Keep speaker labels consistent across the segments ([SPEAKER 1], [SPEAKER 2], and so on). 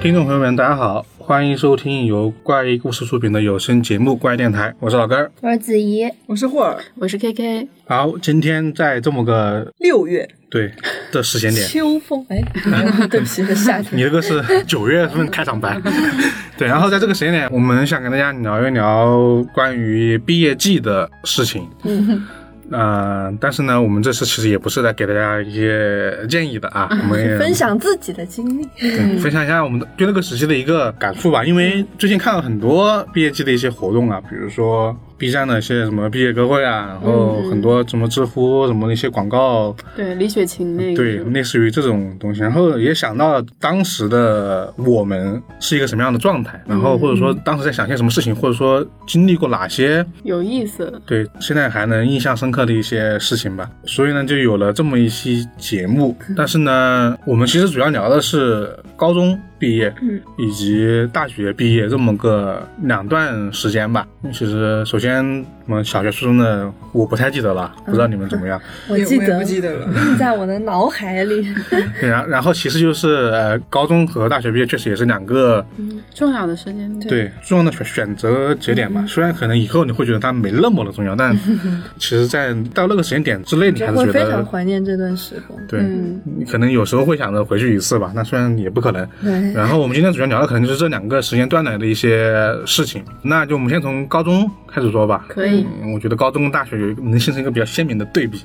[SPEAKER 1] 听众朋友们，大家好，欢迎收听由怪异故事出品的有声节目《怪异电台》，我是老根儿。
[SPEAKER 2] 我是子怡，
[SPEAKER 3] 我是霍尔。
[SPEAKER 4] 我是 KK，
[SPEAKER 1] 好，今天在这么个
[SPEAKER 3] 六月
[SPEAKER 1] 对的时间 点，
[SPEAKER 3] 秋风，哎，没有 对不起，是夏天。
[SPEAKER 1] 你这个是九月份开场白，对，然后在这个时间点，我们想跟大家聊一聊关于毕业季的事情。嗯。呃，但是呢，我们这次其实也不是在给大家一些建议的啊，我们 也
[SPEAKER 3] 分享自己的经历，
[SPEAKER 4] 嗯
[SPEAKER 1] 对分享一下我们的对那个时期的一个感触吧，因为最近看了很多毕业季的一些活动啊，比如说 B 站的一些什么毕业歌会啊，然后
[SPEAKER 4] 嗯
[SPEAKER 1] 很多什么知乎什么的一些广告，
[SPEAKER 4] 对李雪琴那个，
[SPEAKER 1] 对，类似于这种东西。然后也想到当时的我们是一个什么样的状态，然
[SPEAKER 4] 嗯
[SPEAKER 1] 后或者说当时在想些什么事情，或者说经历过哪些
[SPEAKER 4] 有意思，
[SPEAKER 1] 对，现在还能印象深刻的一些事情吧，所以呢，就有了这么一期节目。但是呢，我们其实主要聊的是高中毕业，
[SPEAKER 4] 嗯，
[SPEAKER 1] 以及大学毕业这么个两段时间吧。其实，首先我们小学、初中的我不太记得了，不知道你们怎么样。
[SPEAKER 2] 我
[SPEAKER 3] 也
[SPEAKER 2] 记
[SPEAKER 3] 也
[SPEAKER 2] 得
[SPEAKER 3] 不记得了。
[SPEAKER 2] 印在我的脑海里。
[SPEAKER 1] 对然、然后其实就是呃，高中和大学毕业确实也是两个
[SPEAKER 4] 重要的时间点，
[SPEAKER 1] 对重要的选选择节点吧。虽然可能以后你会觉得它没那么的重要，但其实，在到那个时间点之内，你
[SPEAKER 2] 就
[SPEAKER 1] 还是
[SPEAKER 2] 会
[SPEAKER 1] 觉
[SPEAKER 2] 非
[SPEAKER 1] 得
[SPEAKER 2] 常怀念这段时光。
[SPEAKER 1] 对。
[SPEAKER 4] 嗯，
[SPEAKER 1] 你可能有时候会想着回去一次吧，那虽然也不可能。
[SPEAKER 2] 对，
[SPEAKER 1] 然后我们今天主要聊的可能就是这两个时间段来的一些事情，那就我们先从高中开始说吧。
[SPEAKER 4] 可以，
[SPEAKER 1] 嗯，我觉得高中跟大学有一个能形成一个比较鲜明的对 比，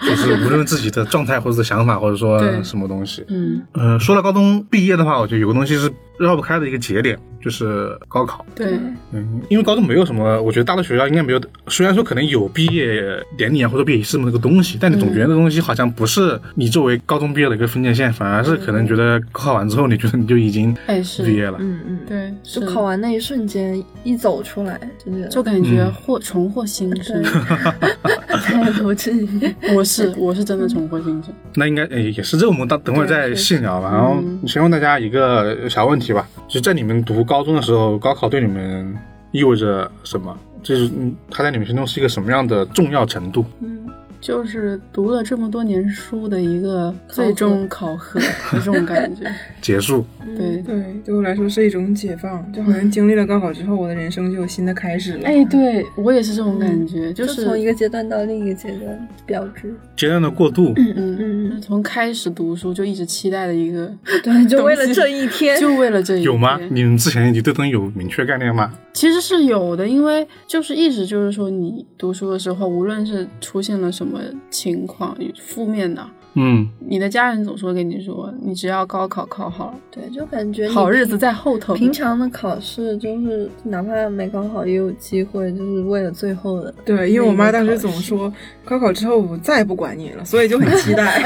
[SPEAKER 1] 就是无论自己的状态或者是想法，或者说
[SPEAKER 4] 对
[SPEAKER 1] 什么东西。
[SPEAKER 4] 嗯，
[SPEAKER 1] 呃，说到高中毕业的话，我觉得有个东西是绕不开的一个节点，就是高考。
[SPEAKER 4] 对，
[SPEAKER 1] 嗯，因为高中没有什么，我觉得大的学校应该没有，虽然说可能有毕业典礼啊或者毕业仪式这么个东西，但你总觉得那东西好像不是你作为高中毕业的一个分界线，反而是可能觉得考完之后，你觉得你就已经
[SPEAKER 4] 哎是
[SPEAKER 1] 毕业了。
[SPEAKER 3] 嗯嗯，
[SPEAKER 4] 对，
[SPEAKER 2] 就是考完那一瞬间，一走出来，真的
[SPEAKER 4] 就感觉
[SPEAKER 1] 嗯
[SPEAKER 4] 获重获新生，
[SPEAKER 2] 抬头至 于。
[SPEAKER 4] 我是我是真的重获新生，
[SPEAKER 1] 那应该呃也是这个，我们到等会儿再细聊吧。然后
[SPEAKER 4] 嗯
[SPEAKER 1] 先问大家一个小问题吧，就在你们读高中的时候，高考对你们意味着什么？就是嗯它在你们心中是一个什么样的重要程度？
[SPEAKER 4] 嗯，就是读了这么多年书的一个最终考核，这种感 觉，
[SPEAKER 1] 结束，
[SPEAKER 2] 嗯
[SPEAKER 4] 对，
[SPEAKER 3] 对，对我来说是一种解放，就好像经历了高考之后，我的人生就有新的开始了。
[SPEAKER 4] 哎，对我也是这种感觉，就
[SPEAKER 2] 嗯就是从一个阶段到另一个阶段，标志。
[SPEAKER 1] 阶段的过渡。
[SPEAKER 4] 嗯，就是从开始读书就一直期待的一个，
[SPEAKER 2] 对，就 为了这一天，
[SPEAKER 4] 就为了这一
[SPEAKER 1] 有吗？
[SPEAKER 4] 天
[SPEAKER 1] 你们之前你对东西有明确概念吗？
[SPEAKER 4] 其实是有的，因为就是一直就是说，你读书的时候，无论是出现了什么情况，负面的，
[SPEAKER 1] 嗯，
[SPEAKER 4] 你的家人总是会跟你说，你只要高考考好，
[SPEAKER 2] 对，就感觉你
[SPEAKER 4] 好日子在后头。
[SPEAKER 2] 平常的考试就是，哪怕没考好，也有机会，就是为了最后的。
[SPEAKER 3] 对，因为我妈当时总说，高考之后我再也不管你了，所以就很期待。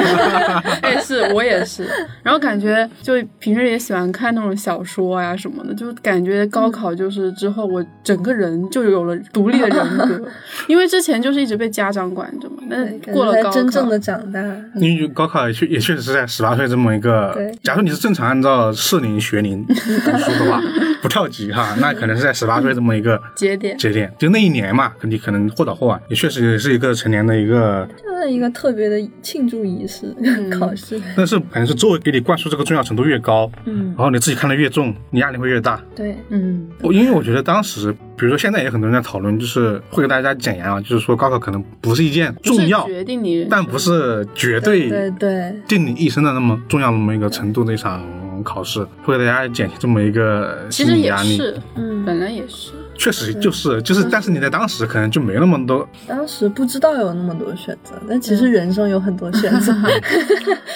[SPEAKER 4] 哎，是我也是，然后感觉就平时也喜欢看那种小说呀、什么的，就感觉高考就是之后我整个人就有了独立的人 格，因为之前就是一直被家长管着嘛，但
[SPEAKER 2] 对
[SPEAKER 4] 是嗯
[SPEAKER 2] 感
[SPEAKER 4] 过
[SPEAKER 2] 觉
[SPEAKER 4] 了
[SPEAKER 2] 才
[SPEAKER 4] 高考，
[SPEAKER 2] 真正的长大，
[SPEAKER 1] 因为高考也确也确实是在十八岁这么一个
[SPEAKER 2] 对，
[SPEAKER 1] 假如你是正常按照适龄学龄读书的话， 不跳级哈，那可能是在十八岁这么一个
[SPEAKER 4] 节点
[SPEAKER 1] 节点，就那一年嘛，你可能或早或晚，也确实也是一个成年的一个，
[SPEAKER 2] 就是一个特别的庆祝仪式， 考试。
[SPEAKER 1] 但是可能是周围给你灌输这个重要程度越高，
[SPEAKER 2] 嗯
[SPEAKER 1] 然，后你自己看得越重，你压力会越大。
[SPEAKER 2] 对，
[SPEAKER 4] 嗯，
[SPEAKER 1] 我因为我觉得当时，比如说现在也很多人在讨论，就是会给大家简言啊，就是说高考可能不是一件
[SPEAKER 4] 不是
[SPEAKER 1] 重要，
[SPEAKER 4] 决定你人
[SPEAKER 1] 但
[SPEAKER 4] 生
[SPEAKER 1] 不是绝
[SPEAKER 2] 对对，
[SPEAKER 1] 对你一生的那么重要那么一个程度的一场考试，会给大家减轻这么一个
[SPEAKER 4] 其
[SPEAKER 1] 心
[SPEAKER 4] 实
[SPEAKER 1] 理
[SPEAKER 4] 也
[SPEAKER 1] 压力。
[SPEAKER 4] 是，嗯
[SPEAKER 2] 嗯，
[SPEAKER 4] 本来也是，
[SPEAKER 1] 确实就是就是，但是你在当时可能就没那么多，
[SPEAKER 2] 当时不知道有那么多选择，但其实人生有很多选 择，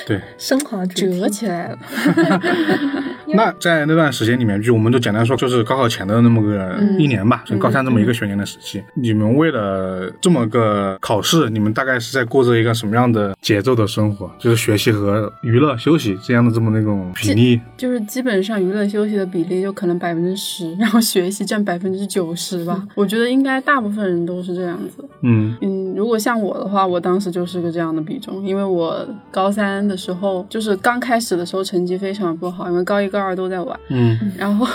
[SPEAKER 1] 对。
[SPEAKER 2] 升华主题
[SPEAKER 4] 折起来了。
[SPEAKER 1] 那在那段时间里面，就我们就简单说，就是高考前的那么个
[SPEAKER 4] 嗯
[SPEAKER 1] 一年吧，就高三这么一个学年的时期，你们为了这么个考试，你们大概是在过着一个什么样的节奏的生活？就是学习和娱乐、休息这样的这么那种比例？
[SPEAKER 4] 就是基本上娱乐休息的比例就可能百分之十， 然后学习占百分之九十 吧。我觉得应该大部分人都是这样子。
[SPEAKER 1] 嗯
[SPEAKER 4] 嗯，如果像我的话，我当时就是个这样的比重，因为我高三的时候， 就是刚开始的时候成绩非常不好，因为高一高二都在玩，
[SPEAKER 1] 嗯
[SPEAKER 4] 然后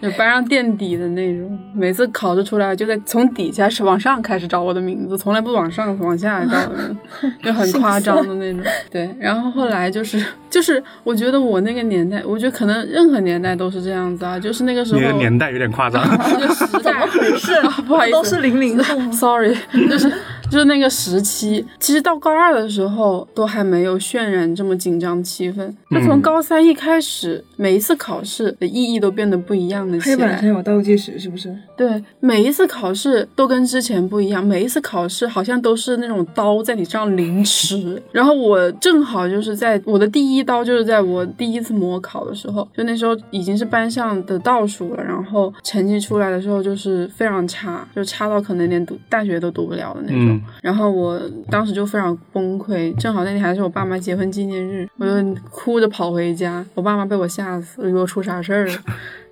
[SPEAKER 4] 就班上垫底的那种。每次考试出来就得从底下是往上开始找我的名字，从来不往上往下找我的名 字，就很夸张的那种。对，然后后来就是就是，我觉得我那个年代，我觉得可能任何年代都是这样子啊，就是那个时候
[SPEAKER 1] 你的年代有点夸张。
[SPEAKER 4] 这个时代
[SPEAKER 2] 怎么回事
[SPEAKER 4] 啊？ 不好意思，
[SPEAKER 2] 都是零零后吗
[SPEAKER 4] Sorry，就是就是那个时期，其实到高二的时候都还没有渲染这么紧张气氛。那
[SPEAKER 3] 嗯
[SPEAKER 4] 从高三一开始，每一次考试的意义都变得不一样了起
[SPEAKER 3] 黑板上
[SPEAKER 4] 来。
[SPEAKER 3] 有倒计时，是不是？
[SPEAKER 4] 对，每一次考试都跟之前不一样，每一次考试好像都是那种刀在你身上凌迟。 然后我正好就是在我的第一刀就是在我第一次模考的时候，就那时候已经是班上的倒数了，然后成绩出来的时候就是非常差，就差到可能连读大学都读不了的那种。
[SPEAKER 1] 嗯，
[SPEAKER 4] 然后我当时就非常崩溃，正好那天还是我爸妈结婚纪念日，我就哭着跑回家，我爸妈被我吓死，以为我出啥事儿了。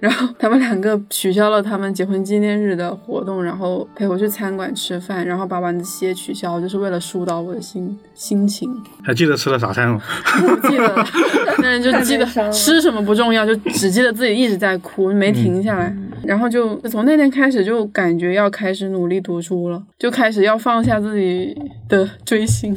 [SPEAKER 4] 然后他们两个取消了他们结婚纪念日的活动，然后陪我去餐馆吃饭，然后把晚自习也取消，就是为了疏导我的心心情。
[SPEAKER 1] 还记得吃了啥菜吗？
[SPEAKER 4] 不记得 了，但是就记得
[SPEAKER 2] 太悲伤了
[SPEAKER 4] 吃什么不重要，就只记得自己一直在哭，没停下来。然后就从那天开始，就感觉要开始努力读书了，就开始要放下自己的追 星，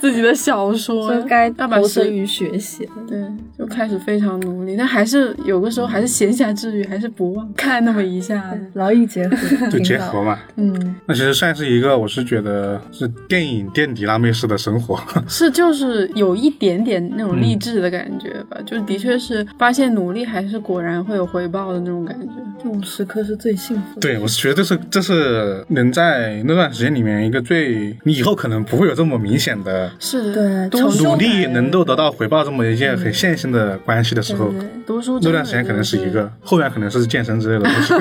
[SPEAKER 4] 自己的小说，
[SPEAKER 2] 就该
[SPEAKER 4] 要把
[SPEAKER 2] 投身
[SPEAKER 4] 时
[SPEAKER 2] 于学习了。
[SPEAKER 4] 对，就开始非常努力，但还是有个时候还是闲暇之余还是不忘看那么一下。
[SPEAKER 2] 劳逸结合，
[SPEAKER 1] 就
[SPEAKER 2] 挺
[SPEAKER 1] 结
[SPEAKER 2] 好
[SPEAKER 1] 合嘛。
[SPEAKER 4] 嗯，
[SPEAKER 1] 那其实算是一个，我是觉得是电影垫底辣妹式的生活。
[SPEAKER 4] 是就是有一点点那种
[SPEAKER 1] 嗯
[SPEAKER 4] 励志的感觉吧，就的确是发现努力还是果然会有回报的那种感觉。
[SPEAKER 2] 这种时刻是最幸福的。
[SPEAKER 1] 对，我是觉得这是这是能在那段时间里面一个最，你以后可能不会有这么明显的
[SPEAKER 4] 是
[SPEAKER 2] 对
[SPEAKER 4] 读
[SPEAKER 2] 成
[SPEAKER 4] 书
[SPEAKER 2] 就
[SPEAKER 1] 努力
[SPEAKER 2] 感
[SPEAKER 1] 能够得到回报这么一件很线性的关系的时候
[SPEAKER 2] 对，嗯对
[SPEAKER 4] 读书
[SPEAKER 1] 那
[SPEAKER 4] 真的
[SPEAKER 1] 段时间可能是
[SPEAKER 4] 就
[SPEAKER 1] 一个，后面可能是健身之类的东西。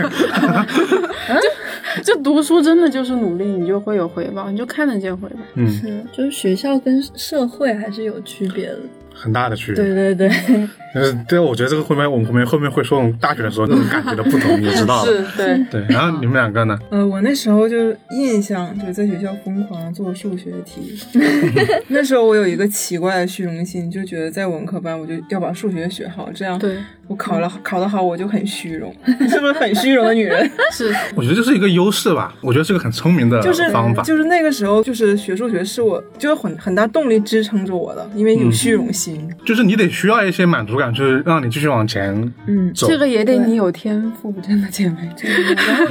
[SPEAKER 4] 就读书真的就是努力，你就会有回报，你就看得见回报。
[SPEAKER 1] 嗯，
[SPEAKER 2] 是，就是学校跟社会还是有区别的。
[SPEAKER 1] 很大的区别。
[SPEAKER 2] 对对对，
[SPEAKER 1] 但是，对，我觉得这个后面我们后面后面会说我们大学的时候那种感觉的不同，你就知道了。
[SPEAKER 4] 是，对，
[SPEAKER 1] 对，然后你们两个呢？
[SPEAKER 3] 呃，我那时候就印象就在学校疯狂做数学题。 那时候我有一个奇怪的虚荣心，就觉得在文科班我就要把数学学好，这样
[SPEAKER 4] 对
[SPEAKER 3] 我考了考得好我就很虚荣， 是不是很虚荣的女 人？
[SPEAKER 4] 是，
[SPEAKER 1] 我觉得这是一个优势吧，我觉得是个很聪明的
[SPEAKER 3] 就是
[SPEAKER 1] 方法。
[SPEAKER 3] 就是那个时候，就是学数学是我就是很很大动力支撑着我的，因为
[SPEAKER 1] 嗯
[SPEAKER 3] 有虚荣心。
[SPEAKER 1] 就是你得需要一些满足感，就是让你继续往前
[SPEAKER 3] 嗯，
[SPEAKER 1] 走。
[SPEAKER 4] 这个也得
[SPEAKER 2] 对
[SPEAKER 4] 你有天赋，真的姐妹，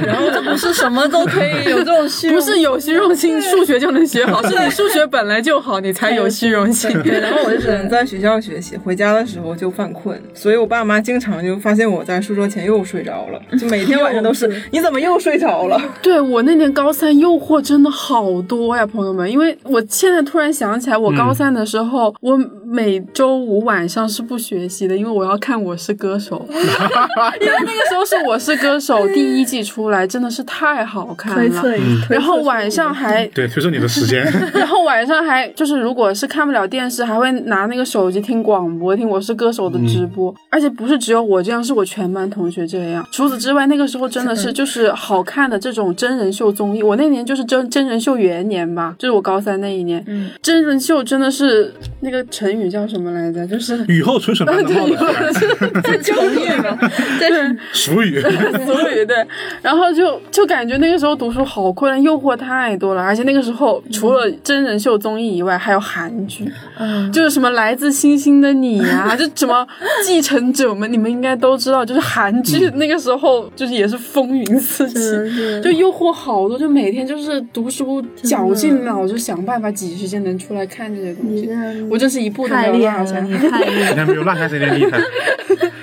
[SPEAKER 2] 然后这不是什么都可以有这种虚
[SPEAKER 4] 不
[SPEAKER 2] 荣，
[SPEAKER 4] 是有虚荣心，数学就能学好，是你数学本来就好，你才有虚荣心。
[SPEAKER 3] 对，然后我就只能嗯在学校学习，回家的时候就犯困，所以我爸妈经常就发现我在书桌前又睡着了，就每天晚上都是你怎么 又睡着了？
[SPEAKER 4] 对我那年高三诱惑真的好多呀，朋友们，因为我现在突然想起来，
[SPEAKER 2] 嗯
[SPEAKER 4] 我高三的时候，我每周五晚上是不学习的，因为我要看《我是歌手》， 因为那个时候是《我是歌手》第一季出来，真的是 太好看
[SPEAKER 2] 推
[SPEAKER 4] 了。
[SPEAKER 2] 测一，推测
[SPEAKER 4] 然后
[SPEAKER 2] 出
[SPEAKER 4] 晚
[SPEAKER 2] 你
[SPEAKER 4] 上
[SPEAKER 2] 的
[SPEAKER 4] 还，
[SPEAKER 1] 对，推说你的时 间，
[SPEAKER 4] 然后晚上还就是，如果是看不了电视，还会拿那个手机听广播，听《我是歌手》的直播，而且不是只有我这样，是我全班同学这样。除此之外，那个时候真的是就是好看的这种真人秀综艺，我那年就是真真人秀元年吧，就是我高三那一年，
[SPEAKER 3] 嗯
[SPEAKER 4] 真人秀真的是那个成语叫什么来着？就是
[SPEAKER 1] 雨后春笋般的冒
[SPEAKER 4] 对
[SPEAKER 1] 的
[SPEAKER 2] 成语嘛，但是
[SPEAKER 1] 俗语。
[SPEAKER 4] 俗语对，然后就就感觉那个时候读书好困难，诱惑太多了，而且那个时候除了真人秀综艺以外，还有韩剧，
[SPEAKER 2] 嗯
[SPEAKER 4] 就是什么《来自星星的你》啊，就什么《继承者们》，你们应该都知道，就是韩剧那个时候就是也是风云四起。
[SPEAKER 2] 嗯是
[SPEAKER 4] 就诱惑好多，就每天就是读书，绞尽脑汁想办法挤时间能出来看这些东
[SPEAKER 2] 你
[SPEAKER 4] 西
[SPEAKER 2] 这。
[SPEAKER 4] 我真是一步都没
[SPEAKER 2] 太
[SPEAKER 4] 有
[SPEAKER 2] 厉
[SPEAKER 4] 落
[SPEAKER 2] 害
[SPEAKER 4] 下
[SPEAKER 2] 了，，你太厉
[SPEAKER 1] 你
[SPEAKER 2] 害了。
[SPEAKER 1] 还没有落下谁的厉害？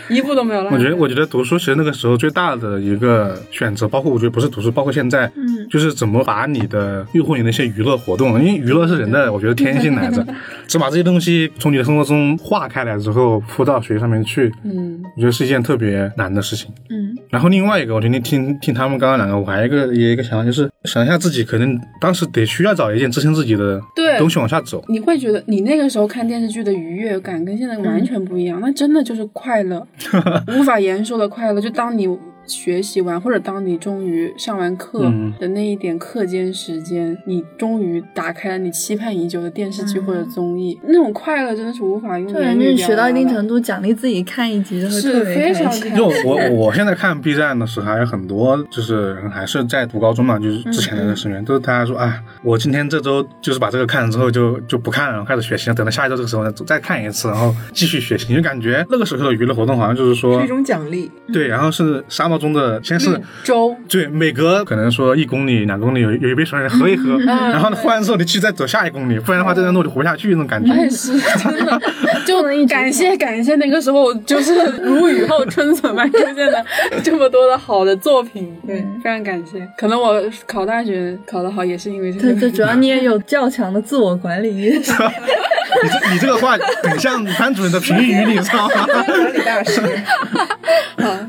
[SPEAKER 4] 一步都没有落下。
[SPEAKER 1] 我觉得，我觉得读书其实那个时候最大的一个选择，包括我觉得不是读书，包括现在，
[SPEAKER 2] 嗯，
[SPEAKER 1] 就是怎么把你的诱惑你那些娱乐活动，因为娱乐是人
[SPEAKER 4] 嗯
[SPEAKER 1] 的，我觉得天性来 着，只把这些东西从你的生活中化开来之后，铺到学习上面去，
[SPEAKER 4] 嗯，
[SPEAKER 1] 我觉得是一件特别难的事情。
[SPEAKER 2] 嗯，
[SPEAKER 1] 然后另外一个，我觉得听听他们刚刚两个，我还有一个也有一个想法，就是想一下自己可能当时得需要找一件支撑自己的
[SPEAKER 4] 对
[SPEAKER 1] 东西往下走。
[SPEAKER 4] 你会觉得你那个时候看电视剧的愉悦
[SPEAKER 1] 嗯
[SPEAKER 4] 感跟现在完全不一样，那真的就是快乐，无法言说的快乐。就当你学习完，或者当你终于上完课
[SPEAKER 1] 嗯
[SPEAKER 4] 的那一点课间时间，你终于打开了你期盼已久的电视剧或
[SPEAKER 1] 嗯
[SPEAKER 4] 者综艺，那种快乐真的是无法用
[SPEAKER 2] 就
[SPEAKER 4] 言
[SPEAKER 2] 人
[SPEAKER 4] 嗯语
[SPEAKER 2] 家
[SPEAKER 4] 表
[SPEAKER 2] 学到一定
[SPEAKER 4] 达的
[SPEAKER 2] 程度，奖励自己看一集就会
[SPEAKER 4] 是
[SPEAKER 2] 特别
[SPEAKER 4] 非
[SPEAKER 2] 开
[SPEAKER 4] 常
[SPEAKER 2] 心。
[SPEAKER 4] 开
[SPEAKER 1] 因
[SPEAKER 4] 心
[SPEAKER 1] 为我我现在看 B 站的时候，还有很多就是人还是在读高中嘛，就是之前的成员，都是大家
[SPEAKER 4] 嗯
[SPEAKER 1] 说啊，我今天这周就是把这个看了之后就就不看了，然后开始学习了，等到下一周这个时候呢再看一次，然后继续学习，你就感觉那个时候的娱乐活动好像就是说
[SPEAKER 3] 是一种奖励。
[SPEAKER 1] 对，然后是沙漠中的，先是
[SPEAKER 4] 绿洲，
[SPEAKER 1] 对，每隔可能说一公里、两公里有有一杯水喝一喝，嗯
[SPEAKER 2] 嗯
[SPEAKER 4] 嗯
[SPEAKER 1] 然后呢，喝完之后你继续再走下一公里，不然的话在那路里活不下去那种感觉。
[SPEAKER 4] 我也是，真的，就
[SPEAKER 2] 能一直
[SPEAKER 4] 感谢感谢那个时候，就是如雨后春笋般出现的这么多的好的作品，对，非常感谢。可能我考大学考得好也是因为这
[SPEAKER 2] 对
[SPEAKER 4] 个，
[SPEAKER 2] 对，主要你也有较强的自我管 理意识。
[SPEAKER 1] 你这你这个话很像班主任的评语，你知道 吗？
[SPEAKER 3] 管理大师，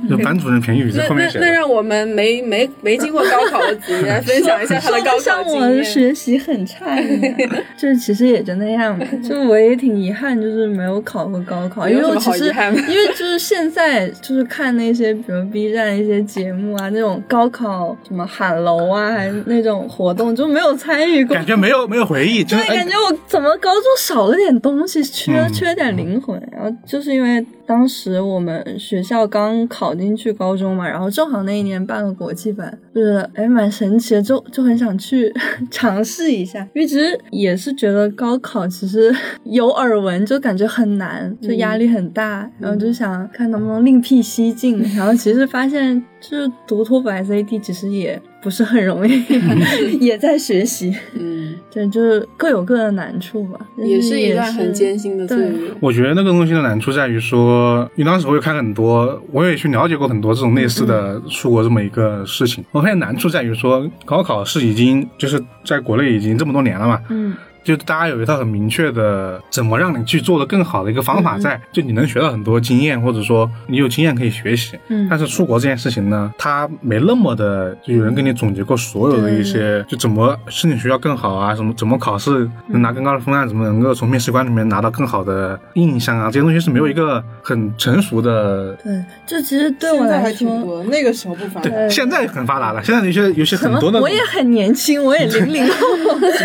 [SPEAKER 1] 就班主任评语
[SPEAKER 4] 那
[SPEAKER 1] 是后面
[SPEAKER 4] 那
[SPEAKER 1] 写
[SPEAKER 4] 那
[SPEAKER 1] 的。
[SPEAKER 4] 让我们没没没经过高考的子怡来分享一下她的 高考
[SPEAKER 2] 像
[SPEAKER 4] 经
[SPEAKER 2] 我
[SPEAKER 4] 验。
[SPEAKER 2] 学习很差 一样，就是其实也就那样吧。就我也挺遗憾，就是没有考过高考，
[SPEAKER 4] 有
[SPEAKER 2] 因为
[SPEAKER 4] 什
[SPEAKER 2] 我
[SPEAKER 4] 么
[SPEAKER 2] 其
[SPEAKER 4] 好
[SPEAKER 2] 实
[SPEAKER 4] 遗憾的
[SPEAKER 2] 因为就是现在就是看那些比如 B 站一些节目啊，那种高考什么喊楼啊，还是那种活动就没有参与过。
[SPEAKER 1] 感觉没有没有回忆，就
[SPEAKER 2] 对
[SPEAKER 1] 是，哎
[SPEAKER 2] 感觉我怎么高中少了点东西，缺、
[SPEAKER 1] 嗯
[SPEAKER 2] 缺点灵魂。然后就是因为当时我们学校刚考进去高中嘛，然后正好那一年办了国际班，就是哎蛮神奇的，就就很想去 尝试一下。一直也是觉得高考其实 有耳闻，就感觉很难，就
[SPEAKER 1] 嗯
[SPEAKER 2] 压力很大，然后就想看能不能另辟蹊径。然后其实发现，就是读托福 SAT 其实也不是很 容易， 也在学习。
[SPEAKER 4] 嗯，
[SPEAKER 2] 对，就是各有各的难处吧。但
[SPEAKER 4] 也
[SPEAKER 2] 是
[SPEAKER 4] 是一段很艰
[SPEAKER 2] 辛。
[SPEAKER 4] 辛的
[SPEAKER 2] 对
[SPEAKER 4] 岁月。
[SPEAKER 1] 我觉得那个东西的难处在于说，因为当时我也看很多，我也去了解过很多这种类似的出国这么一个事
[SPEAKER 2] 嗯
[SPEAKER 1] 情。我发现难处在于说，高考是已经就是在国内已经这么多年了嘛，
[SPEAKER 2] 嗯，
[SPEAKER 1] 就大家有一套很明确的怎么让你去做的更好的一个方法
[SPEAKER 2] 嗯
[SPEAKER 1] 在，就你能学到很多经验，或者说你有经验可以学习。
[SPEAKER 2] 嗯
[SPEAKER 1] 但是出国这件事情呢，它没那么的，就有人给你总结过所有的一些，就怎么申请学校更好啊，什么怎么考
[SPEAKER 2] 嗯
[SPEAKER 1] 试能拿更高的分啊，怎么能够从面试官里面拿到更好的印象啊，这些东西是没有一个很成熟的。
[SPEAKER 2] 对，就其实对我
[SPEAKER 3] 现在
[SPEAKER 2] 来
[SPEAKER 3] 还挺
[SPEAKER 2] 说，
[SPEAKER 3] 多，那个时候不发达。
[SPEAKER 1] 对，现在很发达了，现在有些有些很多的
[SPEAKER 2] 呃我也很年轻，我也零零 后。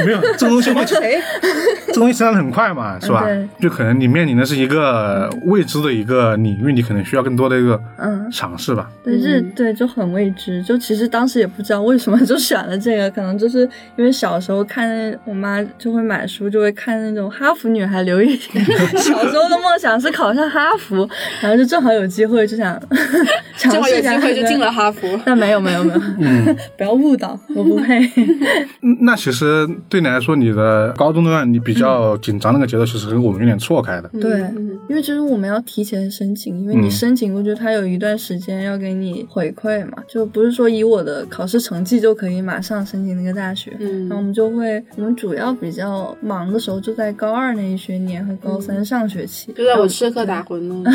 [SPEAKER 1] 没有这个东西会
[SPEAKER 3] 谁？
[SPEAKER 1] 这东西成长的很快嘛，是吧
[SPEAKER 2] 嗯？
[SPEAKER 1] 就可能你面临的是一个未知的一个领域，你可能需要更多的一个
[SPEAKER 2] 嗯
[SPEAKER 1] 尝试吧。
[SPEAKER 2] 对，是，
[SPEAKER 1] 嗯
[SPEAKER 2] 对，就很未知。就其实当时也不知道为什么就选了这个，可能就是因为小时候看我妈就会买书，就会看那种哈佛女孩刘亦菲。 小时候的梦想是考上哈佛，然后就正好有机会，就想
[SPEAKER 4] 正
[SPEAKER 2] 尝
[SPEAKER 4] 好
[SPEAKER 2] 试
[SPEAKER 4] 有
[SPEAKER 2] 一
[SPEAKER 4] 机
[SPEAKER 2] 下。
[SPEAKER 4] 会就进了。哈佛，
[SPEAKER 2] 但没有没 有没有，
[SPEAKER 1] 嗯，
[SPEAKER 2] 不要误导，我不配。
[SPEAKER 1] 嗯那其实对你来说，你的高中段你比较紧张那个节奏，其实跟我们有点错开的。
[SPEAKER 2] 对
[SPEAKER 4] 嗯
[SPEAKER 2] 因为就是我们要提前申请，因为你
[SPEAKER 1] 嗯
[SPEAKER 2] 申请过去，它有一段时间要给你回馈嘛，就不是说以我的考试成绩就可以马上申请那个大学。
[SPEAKER 4] 嗯
[SPEAKER 2] 然后我们就会，我们主要比较忙的时候就在高二那一学年和高三上学期。
[SPEAKER 4] 嗯就在我吃喝打混 呢。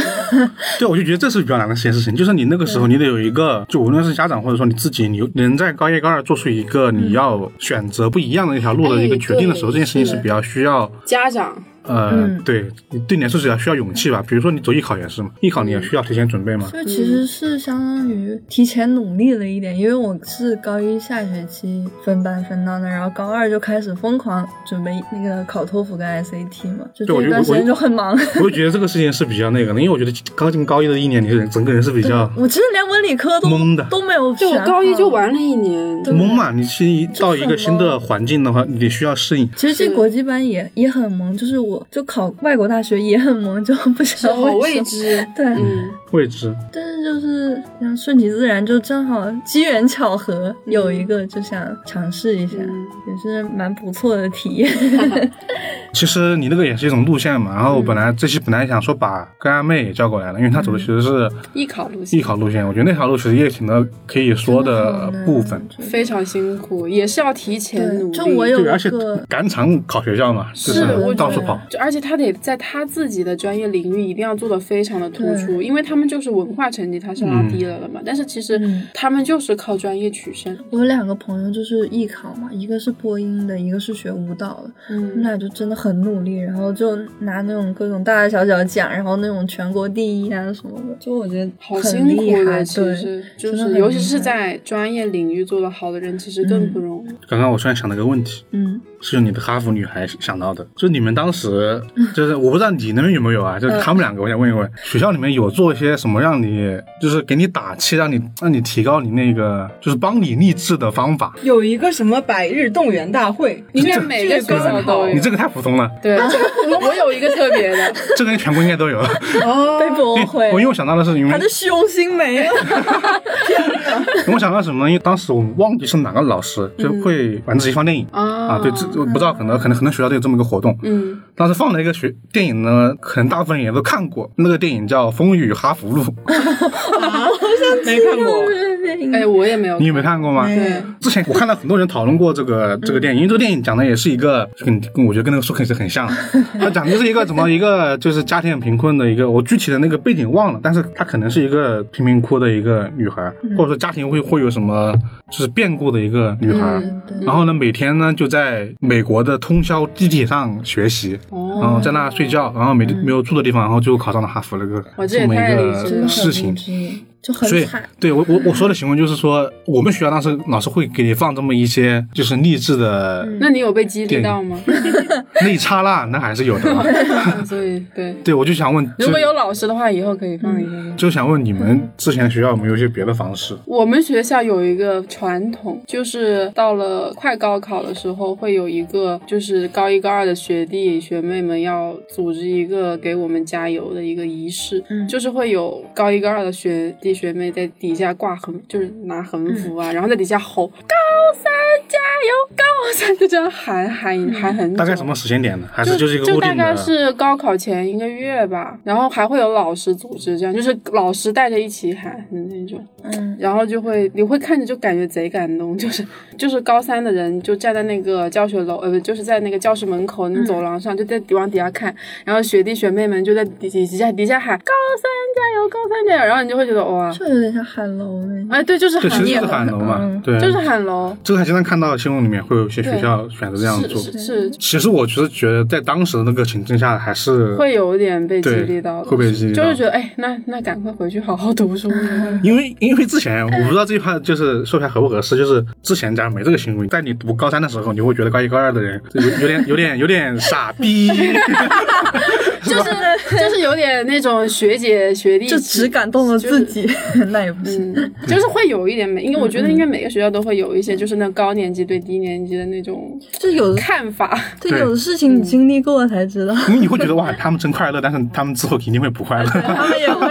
[SPEAKER 1] 对，我就觉得这是比较难的一件事情，就是你那个时候你得有一个，就无论是家长或者说你自己，你有能在高一高二做出一个你要选择不一样的一条路的一个
[SPEAKER 4] 哎
[SPEAKER 1] 决定的时候，
[SPEAKER 4] 对
[SPEAKER 1] 这件事情是比较需要
[SPEAKER 4] 家长，
[SPEAKER 1] 呃
[SPEAKER 2] 嗯，
[SPEAKER 1] 对你对你来说只要需要勇气吧。比如说你走艺考也是嘛，艺考你也需要提前准备嘛。
[SPEAKER 2] 所以其实是相当于提前努力了一点，因为我是高一下学期分班分到那，然后高二就开始疯狂准备那个考托福跟 SAT 嘛，就
[SPEAKER 1] 对我觉
[SPEAKER 2] 这一
[SPEAKER 1] 得
[SPEAKER 2] 段时
[SPEAKER 1] 我
[SPEAKER 2] 间就很忙。
[SPEAKER 1] 我就觉得这个事情是比较那个的，因为我觉得刚进高一的一年，你是整个人是比较
[SPEAKER 2] 我其实连文理科都
[SPEAKER 1] 懵的
[SPEAKER 2] 都没有
[SPEAKER 4] 就
[SPEAKER 2] 选
[SPEAKER 4] 我
[SPEAKER 2] 好，
[SPEAKER 4] 高一就玩了一 年，
[SPEAKER 2] 对
[SPEAKER 1] 懵嘛。你新一到一
[SPEAKER 2] 就
[SPEAKER 1] 个
[SPEAKER 2] 很
[SPEAKER 1] 新的环境的话，你得需要适应。
[SPEAKER 2] 其实进
[SPEAKER 4] 是
[SPEAKER 2] 国际班也也很懵，就是我就考外国大学也很懵，就不知
[SPEAKER 4] 是
[SPEAKER 2] 道
[SPEAKER 4] 好
[SPEAKER 2] 为什
[SPEAKER 4] 未
[SPEAKER 2] 么。
[SPEAKER 4] 知。
[SPEAKER 2] 对，
[SPEAKER 4] 嗯，
[SPEAKER 1] 未知，
[SPEAKER 2] 但是就是想顺其自然，就正好机缘巧合有一个就想尝试一下，
[SPEAKER 4] 嗯
[SPEAKER 2] 也是蛮不错的体验。
[SPEAKER 1] 其实你那个也是一种路线嘛。然后本来这期本来想说把干阿妹也叫过来了，因为她走的其实是
[SPEAKER 4] 艺考路线
[SPEAKER 1] 艺考路线，我觉得那条路其实也挺多可以 说 的
[SPEAKER 2] 嗯
[SPEAKER 1] 部分。
[SPEAKER 4] 非常辛苦，也是要提前努
[SPEAKER 2] 对，
[SPEAKER 4] 力。
[SPEAKER 2] 就我有
[SPEAKER 1] 对，而
[SPEAKER 2] 一
[SPEAKER 1] 且
[SPEAKER 2] 个
[SPEAKER 1] 赶场考学校嘛，就是
[SPEAKER 4] 我觉得
[SPEAKER 1] 到处跑。
[SPEAKER 4] 就而且他得在他自己的专业领域一定要做的非常的突出，因为他们就是文化成绩他是拉低了的嘛，但是其实
[SPEAKER 2] 嗯
[SPEAKER 4] 他们就是靠专业取胜，
[SPEAKER 2] 我有两个朋友就是艺考嘛，一个是播音的，一个是学舞蹈的，他们
[SPEAKER 4] 嗯，
[SPEAKER 2] 俩就真的很努力，然后就拿那种各种大大小小的奖，然后那种全国第一啊什么的，就我觉得
[SPEAKER 4] 好
[SPEAKER 2] 很
[SPEAKER 4] 辛
[SPEAKER 2] 厉
[SPEAKER 4] 苦
[SPEAKER 2] 害，
[SPEAKER 4] 的，其
[SPEAKER 2] 对，
[SPEAKER 4] 实就
[SPEAKER 2] 真的
[SPEAKER 4] 是
[SPEAKER 2] 很
[SPEAKER 4] 尤其
[SPEAKER 2] 厉
[SPEAKER 4] 是
[SPEAKER 2] 害
[SPEAKER 4] 在专业领域做得好的人，其实更不容易。
[SPEAKER 1] 刚刚我突然想到一个问题，
[SPEAKER 2] 嗯，
[SPEAKER 1] 是你的哈佛女孩想到的，就你们当时就是我不知道你那边有没有啊，就是他们两个，我想问一问，学校里面有做一些什么让你就是给你打气，让你让你提高你那个就是帮你励志的方法？
[SPEAKER 3] 有一个什么百日动员大会，
[SPEAKER 4] 应该
[SPEAKER 3] 这
[SPEAKER 4] 每个
[SPEAKER 3] 这
[SPEAKER 4] 学校
[SPEAKER 3] 更
[SPEAKER 4] 都
[SPEAKER 3] 好
[SPEAKER 4] 有
[SPEAKER 1] 你这个太普通了，
[SPEAKER 4] 对，我有一个特别的，
[SPEAKER 1] 这个全国应该都有。
[SPEAKER 3] 哦
[SPEAKER 2] 被驳回
[SPEAKER 1] 我， 因为我想到的是，因为
[SPEAKER 2] 他的虚荣心没了，
[SPEAKER 1] 因为我想到什么呢？因为当时我忘记是哪个老师就会晚自习放电影。
[SPEAKER 4] 啊
[SPEAKER 1] 啊，对，这这我不知道，可能可能很多学校都有这么一个活动。
[SPEAKER 4] 嗯，
[SPEAKER 1] 当时放了一个学电影呢，可能大部分人也都看过，那个电影叫《风雨哈佛路》，
[SPEAKER 3] 没看过，
[SPEAKER 4] 哎，我也没有，
[SPEAKER 1] 你有没有看过吗？
[SPEAKER 4] 对，
[SPEAKER 1] 之前我看到很多人讨论过这
[SPEAKER 4] 嗯
[SPEAKER 1] 个这个电影，因为这个电影讲的也是一个跟跟我觉得跟那个舒克是很 像的，它讲的就是一个怎么一个就是家庭很贫困的一个，我具体的那个背景忘了，但是她可能是一个贫民窟的一个女孩，
[SPEAKER 4] 嗯
[SPEAKER 1] 或者说家庭会会有什么就是变故的一个女孩。
[SPEAKER 4] 嗯
[SPEAKER 1] 然后呢，每天呢就在美国的通宵地铁上学习，
[SPEAKER 4] 哦嗯
[SPEAKER 1] 然后在那睡觉，然后没地没有住的地方，然后最后考上了哈佛那个
[SPEAKER 4] 哇这也
[SPEAKER 1] 这么
[SPEAKER 4] 太
[SPEAKER 1] 一
[SPEAKER 4] 励志
[SPEAKER 1] 个
[SPEAKER 4] 了
[SPEAKER 1] 事情。
[SPEAKER 2] 就很
[SPEAKER 1] 所以
[SPEAKER 2] 惨，，
[SPEAKER 1] 对我我我说的行为就是说，我们学校当时老师会给你放这么一些就是励志的
[SPEAKER 4] 那你有被激励到吗？
[SPEAKER 1] 那一刹那，那还是有的 嘛。
[SPEAKER 4] 嗯所以对，
[SPEAKER 1] 对，我就想问，
[SPEAKER 4] 如
[SPEAKER 1] 就
[SPEAKER 4] 果有老师的话，以后可以放一个。
[SPEAKER 1] 就想问你们之前学校有没有一些别的方式？
[SPEAKER 4] 我们学校有一个传统，就是到了快高考的时候，会有一个就是高一高二的学弟学妹们要组织一个给我们加油的一个仪式，
[SPEAKER 2] 嗯
[SPEAKER 4] 就是会有高一高二的学弟学妹在底下挂横，就是拿横幅啊，然后在底下吼“高三加油，高三”，就这样喊喊喊很久。
[SPEAKER 1] 大概什么时间点呢？还是
[SPEAKER 4] 就
[SPEAKER 1] 就是一个固
[SPEAKER 4] 大
[SPEAKER 1] 定
[SPEAKER 4] 概
[SPEAKER 1] 的？
[SPEAKER 4] 是高考前一个月吧，然后还会有老师组织，这样就是老师带着一起喊的那种，
[SPEAKER 2] 嗯，
[SPEAKER 4] 然后就会你会看着就感觉贼感动，就是就是高三的人就站在那个教学楼，呃，不就是在那个教室门口那走廊上，就在往底下看，然后学弟学妹们就在底底下底下喊高三加油，高三加油，然后你就会觉得哇，
[SPEAKER 2] 这有点像喊楼那
[SPEAKER 4] 哎，对，就是
[SPEAKER 1] 对，其
[SPEAKER 4] 喊
[SPEAKER 1] 实
[SPEAKER 4] 楼
[SPEAKER 1] 是喊楼嘛
[SPEAKER 2] 嗯。
[SPEAKER 1] 对，
[SPEAKER 4] 就是喊楼，
[SPEAKER 1] 这个还经常看到新闻里面会有一些学
[SPEAKER 4] 对
[SPEAKER 1] 校选择这样
[SPEAKER 4] 是
[SPEAKER 1] 做。
[SPEAKER 4] 是是，
[SPEAKER 1] 其实我觉得，觉得在当时的那个情境下，还是
[SPEAKER 4] 会有一点被激
[SPEAKER 1] 对
[SPEAKER 4] 励到的，
[SPEAKER 1] 会被激励
[SPEAKER 4] 就
[SPEAKER 1] 到
[SPEAKER 4] 是觉得哎，那那赶快回去好好读书。
[SPEAKER 1] 因为因为之前我不知道这句话就是说出来合不合适，就是之前咱没这个行为，在你读高三的时候，你会觉得高一高二的人有有点有点有点傻逼，
[SPEAKER 4] 就是就是有点那种学姐学弟，
[SPEAKER 2] 就只感动了自。 己，那也不行。
[SPEAKER 4] 嗯，就是会有一点每，因为我觉得应该每个学校都会有
[SPEAKER 2] 嗯
[SPEAKER 4] 一些，就是那高年级对低年级的那种
[SPEAKER 2] 就有的，
[SPEAKER 4] 看法。
[SPEAKER 2] 就有的事情你经历过了才知道，
[SPEAKER 1] 因为你会觉得哇，他们真快乐，但是他们之后肯定会不快乐，
[SPEAKER 2] 他们也 会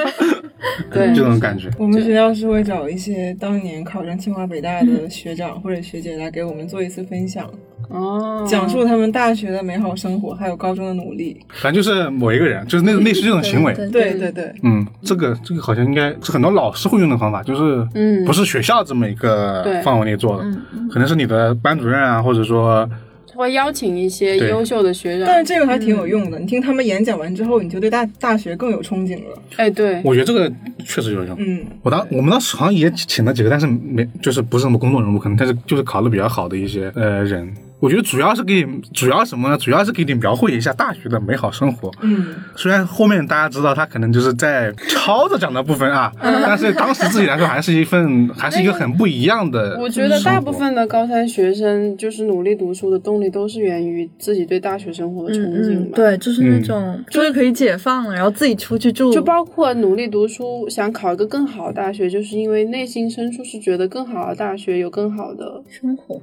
[SPEAKER 4] 对，
[SPEAKER 1] 这种感觉。
[SPEAKER 3] 我们学校是会找一些当年考上清华北大的学长或者学姐来给我们做一次分享，
[SPEAKER 4] 哦，
[SPEAKER 3] 讲述他们大学的美好生活，还有高中的努力。
[SPEAKER 1] 反正就是某一个人，就是那种类似这种行为。
[SPEAKER 3] 对对对，
[SPEAKER 1] 嗯，这个这个好像应该是很多老师会用的方法，就是
[SPEAKER 4] 嗯
[SPEAKER 1] 不是学校这么一个
[SPEAKER 4] 对
[SPEAKER 1] 范围内做的，可能是你的班主任啊，或者说
[SPEAKER 4] 会邀请一些
[SPEAKER 1] 对
[SPEAKER 4] 优秀的学长
[SPEAKER 3] 但是。这个还挺有用的。你听他们演讲完之后，你就对大大学更有憧憬了。
[SPEAKER 4] 哎，对，
[SPEAKER 1] 我觉得这个确实有用。
[SPEAKER 3] 嗯，
[SPEAKER 1] 我当我们当时好像也请了几个，但是没就是不是什么公众人物，可能但是就是考的比较好的一些呃人。我觉得主要是给你，主要什么呢？主要是给你描绘一下大学的美好生活。嗯，虽然后面大家知道他可能就是在抄着讲的部分啊，但是当时自己来说还是一份，还是一个很不一样的。
[SPEAKER 4] 我觉得大部分的高三学生就是努力读书的动力都是源于自己对大学生活的憧憬吧。
[SPEAKER 2] 嗯，对，就是那种就是可以解放了，然后自己出去住，
[SPEAKER 4] 就包括努力读书，想考一个更好的大学，就是因为内心深处是觉得更好的大学有更好的。
[SPEAKER 2] 生活，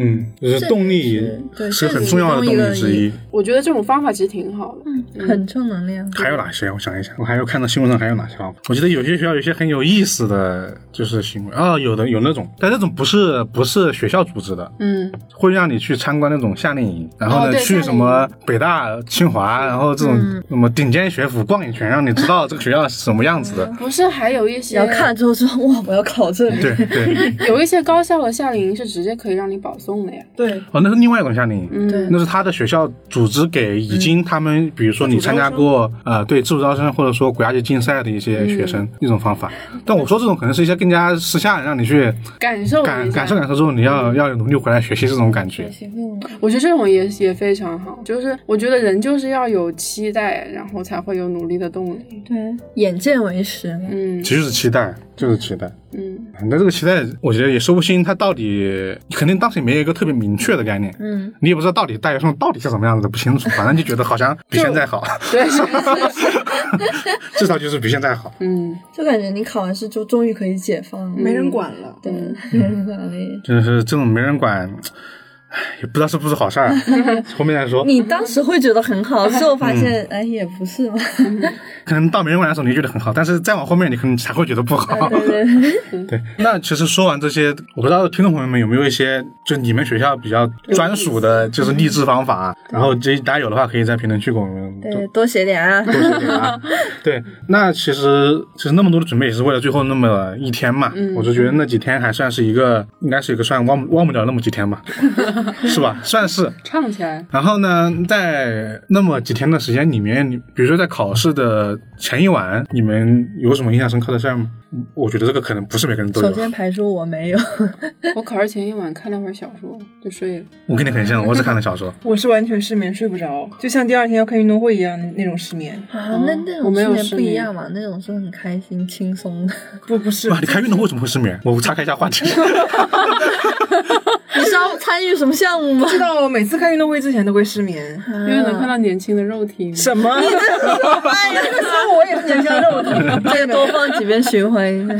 [SPEAKER 1] 嗯，就是动力
[SPEAKER 2] 这也是对
[SPEAKER 1] 是很重要的动力之一。
[SPEAKER 4] 我觉得这种方法其实挺好的。
[SPEAKER 2] 很正能量。
[SPEAKER 1] 还有哪些？我想一想，我还有看到新闻上还有哪些方法？我记得有些学校有些很有意思的，就是行为啊，有的有那种，但那种不是不是学校组织的，
[SPEAKER 4] 嗯，
[SPEAKER 1] 会让你去参观那种夏令营，然后
[SPEAKER 4] 哦
[SPEAKER 1] 呢、
[SPEAKER 4] 对
[SPEAKER 1] 去
[SPEAKER 4] 夏令营嗯
[SPEAKER 1] 什么北大、清华，然后这种什么顶尖学府逛一圈，让你知道这个学校是什么样子的。
[SPEAKER 4] 不是，还有一些
[SPEAKER 2] 然后看了之后说
[SPEAKER 4] 嗯
[SPEAKER 2] 哇，我要考这里，
[SPEAKER 1] 对对，
[SPEAKER 4] 有一些高校的夏令营是直接可以让你保送的呀。
[SPEAKER 3] 对，
[SPEAKER 1] 哦，那是另外一种夏令营。
[SPEAKER 4] 嗯，
[SPEAKER 2] 对
[SPEAKER 1] 那是他的学校组织给已经他们，比如说你参加过呃对自主招生或者说国家级竞赛的一些
[SPEAKER 4] 嗯
[SPEAKER 1] 学生一种方法。但我说这种可能是一些更加私下让你去
[SPEAKER 4] 感受一嗯下
[SPEAKER 1] 感感受感受之后，你要要努力回来学习这种感觉。
[SPEAKER 4] 我觉得这种也也非常好，就是我觉得人就是要有期待，然后才会有努力的动力。
[SPEAKER 2] 对，眼见为实嘛。
[SPEAKER 4] 嗯
[SPEAKER 1] 其实是期待，就是期待。
[SPEAKER 4] 嗯，
[SPEAKER 1] 那这个期待，我觉得也说不清，它到底肯定当时也没有一个特别明确的概念，
[SPEAKER 2] 嗯，
[SPEAKER 1] 你也不知道到底大学生到底是什么样子的，不清 楚，反正就觉得好像比现在好，
[SPEAKER 4] 对，是是是
[SPEAKER 1] 至少就是比现在好。
[SPEAKER 4] 嗯，
[SPEAKER 2] 就感觉你考完试就终于可以解放了，
[SPEAKER 4] 嗯
[SPEAKER 3] 没人管了。
[SPEAKER 2] 对，没人管了。
[SPEAKER 1] 就是这种没人管，唉也不知道是不是好事 儿，后面再说。
[SPEAKER 2] 你当时会觉得很好，之后发现哎也不是嘛，
[SPEAKER 1] 可能到没人管的时候你觉得很好，但是再往后面你可能才会觉得不好。
[SPEAKER 2] 对对 对。
[SPEAKER 1] 对，那其实说完这些，我不知道听众朋友们有没有一些就你们学校比较专属
[SPEAKER 2] 嗯
[SPEAKER 1] 的，就是励志方法，然后这大家有的话可以在评论区给我们多
[SPEAKER 2] 对，多写点啊。
[SPEAKER 1] 多说点 啊。对，那其实其实那么多的准备也是为了最后那么一天嘛，
[SPEAKER 2] 嗯
[SPEAKER 1] 我就觉得那几天还算是一个，应该是一个算忘不忘不了那么几天 吧，是吧？算是。
[SPEAKER 4] 唱起来，
[SPEAKER 1] 然后呢，在那么几天的时间里面，你比如说在考试的前一晚，你们有什么印象深刻的事儿吗？我觉得这个可能不是每个人都
[SPEAKER 2] 首
[SPEAKER 1] 有。
[SPEAKER 2] 先排除我没有，
[SPEAKER 4] 我考试前一晚看了会儿小说就睡了。
[SPEAKER 1] 我跟你很像，我只看了小 说。
[SPEAKER 3] 我是完全失眠，睡不着，就像第二天要看运动会一样的那种失眠。
[SPEAKER 2] 啊，那那
[SPEAKER 4] 我
[SPEAKER 2] 种
[SPEAKER 4] 没有
[SPEAKER 2] 睡眠
[SPEAKER 4] 失
[SPEAKER 2] 不一
[SPEAKER 4] 眠
[SPEAKER 2] 样嘛，那种是很开心、轻松的。
[SPEAKER 3] 不，不是
[SPEAKER 1] 哇，，你看运动会怎么会失眠？我岔开一下话题。
[SPEAKER 2] 你是要参与什么项目吗
[SPEAKER 3] 不？知道，哦每次看运动会之前都会失眠。
[SPEAKER 4] 因为能看到年轻的肉体，
[SPEAKER 3] 什么？
[SPEAKER 2] 哎呀，
[SPEAKER 3] 那时候我也是年轻的肉体。
[SPEAKER 2] 这个多放几遍循环一下。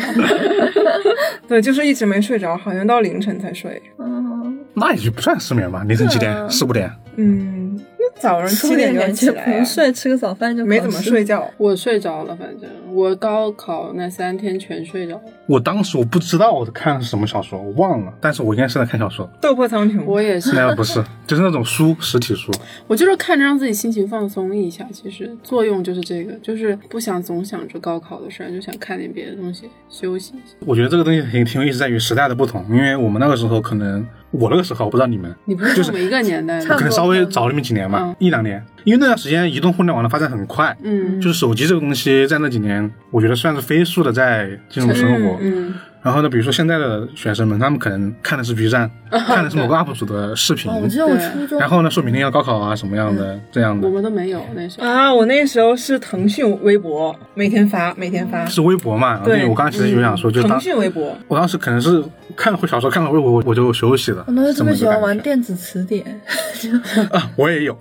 [SPEAKER 3] 对，就是一直没睡着，好像到凌晨才睡。
[SPEAKER 2] 嗯，
[SPEAKER 1] 那也就不算失眠吧？凌晨几
[SPEAKER 2] 对啊
[SPEAKER 1] 点？四五点？
[SPEAKER 3] 嗯，那早上
[SPEAKER 2] 吃
[SPEAKER 3] 七
[SPEAKER 2] 点
[SPEAKER 3] 点就要起
[SPEAKER 2] 感觉
[SPEAKER 3] 来
[SPEAKER 2] 不
[SPEAKER 3] 啊
[SPEAKER 2] 用，睡，吃个早饭就
[SPEAKER 3] 没
[SPEAKER 2] 考
[SPEAKER 3] 怎么
[SPEAKER 2] 试
[SPEAKER 3] 睡觉。
[SPEAKER 4] 我睡着了，反正我高考那三天全睡着了。
[SPEAKER 1] 我当时我不知道我看的是什么小说，我忘了，但是我应该是在看小说，
[SPEAKER 3] 斗破苍穹，
[SPEAKER 4] 我也是，
[SPEAKER 1] 那不是， 就是那种书，实体书。
[SPEAKER 4] 我就是看着让自己心情放松一下，其实作用就是这个，就是不想总想着高考的事儿，就想看点别的东西，休息一下。
[SPEAKER 1] 我觉得这个东西挺挺有意思，在于时代的不同，因为我们那个时候可能，我那个时候我不知道你们，
[SPEAKER 4] 你不是
[SPEAKER 1] 就
[SPEAKER 4] 跟
[SPEAKER 1] 是
[SPEAKER 4] 我们一个年代
[SPEAKER 2] 差
[SPEAKER 4] 的
[SPEAKER 2] 不
[SPEAKER 1] 可
[SPEAKER 2] 多，
[SPEAKER 1] 能稍微早了那么几年吧
[SPEAKER 4] 嗯，
[SPEAKER 1] 一两年，因为那段时间移动互联网的发展很快，
[SPEAKER 4] 嗯
[SPEAKER 1] 就是手机这个东西在那几年，我觉得算是飞速的在进入生活。
[SPEAKER 4] 嗯，
[SPEAKER 1] 然后呢，比如说现在的学生们，他们可能看的是 B 站，看的是某个 UP 主的视频
[SPEAKER 2] 哦，，我记嗯得我
[SPEAKER 4] 对
[SPEAKER 2] 初中
[SPEAKER 1] 然后呢说明天要高考啊什么样的这样
[SPEAKER 4] 我
[SPEAKER 1] 的，
[SPEAKER 4] 们都没有那时候。
[SPEAKER 3] 啊，我那时候是腾讯微博，每天发，每天发。
[SPEAKER 1] 是微博嘛？
[SPEAKER 3] 嗯
[SPEAKER 1] 啊
[SPEAKER 3] 对嗯
[SPEAKER 1] 我刚刚其实有想说，就
[SPEAKER 3] 腾
[SPEAKER 1] 当
[SPEAKER 3] 讯微博，
[SPEAKER 1] 我当时可能是看了会小说，看了微博，我我就休息了。
[SPEAKER 2] 我哦那时候特别喜欢玩
[SPEAKER 1] 这么
[SPEAKER 2] 电子词 典，
[SPEAKER 1] 一个感觉啊， 我也有。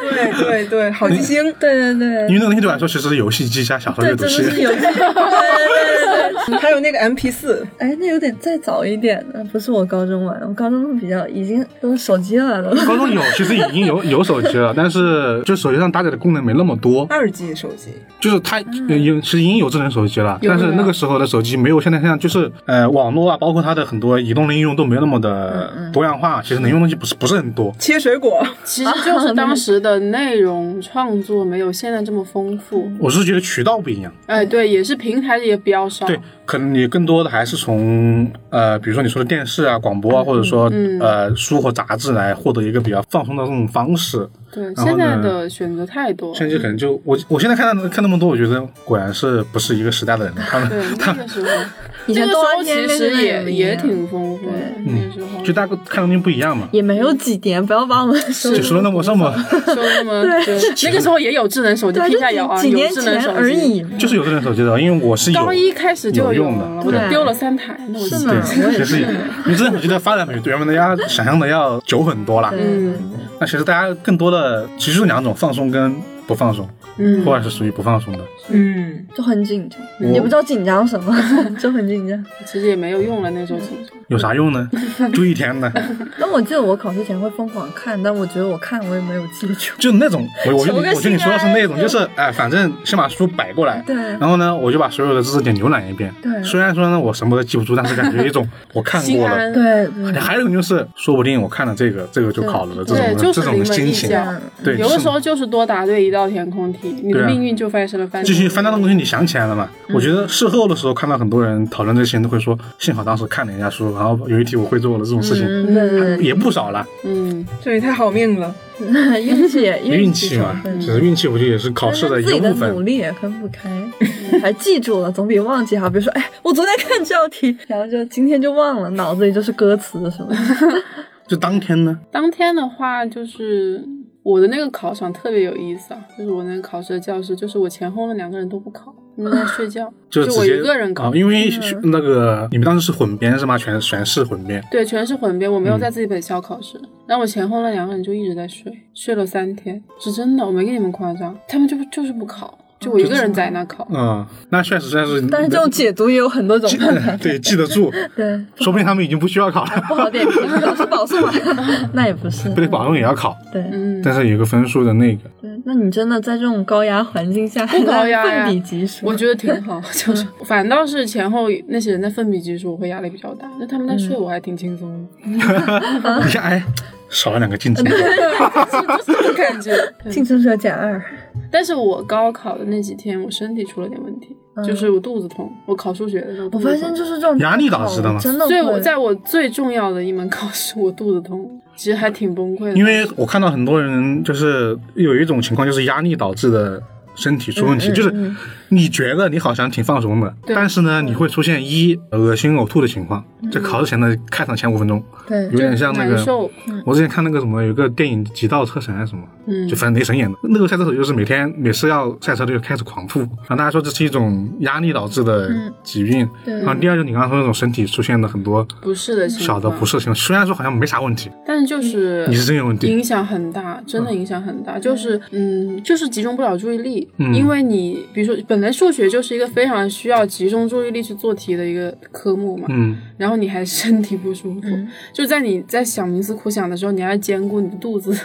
[SPEAKER 3] 对对对， 好记性。
[SPEAKER 2] 对对对
[SPEAKER 1] 因，为那个东西对我来说，其实是游戏机加小说阅读
[SPEAKER 2] 对，真的
[SPEAKER 1] 器。
[SPEAKER 2] 是游戏。对对对对，
[SPEAKER 3] 还有那个 MP 四，
[SPEAKER 2] 哎，那有点再早一点的，不是我高中玩的，我高中比较已经都是手机玩了。
[SPEAKER 1] 高中有，其实已经有有手机了，但是就手机上搭载的功能没那么多，
[SPEAKER 3] 二 G 手机，
[SPEAKER 1] 就是它呃有其实已经有智能手机了，
[SPEAKER 4] 有
[SPEAKER 1] 但是
[SPEAKER 4] 有
[SPEAKER 1] 那个时候的手机没有现在这样，就是呃网络啊，包括它的很多移动的应用都没有那么
[SPEAKER 4] 嗯
[SPEAKER 1] 的多样化，其实能用的东西不是不是很多。
[SPEAKER 3] 切水果，
[SPEAKER 4] 其 实就是当时的内容创作没有现在这么丰富，
[SPEAKER 1] 我是觉得渠道不一样，
[SPEAKER 4] 哎，对，也是平台也比较少，
[SPEAKER 1] 对，可能你更多的还是从呃，比如说你说的电视啊、广播啊，或者说
[SPEAKER 4] 嗯
[SPEAKER 1] 呃书和杂志来获得一个比较放松的这种方式。
[SPEAKER 4] 对，
[SPEAKER 1] 后
[SPEAKER 4] 现在
[SPEAKER 1] 呢
[SPEAKER 4] 的选择太多了，
[SPEAKER 1] 现在就可能就我我现在看到看那么多，我觉得果然是不是一个时代的人了，他们
[SPEAKER 4] 对那个时候，
[SPEAKER 2] 以前
[SPEAKER 4] 那个
[SPEAKER 2] 动
[SPEAKER 4] 时
[SPEAKER 2] 画
[SPEAKER 4] 候
[SPEAKER 2] 片
[SPEAKER 4] 其
[SPEAKER 2] 跟现在
[SPEAKER 4] 实
[SPEAKER 2] 也不
[SPEAKER 4] 也
[SPEAKER 2] 一
[SPEAKER 4] 也
[SPEAKER 2] 样
[SPEAKER 4] 挺丰富的，那个时候
[SPEAKER 1] 嗯 就大家看的东西不一样嘛。
[SPEAKER 2] 也没有几年，不要把我们说
[SPEAKER 1] 就说了那么这么，
[SPEAKER 4] 就那么就 那个时候也有智能手机，
[SPEAKER 2] 对，
[SPEAKER 4] P
[SPEAKER 2] 就
[SPEAKER 4] 下摇啊，
[SPEAKER 2] 几几
[SPEAKER 4] 有
[SPEAKER 2] 年
[SPEAKER 4] 智能
[SPEAKER 2] 前
[SPEAKER 4] 手
[SPEAKER 2] 而
[SPEAKER 4] 机。
[SPEAKER 2] 已。
[SPEAKER 1] 就是有智能手机的，因为我是有
[SPEAKER 4] 高一开始就
[SPEAKER 1] 有
[SPEAKER 4] 有
[SPEAKER 1] 用的
[SPEAKER 4] 了，我
[SPEAKER 1] 对
[SPEAKER 4] 都丢了三台，那我
[SPEAKER 2] 是
[SPEAKER 4] 就
[SPEAKER 2] 吗
[SPEAKER 1] 对，
[SPEAKER 2] 我
[SPEAKER 1] 其
[SPEAKER 2] 也
[SPEAKER 1] 实
[SPEAKER 2] 是
[SPEAKER 1] 也，因为智能手机的发展比原本的要想象的要久很多啦。
[SPEAKER 4] 嗯
[SPEAKER 1] 那其实大家更多的其实有两种，放松跟不放松，
[SPEAKER 4] 嗯
[SPEAKER 1] 或者是属于不放松的。
[SPEAKER 3] 嗯，
[SPEAKER 2] 就很紧张，
[SPEAKER 1] 我
[SPEAKER 2] 也不知道紧张 什么，就很紧张。
[SPEAKER 4] 其实也没有用了那时候情绪。
[SPEAKER 1] 有啥用呢？就一天 的，
[SPEAKER 2] 但我记得我考试前会疯狂看，但我觉得我看我也没有记 住。
[SPEAKER 1] 就那种，我我跟你
[SPEAKER 2] 求个
[SPEAKER 1] 我跟你
[SPEAKER 2] 心
[SPEAKER 1] 说的是
[SPEAKER 2] 安
[SPEAKER 1] 那种，就是哎，反正先把书摆过来，
[SPEAKER 2] 对
[SPEAKER 1] 然后呢，我就把所有的知识点浏览一遍。
[SPEAKER 2] 对
[SPEAKER 1] 虽然说呢，我什么都记不住，但是感觉一种 我看
[SPEAKER 4] 心
[SPEAKER 1] 过了。
[SPEAKER 4] 安，
[SPEAKER 2] 对
[SPEAKER 1] 哎还有一种就是，说不定我看了这个，这个就考了的这
[SPEAKER 4] 对，
[SPEAKER 1] 种
[SPEAKER 4] 就
[SPEAKER 1] 这
[SPEAKER 4] 是
[SPEAKER 1] 种
[SPEAKER 4] 临门
[SPEAKER 1] 心
[SPEAKER 4] 一
[SPEAKER 1] 情。
[SPEAKER 4] 脚。
[SPEAKER 1] 对，
[SPEAKER 4] 有的
[SPEAKER 1] 是
[SPEAKER 4] 时候就是多答对一到填空题，你
[SPEAKER 1] 对
[SPEAKER 4] 的
[SPEAKER 1] 啊
[SPEAKER 4] 命运就发生了翻。
[SPEAKER 1] 继续翻到那个东西，你想起来了嘛？我觉得事后的时候看到很多人讨论这些，都会说幸好当时看了人家书，然后有一题我会做了这 种事情，
[SPEAKER 2] 嗯对对对
[SPEAKER 1] 也不少了，
[SPEAKER 4] 嗯，
[SPEAKER 3] 这也太好命了。
[SPEAKER 2] 对，运气
[SPEAKER 1] 运气嘛
[SPEAKER 2] 成。分
[SPEAKER 1] 其实运气我觉得也是考
[SPEAKER 2] 但是
[SPEAKER 1] 试的一
[SPEAKER 2] 自
[SPEAKER 1] 个
[SPEAKER 2] 己的
[SPEAKER 1] 部
[SPEAKER 2] 努
[SPEAKER 1] 分。
[SPEAKER 2] 力也分不开，还记住了总比忘记好。比如说，哎，我昨天看这道题，然后就今天就忘了，脑子里就是歌词什么的。
[SPEAKER 1] 就当天呢，
[SPEAKER 4] 当天的话就是。我的那个考场特别有意思啊，就是我那个考试的教室，就是我前后的两个人都不考，他们在睡觉，
[SPEAKER 1] 就直
[SPEAKER 4] 我
[SPEAKER 1] 接
[SPEAKER 4] 一个人
[SPEAKER 1] 啊
[SPEAKER 4] 考，，
[SPEAKER 1] 因为那个你们当时是混编是吗？全全是混编，
[SPEAKER 4] 对，全是混编，我没有
[SPEAKER 1] 嗯
[SPEAKER 4] 在自己本校考试。然后我前后那两个人就一直在睡，睡了三天，是真的，我没跟你们夸张。他们就就是不考，就我一个人在那考。
[SPEAKER 1] 嗯，那确实算是。
[SPEAKER 2] 但是这种解读也有很多种
[SPEAKER 1] 记。
[SPEAKER 2] 办 法
[SPEAKER 1] 对记得住，
[SPEAKER 2] 对，
[SPEAKER 1] 说不定他们已经不需要考了，
[SPEAKER 2] 不好点评，老师保送嘛？ 那也不是
[SPEAKER 1] 不。对，保送也要考，
[SPEAKER 2] 对
[SPEAKER 4] 嗯，
[SPEAKER 1] 但是有个分数的那个，
[SPEAKER 2] 对，那你真的在这种高压环境下，
[SPEAKER 4] 不高压呀
[SPEAKER 2] 还在奋笔疾书，
[SPEAKER 4] 我觉得挺 好，就是
[SPEAKER 2] 嗯
[SPEAKER 4] 反倒是前后那些人在奋笔疾书，我会压力比较大。那他们在
[SPEAKER 2] 嗯
[SPEAKER 4] 睡，我还挺轻松的，嗯
[SPEAKER 1] 你看，哎，少了两个竞 争，
[SPEAKER 4] 就是这种感 觉。
[SPEAKER 2] 竞争者减二。
[SPEAKER 4] 但是我高考的那几天，我身体出了点问题，就是我肚子痛，我考数学的时候
[SPEAKER 2] 嗯我
[SPEAKER 4] 肚子痛，
[SPEAKER 2] 发现就是这种
[SPEAKER 1] 压力导致的吗
[SPEAKER 2] 真的会，
[SPEAKER 4] 所以我在我最重要的一门考试，我肚子痛，其实还挺崩溃的。
[SPEAKER 1] 因为我看到很多人就是有一种情况，就是压力导致的身体出问题，就是你觉得你好像挺放松的，
[SPEAKER 4] 嗯对嗯
[SPEAKER 1] 但是呢，你会出现一恶心呕吐的情况，就考试前的开场前五分钟，
[SPEAKER 2] 对
[SPEAKER 1] 有点像那
[SPEAKER 4] 难
[SPEAKER 1] 个。
[SPEAKER 4] 受，
[SPEAKER 1] 我之前看那个什么，有个电影《极道车神》还是什么，
[SPEAKER 4] 嗯
[SPEAKER 1] 就反正雷神演的，那个赛车手就是每天每次要赛车就开始狂吐，然后大家说这是一种压力导致的
[SPEAKER 4] 嗯
[SPEAKER 1] 疾病，然后第二就是你刚刚说那种身体出现的很多
[SPEAKER 4] 不是的情
[SPEAKER 1] 小
[SPEAKER 4] 况，
[SPEAKER 1] 的不，适性，虽然说好像没啥问题，
[SPEAKER 4] 但是就是
[SPEAKER 1] 你是真有问题，
[SPEAKER 4] 影响很大，真的影响很大。就是嗯，就是集中不了注意力，因为你比如说本来数学就是一个非常需要集中注意力去做题的一个科目嘛，
[SPEAKER 1] 嗯。
[SPEAKER 4] 然后你还身体不舒服，
[SPEAKER 2] 嗯
[SPEAKER 4] 就在你在想冥思苦想的时候，你还要兼顾你的肚子，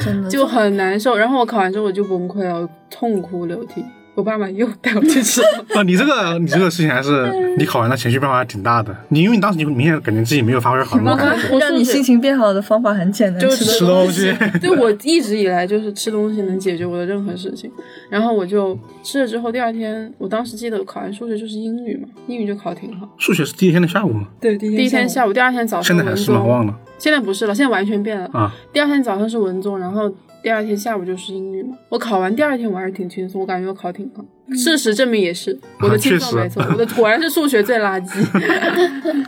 [SPEAKER 2] 真的
[SPEAKER 4] 就很难受。然后我考完之后我就崩溃了，我痛哭流涕。我爸爸又带我去吃了，
[SPEAKER 1] 啊，你这个你这个事情还是你考完了情绪变化还挺大的。你因为你当时你会明显感觉自己没有发挥好那
[SPEAKER 4] 我
[SPEAKER 1] 种
[SPEAKER 4] 感
[SPEAKER 1] 感
[SPEAKER 4] 觉
[SPEAKER 1] 觉，
[SPEAKER 4] 我
[SPEAKER 2] 让你
[SPEAKER 4] 数学
[SPEAKER 2] 心情变好的方法很简单，
[SPEAKER 4] 就
[SPEAKER 2] 吃
[SPEAKER 1] 吃
[SPEAKER 2] 东
[SPEAKER 1] 东西。
[SPEAKER 4] 对我一直以来就是吃东西能解决我的任何事情，然后我就吃了之后，第二天我当时记得考完数学就是英语嘛，英语就考得挺好。
[SPEAKER 1] 数学是第一天的下午吗？
[SPEAKER 3] 对，第一
[SPEAKER 4] 第一天
[SPEAKER 3] 下
[SPEAKER 4] 下
[SPEAKER 3] 午
[SPEAKER 4] 午，第二天早
[SPEAKER 1] 现
[SPEAKER 4] 上
[SPEAKER 1] 在还
[SPEAKER 4] 文
[SPEAKER 1] 是吗？
[SPEAKER 4] 综，
[SPEAKER 1] 忘了
[SPEAKER 4] 现在不是了，现在完全变了。
[SPEAKER 1] 啊。
[SPEAKER 4] 第二天早上是文综，然后第二天下午就是英语嘛。我考完第二天我还是挺轻松，我感觉我考得挺好。事实证明也是，我的轻
[SPEAKER 1] 嗯啊确
[SPEAKER 4] 松
[SPEAKER 1] 实
[SPEAKER 4] 没错，我的果然是数学最垃 圾。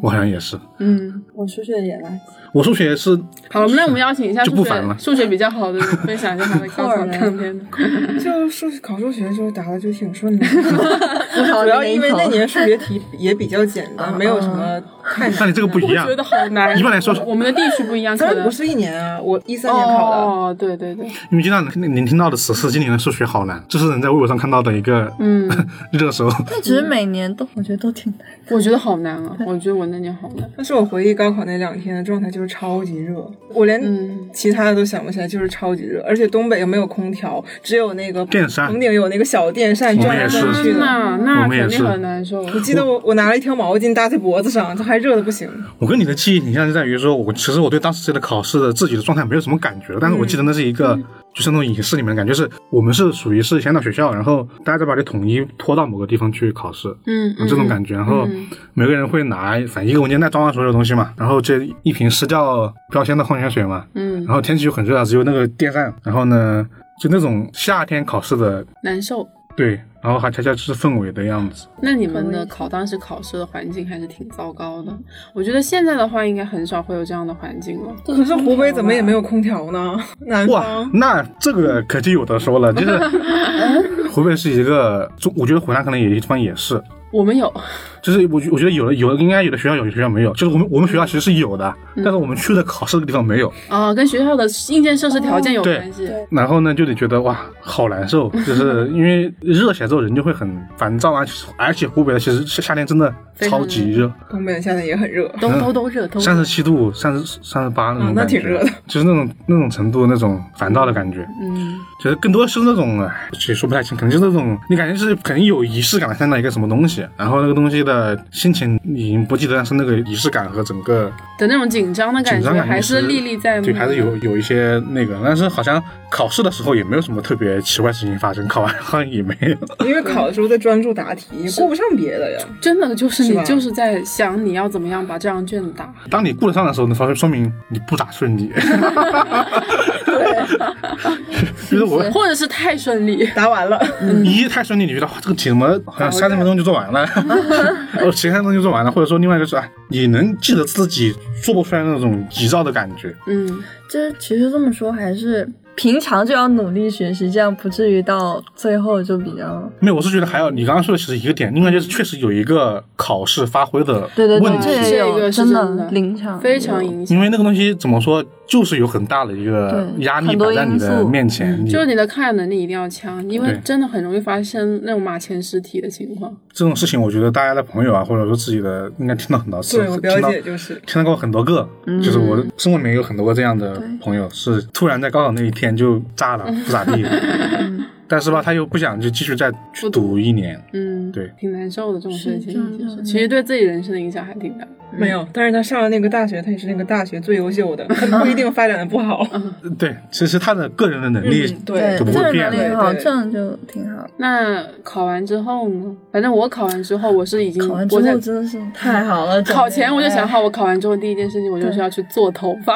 [SPEAKER 1] 我好像也是，
[SPEAKER 4] 嗯，
[SPEAKER 2] 我数学也来，
[SPEAKER 1] 我数学是
[SPEAKER 4] 好，我们那我们邀请一下
[SPEAKER 1] 就
[SPEAKER 4] 数
[SPEAKER 1] 不烦了
[SPEAKER 4] 学数学比较好的人分享一下他 的高考
[SPEAKER 2] 好
[SPEAKER 4] 当天的。
[SPEAKER 3] 就数考数学的时候答的就挺顺的，主要因 为那年数学题也比较简单，没有什么太难。
[SPEAKER 1] 那你这个不一 样
[SPEAKER 4] 觉。得好难。
[SPEAKER 1] 一般来说
[SPEAKER 4] 我我们的地区不一样，可
[SPEAKER 3] 咱们
[SPEAKER 4] 能
[SPEAKER 3] 不是一年啊，我一三年考的。
[SPEAKER 4] 哦，对对对，
[SPEAKER 1] 你们经常能您听到的词是今年的数学好难，这是能在微博上看到的一个
[SPEAKER 4] 嗯，
[SPEAKER 1] 热搜。
[SPEAKER 2] 但只是每年都我觉得都挺难。
[SPEAKER 4] 我觉得好难啊，我觉得我那年好难。
[SPEAKER 3] 但是我回忆高考那两天的状态就是超级热，我
[SPEAKER 4] 嗯
[SPEAKER 3] 连其他的都想不起来，就是超级热，而且东北又没有空调，只有那个
[SPEAKER 1] 电扇
[SPEAKER 3] 棚顶有那个小电扇
[SPEAKER 1] 我
[SPEAKER 3] 转
[SPEAKER 1] 们也
[SPEAKER 3] 来
[SPEAKER 1] 是
[SPEAKER 3] 转去的。
[SPEAKER 4] 那那
[SPEAKER 1] 我们也
[SPEAKER 4] 肯定
[SPEAKER 1] 是
[SPEAKER 4] 很难受。
[SPEAKER 3] 我记得我我拿了一条毛巾搭在脖子上，这还热的不行。
[SPEAKER 1] 我跟你的记忆挺像，就在于说，我其实我对当时的考试的自己的状态没有什么感觉，
[SPEAKER 4] 嗯
[SPEAKER 1] 但是我记得那是一个，就是那种影视里面的感觉，就是我们是属于是先到学校，然后大家再把你统一拖到某个地方去考试，
[SPEAKER 4] 嗯，嗯
[SPEAKER 1] 这种感觉。然后每个人会拿反正一个文件袋装上所有的东西嘛，然后这一瓶湿掉标签的矿泉水嘛，
[SPEAKER 4] 嗯，
[SPEAKER 1] 然后天气又很热啊，只有那个电扇，然后呢就那种夏天考试的
[SPEAKER 4] 难受。
[SPEAKER 1] 对，然后还恰恰是氛围的样子。
[SPEAKER 4] 那你们的考当时考试的环境还是挺糟糕的，我觉得现在的话应该很少会有这样的环境了。
[SPEAKER 3] 可是湖北怎么也没有空调呢？南
[SPEAKER 1] 哇
[SPEAKER 3] 方，
[SPEAKER 1] 那这个可就有的说 了，就是湖北是一个中，我觉得湖南可能有些地方也是。
[SPEAKER 4] 我们有，
[SPEAKER 1] 就是我觉我觉得有的有的应该有的学校有的学校没有，就是我们我们学校其实是有的，但
[SPEAKER 3] 嗯
[SPEAKER 1] 是我们去的考试的地方没有，
[SPEAKER 4] 啊，跟学校的硬件设施条件有
[SPEAKER 1] 对
[SPEAKER 4] 关系。
[SPEAKER 1] 然后呢，就得觉得哇，好难受， 就是因为热起来之后人就会很烦躁啊，而且湖北的其实夏天真的超级热，
[SPEAKER 3] 东北夏天也很热。
[SPEAKER 4] 都都都热，都热
[SPEAKER 1] 三十七度、三十三十八那
[SPEAKER 3] 啊
[SPEAKER 1] 种
[SPEAKER 3] 那
[SPEAKER 1] 嗯感觉，
[SPEAKER 3] 挺热的
[SPEAKER 1] 就是那种那种程度那种烦躁的感觉，
[SPEAKER 4] 嗯，
[SPEAKER 1] 就是更多是那种，哎，其实说不太清，可能就是那种你感觉是肯定有仪式感的看到一个什么东西，西，然后那个东西的心情已经不记得，但是那个仪式感和整个
[SPEAKER 4] 的那种紧张的感
[SPEAKER 1] 紧
[SPEAKER 4] 觉
[SPEAKER 1] 张感
[SPEAKER 4] 还是
[SPEAKER 1] 其实
[SPEAKER 4] 历历在目，
[SPEAKER 1] 对还是有有一些那个，但是好像考试的时候也没有什么特别奇怪的事情发生，考完好像也没有。
[SPEAKER 3] 因为考的时候在专注答题，也顾不上别的呀。
[SPEAKER 4] 真的就是
[SPEAKER 3] 是
[SPEAKER 4] 你
[SPEAKER 3] 吧
[SPEAKER 4] 就是在想你要怎么样把这张卷答。
[SPEAKER 1] 当你顾得上的时候，那说说明你不咋顺利。 就是我
[SPEAKER 2] 嗯
[SPEAKER 4] 或者是太顺利，
[SPEAKER 3] 答完了，
[SPEAKER 1] 一太顺利，你觉得哇这个题怎么好像三十分钟就做 完了，哦然后其他东西就做完了，或者说另外就是啊，你能记得自己做不出来那种急躁的感觉，
[SPEAKER 4] 嗯，
[SPEAKER 2] 就是其实这么说，还是平常就要努力学习，这样不至于到最后就比较。
[SPEAKER 1] 没有，我是觉得还有你刚刚说的其实一个点，另外就是确实有一个考试发挥的
[SPEAKER 2] 对对
[SPEAKER 1] 问
[SPEAKER 2] 对，
[SPEAKER 1] 题，
[SPEAKER 2] 这也
[SPEAKER 4] 这
[SPEAKER 2] 有
[SPEAKER 4] 个是真的
[SPEAKER 2] 的临场
[SPEAKER 4] 非常
[SPEAKER 2] 有
[SPEAKER 4] 影响。
[SPEAKER 1] 因为那个东西怎么说，就是有很大的一个
[SPEAKER 2] 对
[SPEAKER 1] 压力
[SPEAKER 2] 很多
[SPEAKER 1] 摆在你
[SPEAKER 2] 因
[SPEAKER 1] 的
[SPEAKER 2] 素
[SPEAKER 1] 面前，你
[SPEAKER 4] 就是你的抗压能力一定要强，因为
[SPEAKER 1] 嗯对
[SPEAKER 4] 真的很容易发生那种马前尸体的情况。
[SPEAKER 1] 这种事情，我觉得大家的朋友啊，或者说自己的，应该听到很 多次，
[SPEAKER 3] 对我表
[SPEAKER 1] 听到
[SPEAKER 3] 姐就是，
[SPEAKER 1] 听到过很多个，
[SPEAKER 4] 嗯
[SPEAKER 1] 就是我生活里面有很多个这样的朋友，是突然在高考那一天就炸了，
[SPEAKER 4] 嗯
[SPEAKER 1] 不咋地。 但是吧，他又不想就继续再去读一年，
[SPEAKER 4] 嗯，
[SPEAKER 1] 对
[SPEAKER 4] 挺难受的这种事情，
[SPEAKER 2] 是
[SPEAKER 4] 其
[SPEAKER 2] 这样
[SPEAKER 4] 实
[SPEAKER 2] 的
[SPEAKER 4] 其实对自己人生的影响还挺大。
[SPEAKER 3] 没有，但是她上了那个大学，她也是那个大学最优秀的，她不一定发展的不好。
[SPEAKER 1] 对，其实他的个人的能力，
[SPEAKER 3] 嗯
[SPEAKER 2] 对，
[SPEAKER 1] 就不
[SPEAKER 2] 这
[SPEAKER 1] 会
[SPEAKER 2] 个
[SPEAKER 1] 变
[SPEAKER 2] 能力
[SPEAKER 1] 了
[SPEAKER 2] 很好，
[SPEAKER 3] 对对
[SPEAKER 2] 这样就挺好。
[SPEAKER 4] 那考完之后呢？反正我考完之后，我是已经
[SPEAKER 2] 考完之
[SPEAKER 4] 嗯我在嗯
[SPEAKER 2] 后哎真的是太好了，
[SPEAKER 4] 考前我就想好，我考完之后第一件事情我就是要去做头发。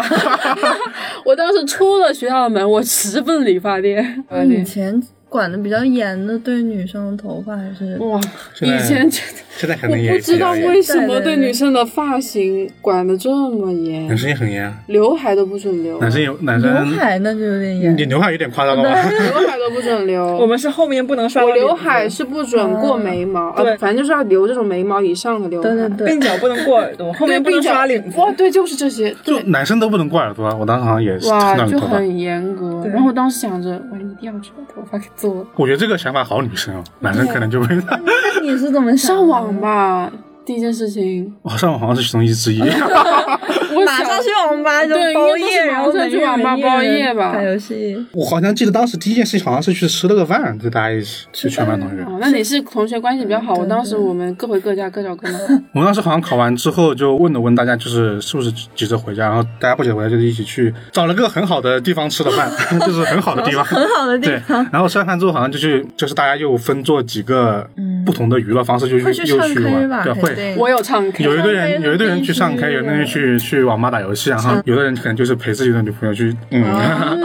[SPEAKER 4] 我当时出了学校的门，我直奔理发店。嗯
[SPEAKER 2] 整个以前管的比较严的，对女生的头发还是
[SPEAKER 4] 哇，
[SPEAKER 1] 现在
[SPEAKER 4] 以前觉得。
[SPEAKER 1] 现在可
[SPEAKER 4] 我
[SPEAKER 1] 能也
[SPEAKER 4] 不知道
[SPEAKER 1] 比较严
[SPEAKER 4] 为什么
[SPEAKER 2] 对对
[SPEAKER 4] 对
[SPEAKER 2] 对
[SPEAKER 4] 女生的发型管得这么严
[SPEAKER 1] 男，生也很严啊，
[SPEAKER 4] 刘海都不准留，啊
[SPEAKER 1] 男生有男
[SPEAKER 2] 刘
[SPEAKER 1] 生，
[SPEAKER 2] 海那就有点
[SPEAKER 1] 嗯你
[SPEAKER 2] 严。
[SPEAKER 1] 刘海有点夸张了吧？
[SPEAKER 4] 刘海都不准
[SPEAKER 3] 我
[SPEAKER 4] 留。
[SPEAKER 3] 们是后面不能刷到
[SPEAKER 4] 我
[SPEAKER 3] 脸的
[SPEAKER 4] 刘海是不准过眉毛，
[SPEAKER 3] 对
[SPEAKER 4] 呃，反正就是要留这种眉毛以上的刘海。
[SPEAKER 2] 对对对，
[SPEAKER 3] 鬓角不能过耳朵，后面不能刷领 子。
[SPEAKER 4] 哇，对，就是这些，
[SPEAKER 1] 就
[SPEAKER 4] 对，
[SPEAKER 1] 男生都不能过耳朵啊，我当时好像也是
[SPEAKER 4] 哇
[SPEAKER 1] 看到，你
[SPEAKER 4] 就
[SPEAKER 1] 头发。
[SPEAKER 4] 很严格。
[SPEAKER 3] 对
[SPEAKER 4] 然后我当时想着，我一定要去把头发给做了。
[SPEAKER 1] 我觉得这个想法好女生哦，男生可能就会。
[SPEAKER 2] 那你是怎么想的
[SPEAKER 4] 上网？吧，第一件事情，
[SPEAKER 1] 我上网好像是其中之一。
[SPEAKER 4] 我
[SPEAKER 2] 马上
[SPEAKER 4] 想
[SPEAKER 2] 去网吧就
[SPEAKER 4] 对
[SPEAKER 2] 包
[SPEAKER 4] 应该不
[SPEAKER 2] 夜，
[SPEAKER 4] 是
[SPEAKER 2] 然后
[SPEAKER 4] 马上去网吧
[SPEAKER 2] 每个人
[SPEAKER 4] 包夜吧
[SPEAKER 2] 打游戏。
[SPEAKER 1] 我好像记得当时第一件事情好像是去吃了个饭，就大家一起，就全班同学。
[SPEAKER 4] 哦，那你是同学关系比较好。
[SPEAKER 2] 对
[SPEAKER 4] 我当时
[SPEAKER 2] 对
[SPEAKER 4] 我们各回各家，各找各妈。
[SPEAKER 1] 我们当时好像考完之后就问了问大家，就是是不是急着回家，然后大家不急着回家，就一起去找了个很好的地方吃的饭， 就是很好的地 方。
[SPEAKER 2] 很好的地
[SPEAKER 1] 对
[SPEAKER 2] 方，，
[SPEAKER 1] 然后吃完饭之后，好像就去，就是大家又分做几个不同的娱乐方式，就
[SPEAKER 2] 会
[SPEAKER 1] 去
[SPEAKER 2] 去
[SPEAKER 1] 又
[SPEAKER 2] 唱
[SPEAKER 1] 去
[SPEAKER 2] K
[SPEAKER 1] 玩，
[SPEAKER 2] 吧？
[SPEAKER 1] 对，
[SPEAKER 2] 肯
[SPEAKER 1] 会。
[SPEAKER 2] 定
[SPEAKER 4] 我有唱 K，
[SPEAKER 1] 有一个
[SPEAKER 2] 唱
[SPEAKER 1] 人，
[SPEAKER 2] K
[SPEAKER 1] 有一堆人
[SPEAKER 2] 必
[SPEAKER 1] 去
[SPEAKER 2] 须
[SPEAKER 1] 唱 K，有的人去去网吧打游戏，然后有的人可能就是陪自己的女朋友去，嗯，
[SPEAKER 4] 啊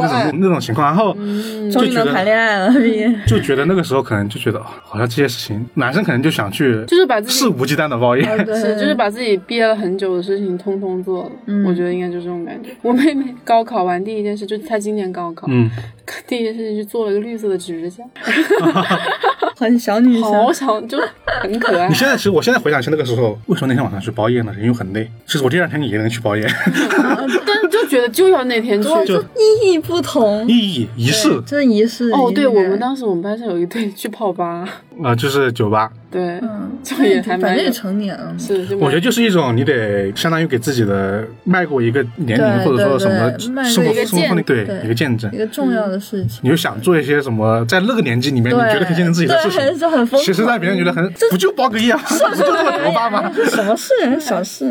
[SPEAKER 1] 那 种那种情况，然后
[SPEAKER 2] 哦嗯终
[SPEAKER 1] 就
[SPEAKER 2] 于
[SPEAKER 1] 觉
[SPEAKER 2] 能
[SPEAKER 1] 得
[SPEAKER 2] 谈恋爱了，毕业。
[SPEAKER 1] 就觉得那个时候可能就觉得，哦好像这些事情，男生可能就想去
[SPEAKER 4] 就是把自己
[SPEAKER 1] 肆无忌惮的包夜，
[SPEAKER 4] 是，
[SPEAKER 2] 对
[SPEAKER 4] 就是把自己憋了很久的事情通通做了，
[SPEAKER 2] 嗯
[SPEAKER 4] 我觉得应该就是这种感觉。 我妹妹高考完第一件事，就是她今年高考，
[SPEAKER 1] 嗯。
[SPEAKER 4] 第一件事情就做了个绿色的指甲，
[SPEAKER 2] 很小女生
[SPEAKER 4] 好，想就很可 爱
[SPEAKER 1] 你。现在其实，我现在回想起那个时候，为什么那天晚上去包夜呢？因为很累。其实我第二天也能去包夜，
[SPEAKER 4] 但是就觉得就要那天去。
[SPEAKER 2] 啊
[SPEAKER 1] 就
[SPEAKER 2] 意义不同。
[SPEAKER 1] 意义仪式
[SPEAKER 2] 对这仪式
[SPEAKER 4] 哦，
[SPEAKER 2] 仪
[SPEAKER 4] 对，
[SPEAKER 2] 式
[SPEAKER 4] 我们当时我们班上有一对去泡吧，
[SPEAKER 1] 啊、呃就是酒吧。
[SPEAKER 4] 对，
[SPEAKER 2] 嗯，
[SPEAKER 4] 这个也还蛮
[SPEAKER 2] 反正
[SPEAKER 4] 有
[SPEAKER 2] 也成年了嘛，
[SPEAKER 4] 是就蛮
[SPEAKER 1] 我觉得就是一种你得相当于给自己的迈过一个年龄，
[SPEAKER 2] 对
[SPEAKER 1] 或者说什么
[SPEAKER 2] 对迈过
[SPEAKER 1] 生活
[SPEAKER 2] 一个
[SPEAKER 1] 生活
[SPEAKER 4] 见
[SPEAKER 1] 里对
[SPEAKER 2] 对
[SPEAKER 1] 一个见证
[SPEAKER 2] 一。个重要的事情。
[SPEAKER 1] 你就想做一些什么，在那个年纪嗯里面，你
[SPEAKER 2] 对，
[SPEAKER 1] 觉得可以见证自己的事
[SPEAKER 2] 对，
[SPEAKER 1] 情。
[SPEAKER 2] 就很疯狂。
[SPEAKER 1] 其实，在别人觉得很不就包个夜啊，不就这么头发 吗？
[SPEAKER 2] 这什么事？小 事。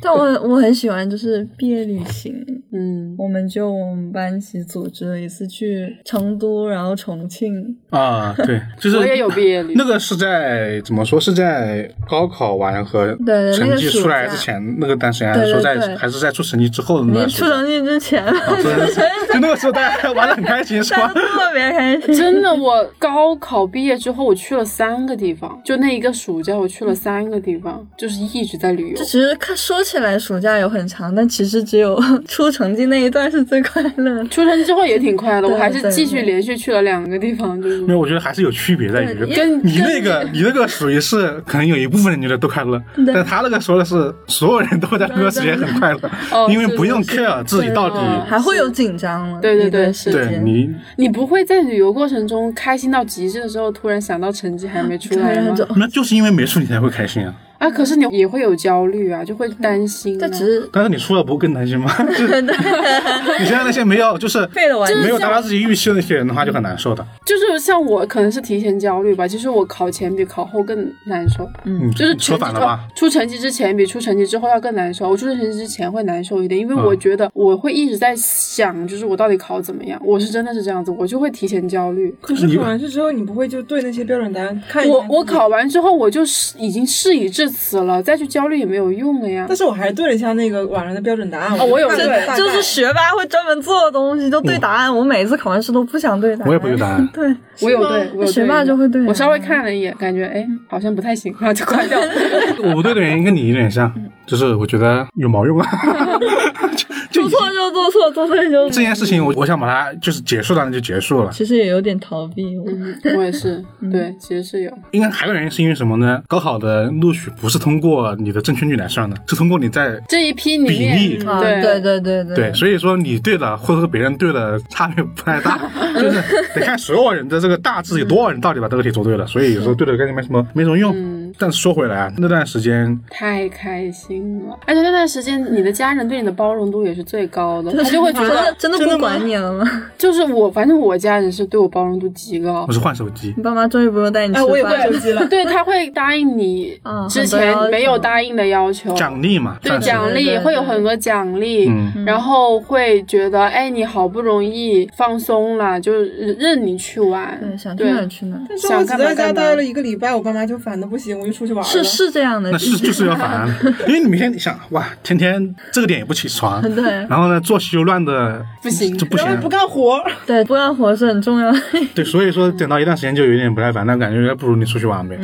[SPEAKER 2] 但我我很喜欢，就是毕业旅行，
[SPEAKER 4] 嗯，
[SPEAKER 2] 我们就我们班级组织了一次去成都，然后重庆。
[SPEAKER 1] 啊，对，就是
[SPEAKER 4] 我也有毕业旅
[SPEAKER 1] 那个是在怎么说是在高考完和
[SPEAKER 2] 对
[SPEAKER 1] 成绩出来
[SPEAKER 2] 那个暑假
[SPEAKER 1] 之前那个段时间，还是
[SPEAKER 2] 对
[SPEAKER 1] 说
[SPEAKER 2] 对
[SPEAKER 1] 在
[SPEAKER 2] 对
[SPEAKER 1] 还是在出成绩之嗯后的那
[SPEAKER 2] 你
[SPEAKER 1] 段时
[SPEAKER 2] 出
[SPEAKER 1] 间？
[SPEAKER 2] 成绩之 前，
[SPEAKER 1] 啊出成绩就那个时候大家还玩的很开心，是
[SPEAKER 2] 大
[SPEAKER 1] 吧
[SPEAKER 2] 家？特别开 心。
[SPEAKER 4] 真的，我高考毕业之后，我去了三个地方，就那一个暑假，我去了三个地方，就是一直在旅游
[SPEAKER 2] 就。其实看说起来暑假有很长，但其实只有出成绩那一段是最快乐的。
[SPEAKER 4] 出生之后也挺快的，
[SPEAKER 2] 对
[SPEAKER 4] 我还是
[SPEAKER 2] 对
[SPEAKER 4] 继续
[SPEAKER 2] 对
[SPEAKER 4] 连续去了两个地方，就是
[SPEAKER 1] 没有，我觉得还是有区别在于
[SPEAKER 2] 对，
[SPEAKER 4] 跟
[SPEAKER 1] 你那
[SPEAKER 4] 跟
[SPEAKER 1] 个你那个属于是可能有一部分人觉得都快乐，
[SPEAKER 2] 对
[SPEAKER 1] 但他那个说的是所有人都在那个时间很快乐
[SPEAKER 4] 哦，
[SPEAKER 1] 因为不用
[SPEAKER 4] 是是是
[SPEAKER 1] care 自己到底。
[SPEAKER 4] 嗯
[SPEAKER 2] 哦还会有紧张了，
[SPEAKER 4] 对对对
[SPEAKER 2] 一段
[SPEAKER 4] 是
[SPEAKER 2] 时
[SPEAKER 1] 对
[SPEAKER 2] 间。
[SPEAKER 1] 你，
[SPEAKER 4] 你不会在旅游过程中开心到极致的时候，突然想到成绩还没出
[SPEAKER 2] 突
[SPEAKER 4] 来
[SPEAKER 2] 然
[SPEAKER 4] 吗
[SPEAKER 2] 就？
[SPEAKER 1] 那就是因为没出你才会开心啊！
[SPEAKER 4] 啊，可是你也会有焦虑啊，就会担心、啊。
[SPEAKER 2] 这只是
[SPEAKER 1] 但是你出来不会更担心吗？ 就是 你现在那些没有，就是
[SPEAKER 2] 废了完
[SPEAKER 1] 没有达到自己预期的那些人的话，就很难受的。
[SPEAKER 4] 就是像我可能是提前焦虑吧，其实我考前比考后更难受，
[SPEAKER 1] 嗯，
[SPEAKER 4] 就是
[SPEAKER 1] 说
[SPEAKER 4] 成绩
[SPEAKER 1] 反了
[SPEAKER 4] 出
[SPEAKER 1] 吧？
[SPEAKER 4] 出成绩之前比出成绩之后要更难受。我出成绩之前会难受一点，因为
[SPEAKER 1] 嗯
[SPEAKER 4] 我觉得我会一直在想，就是我到底考怎么样。我是真的是这样子，我就会提前焦虑。
[SPEAKER 3] 可是考完试之后，你不会就对那些标准答案看一
[SPEAKER 4] 我
[SPEAKER 3] 眼
[SPEAKER 4] 我，考完之后，我就是已经事已至此了，再去焦虑也没有用了呀
[SPEAKER 3] 但。是我还是对了一下那个网上的标准答案。
[SPEAKER 4] 哦我有
[SPEAKER 3] 看了
[SPEAKER 4] 对
[SPEAKER 3] 大概
[SPEAKER 2] 就是学霸会专门做的东西，就对答案。我每一次考完试都不想对答案，，
[SPEAKER 1] 我也不有答案
[SPEAKER 2] 对，
[SPEAKER 4] 我有对，我有
[SPEAKER 2] 学霸
[SPEAKER 4] 对
[SPEAKER 2] 就会对啊嗯
[SPEAKER 4] 我稍微看了一眼，感觉哎，好像不太行，然后就关掉 了。
[SPEAKER 1] 我不对的原因跟你有点像，就是我觉得有毛用啊， 就就
[SPEAKER 2] 做
[SPEAKER 1] 已经
[SPEAKER 2] 错就做错，做对就
[SPEAKER 1] 这件事情我我想把它就是结束了，那就结束了。
[SPEAKER 2] 其实也有点逃避。我
[SPEAKER 4] 嗯，我也是，对，其实是有。
[SPEAKER 1] 应该还有原因是因为什么呢？高考的录取不是通过你的正确率来算的，是通过你在
[SPEAKER 4] 这一批里
[SPEAKER 1] 比
[SPEAKER 4] 面，
[SPEAKER 1] 例
[SPEAKER 2] 啊，
[SPEAKER 4] 对
[SPEAKER 2] 对对对对
[SPEAKER 1] 对，所以说你对的或者说别人对的差别不太大，就是得看所有人的这个大致有多少人到底把这个题做对了。所以有时候对的概念没什么没什么用。但是说回来啊，那段时间
[SPEAKER 4] 太开心了，而且那段时间你的家人对你的包容度也是最高的，他就会觉得，
[SPEAKER 2] 真的真的不管你啊了吗？
[SPEAKER 4] 就是我，反正我家人是对我包容度极 高
[SPEAKER 1] 我，是换手机，
[SPEAKER 2] 你爸妈终于不用带你
[SPEAKER 3] 哎，
[SPEAKER 2] 吃
[SPEAKER 3] 我也
[SPEAKER 2] 饭
[SPEAKER 3] 换手
[SPEAKER 2] 了。
[SPEAKER 3] 机 了。
[SPEAKER 4] 对他会答应你
[SPEAKER 2] 嗯
[SPEAKER 4] 之
[SPEAKER 2] 很多
[SPEAKER 4] 前
[SPEAKER 2] 要求
[SPEAKER 4] 没有答应的要求，
[SPEAKER 1] 奖励嘛，
[SPEAKER 4] 哦对
[SPEAKER 1] 算是
[SPEAKER 4] 奖
[SPEAKER 2] 对
[SPEAKER 4] 励
[SPEAKER 2] 对
[SPEAKER 4] 会有很多奖励，
[SPEAKER 1] 嗯
[SPEAKER 4] 然后会觉得哎，你好不容易放松了，就是任你去玩，
[SPEAKER 2] 对，想去
[SPEAKER 4] 对
[SPEAKER 2] 哪儿去哪儿。
[SPEAKER 3] 但是我只在家待了一个礼拜，我爸妈就烦的不行，我就出去玩了。
[SPEAKER 2] 是是这样的，
[SPEAKER 1] 那是就是要烦，因为你每天你想哇，天天这个点也不起床，
[SPEAKER 2] 对
[SPEAKER 1] 然后呢作息又乱的
[SPEAKER 4] 不行
[SPEAKER 1] 就不
[SPEAKER 3] 然后不
[SPEAKER 1] 行，
[SPEAKER 3] 干活，
[SPEAKER 2] 对，不干活是很 重要的，
[SPEAKER 1] 对，所以说等到一段时间就有点不太烦，但感觉不如你出去玩呗。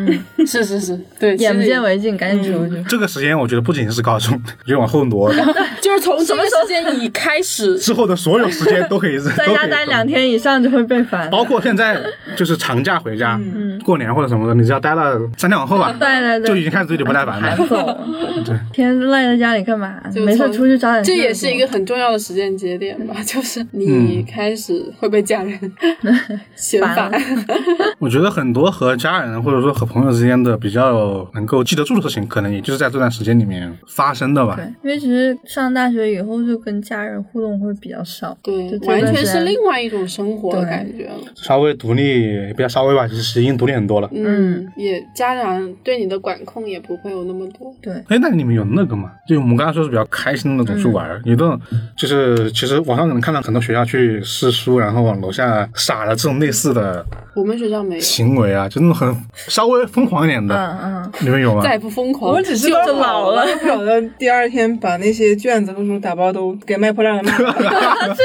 [SPEAKER 4] 是是是，对，
[SPEAKER 2] 眼不
[SPEAKER 4] 其实
[SPEAKER 2] 见为净，赶
[SPEAKER 4] 嗯
[SPEAKER 2] 紧出去。
[SPEAKER 1] 这个时间我觉得不仅是高中， 我觉得往后挪，
[SPEAKER 4] 就是从什么时间以开 始，
[SPEAKER 1] 之后的所有时间都可以
[SPEAKER 2] 在家待两，天以上就会被烦
[SPEAKER 1] 都可以。包括现在就是长假回家、过年或者什么的，你只要待到三天往后吧，
[SPEAKER 2] 对对对，
[SPEAKER 1] 就已经开始对你不耐烦了。
[SPEAKER 2] 走了，天赖在家里干嘛？
[SPEAKER 4] 就
[SPEAKER 2] 没事
[SPEAKER 4] 从
[SPEAKER 2] 出去找点事
[SPEAKER 4] 这
[SPEAKER 2] 做。
[SPEAKER 4] 也是一个很重要的时间节点吧，就是
[SPEAKER 1] 嗯
[SPEAKER 4] 你开始会被家人 嫌
[SPEAKER 2] 烦
[SPEAKER 4] 烦。
[SPEAKER 1] 我觉得很多和家人或者说和朋友之间的比较能够记得住的事情，可能也就是在这段时间里面发生的吧
[SPEAKER 2] 对。，因为其实上大学以后就跟家人互动会比较少，就
[SPEAKER 4] 对，
[SPEAKER 2] 这
[SPEAKER 4] 完
[SPEAKER 2] 段
[SPEAKER 4] 全
[SPEAKER 2] 时
[SPEAKER 4] 是
[SPEAKER 2] 间
[SPEAKER 4] 另外一种生活的
[SPEAKER 2] 对
[SPEAKER 4] 感觉了。
[SPEAKER 1] 稍微独立，不要稍微吧，其实已经独立很多了。
[SPEAKER 4] 嗯，也家长对你的管控也不会有那么多。
[SPEAKER 2] 对，
[SPEAKER 1] 哎，那你们有那个吗？就我们刚才说是比较开心的
[SPEAKER 2] 嗯
[SPEAKER 1] 那种去玩儿，有那种就是其实网上可能看到很多学校去试书，然后往楼下撒了这种类似的
[SPEAKER 4] 我们学校没有，
[SPEAKER 1] 行为啊，就那种很稍微疯狂一点的，
[SPEAKER 2] 嗯嗯，
[SPEAKER 1] 你们有吗？
[SPEAKER 4] 再不疯狂，
[SPEAKER 3] 我只知
[SPEAKER 4] 就
[SPEAKER 3] 道
[SPEAKER 4] 老了。
[SPEAKER 3] 我跑到第二天把那些卷子和书打包都给卖破烂的 卖了。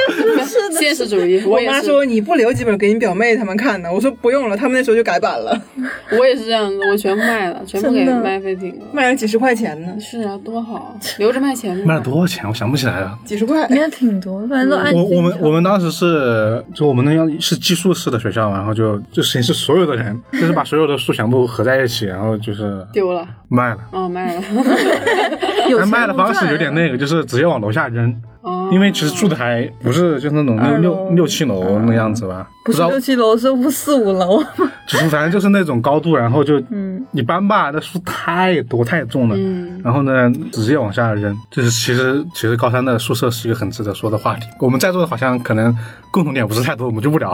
[SPEAKER 4] 现实主义，我
[SPEAKER 3] 我
[SPEAKER 4] 也
[SPEAKER 3] 妈
[SPEAKER 4] 是，
[SPEAKER 3] 说你不留几本给你表妹他们看呢，我说不用了，他们那时候就改版了，
[SPEAKER 4] 我也是这样子，我全部卖了，全部给
[SPEAKER 2] 真的
[SPEAKER 4] 卖废品了。
[SPEAKER 3] 卖了几十块钱呢，
[SPEAKER 4] 是啊，多好啊，留着卖钱嘛。
[SPEAKER 1] 卖了多少钱？我想不起来了。
[SPEAKER 3] 几十块
[SPEAKER 2] 应。该挺多，反正都按
[SPEAKER 1] 我我们
[SPEAKER 2] 斤
[SPEAKER 1] 我
[SPEAKER 2] 称
[SPEAKER 1] 们当时是就我们那样是寄宿式的学校嘛，然后就就实验室所有的人， 就是把所有的书全部合在一起，然后就是
[SPEAKER 4] 丢了，
[SPEAKER 1] 卖了。
[SPEAKER 4] 哦，卖了，
[SPEAKER 2] 有
[SPEAKER 1] 但
[SPEAKER 2] 钱
[SPEAKER 1] 卖的
[SPEAKER 2] 无
[SPEAKER 1] 方式
[SPEAKER 2] 赚
[SPEAKER 1] 有点那个，就是直接往楼下扔，
[SPEAKER 4] 哦，
[SPEAKER 1] 因为其实住的还不是就那种六
[SPEAKER 2] 二楼
[SPEAKER 1] 六六七楼那样子吧，
[SPEAKER 2] 哎不
[SPEAKER 1] 不
[SPEAKER 2] 是
[SPEAKER 1] 知道
[SPEAKER 2] 六，七楼，是五四五楼。
[SPEAKER 1] 就是反正就是那种高度，然后就
[SPEAKER 2] 嗯
[SPEAKER 1] 你搬吧，那书太多太重了，
[SPEAKER 4] 嗯，
[SPEAKER 1] 然后呢，直接往下扔，就是其实其实高三的宿舍是一个很值得说的话题。我们在座的好像可能共同点不是太多，我们就不 聊，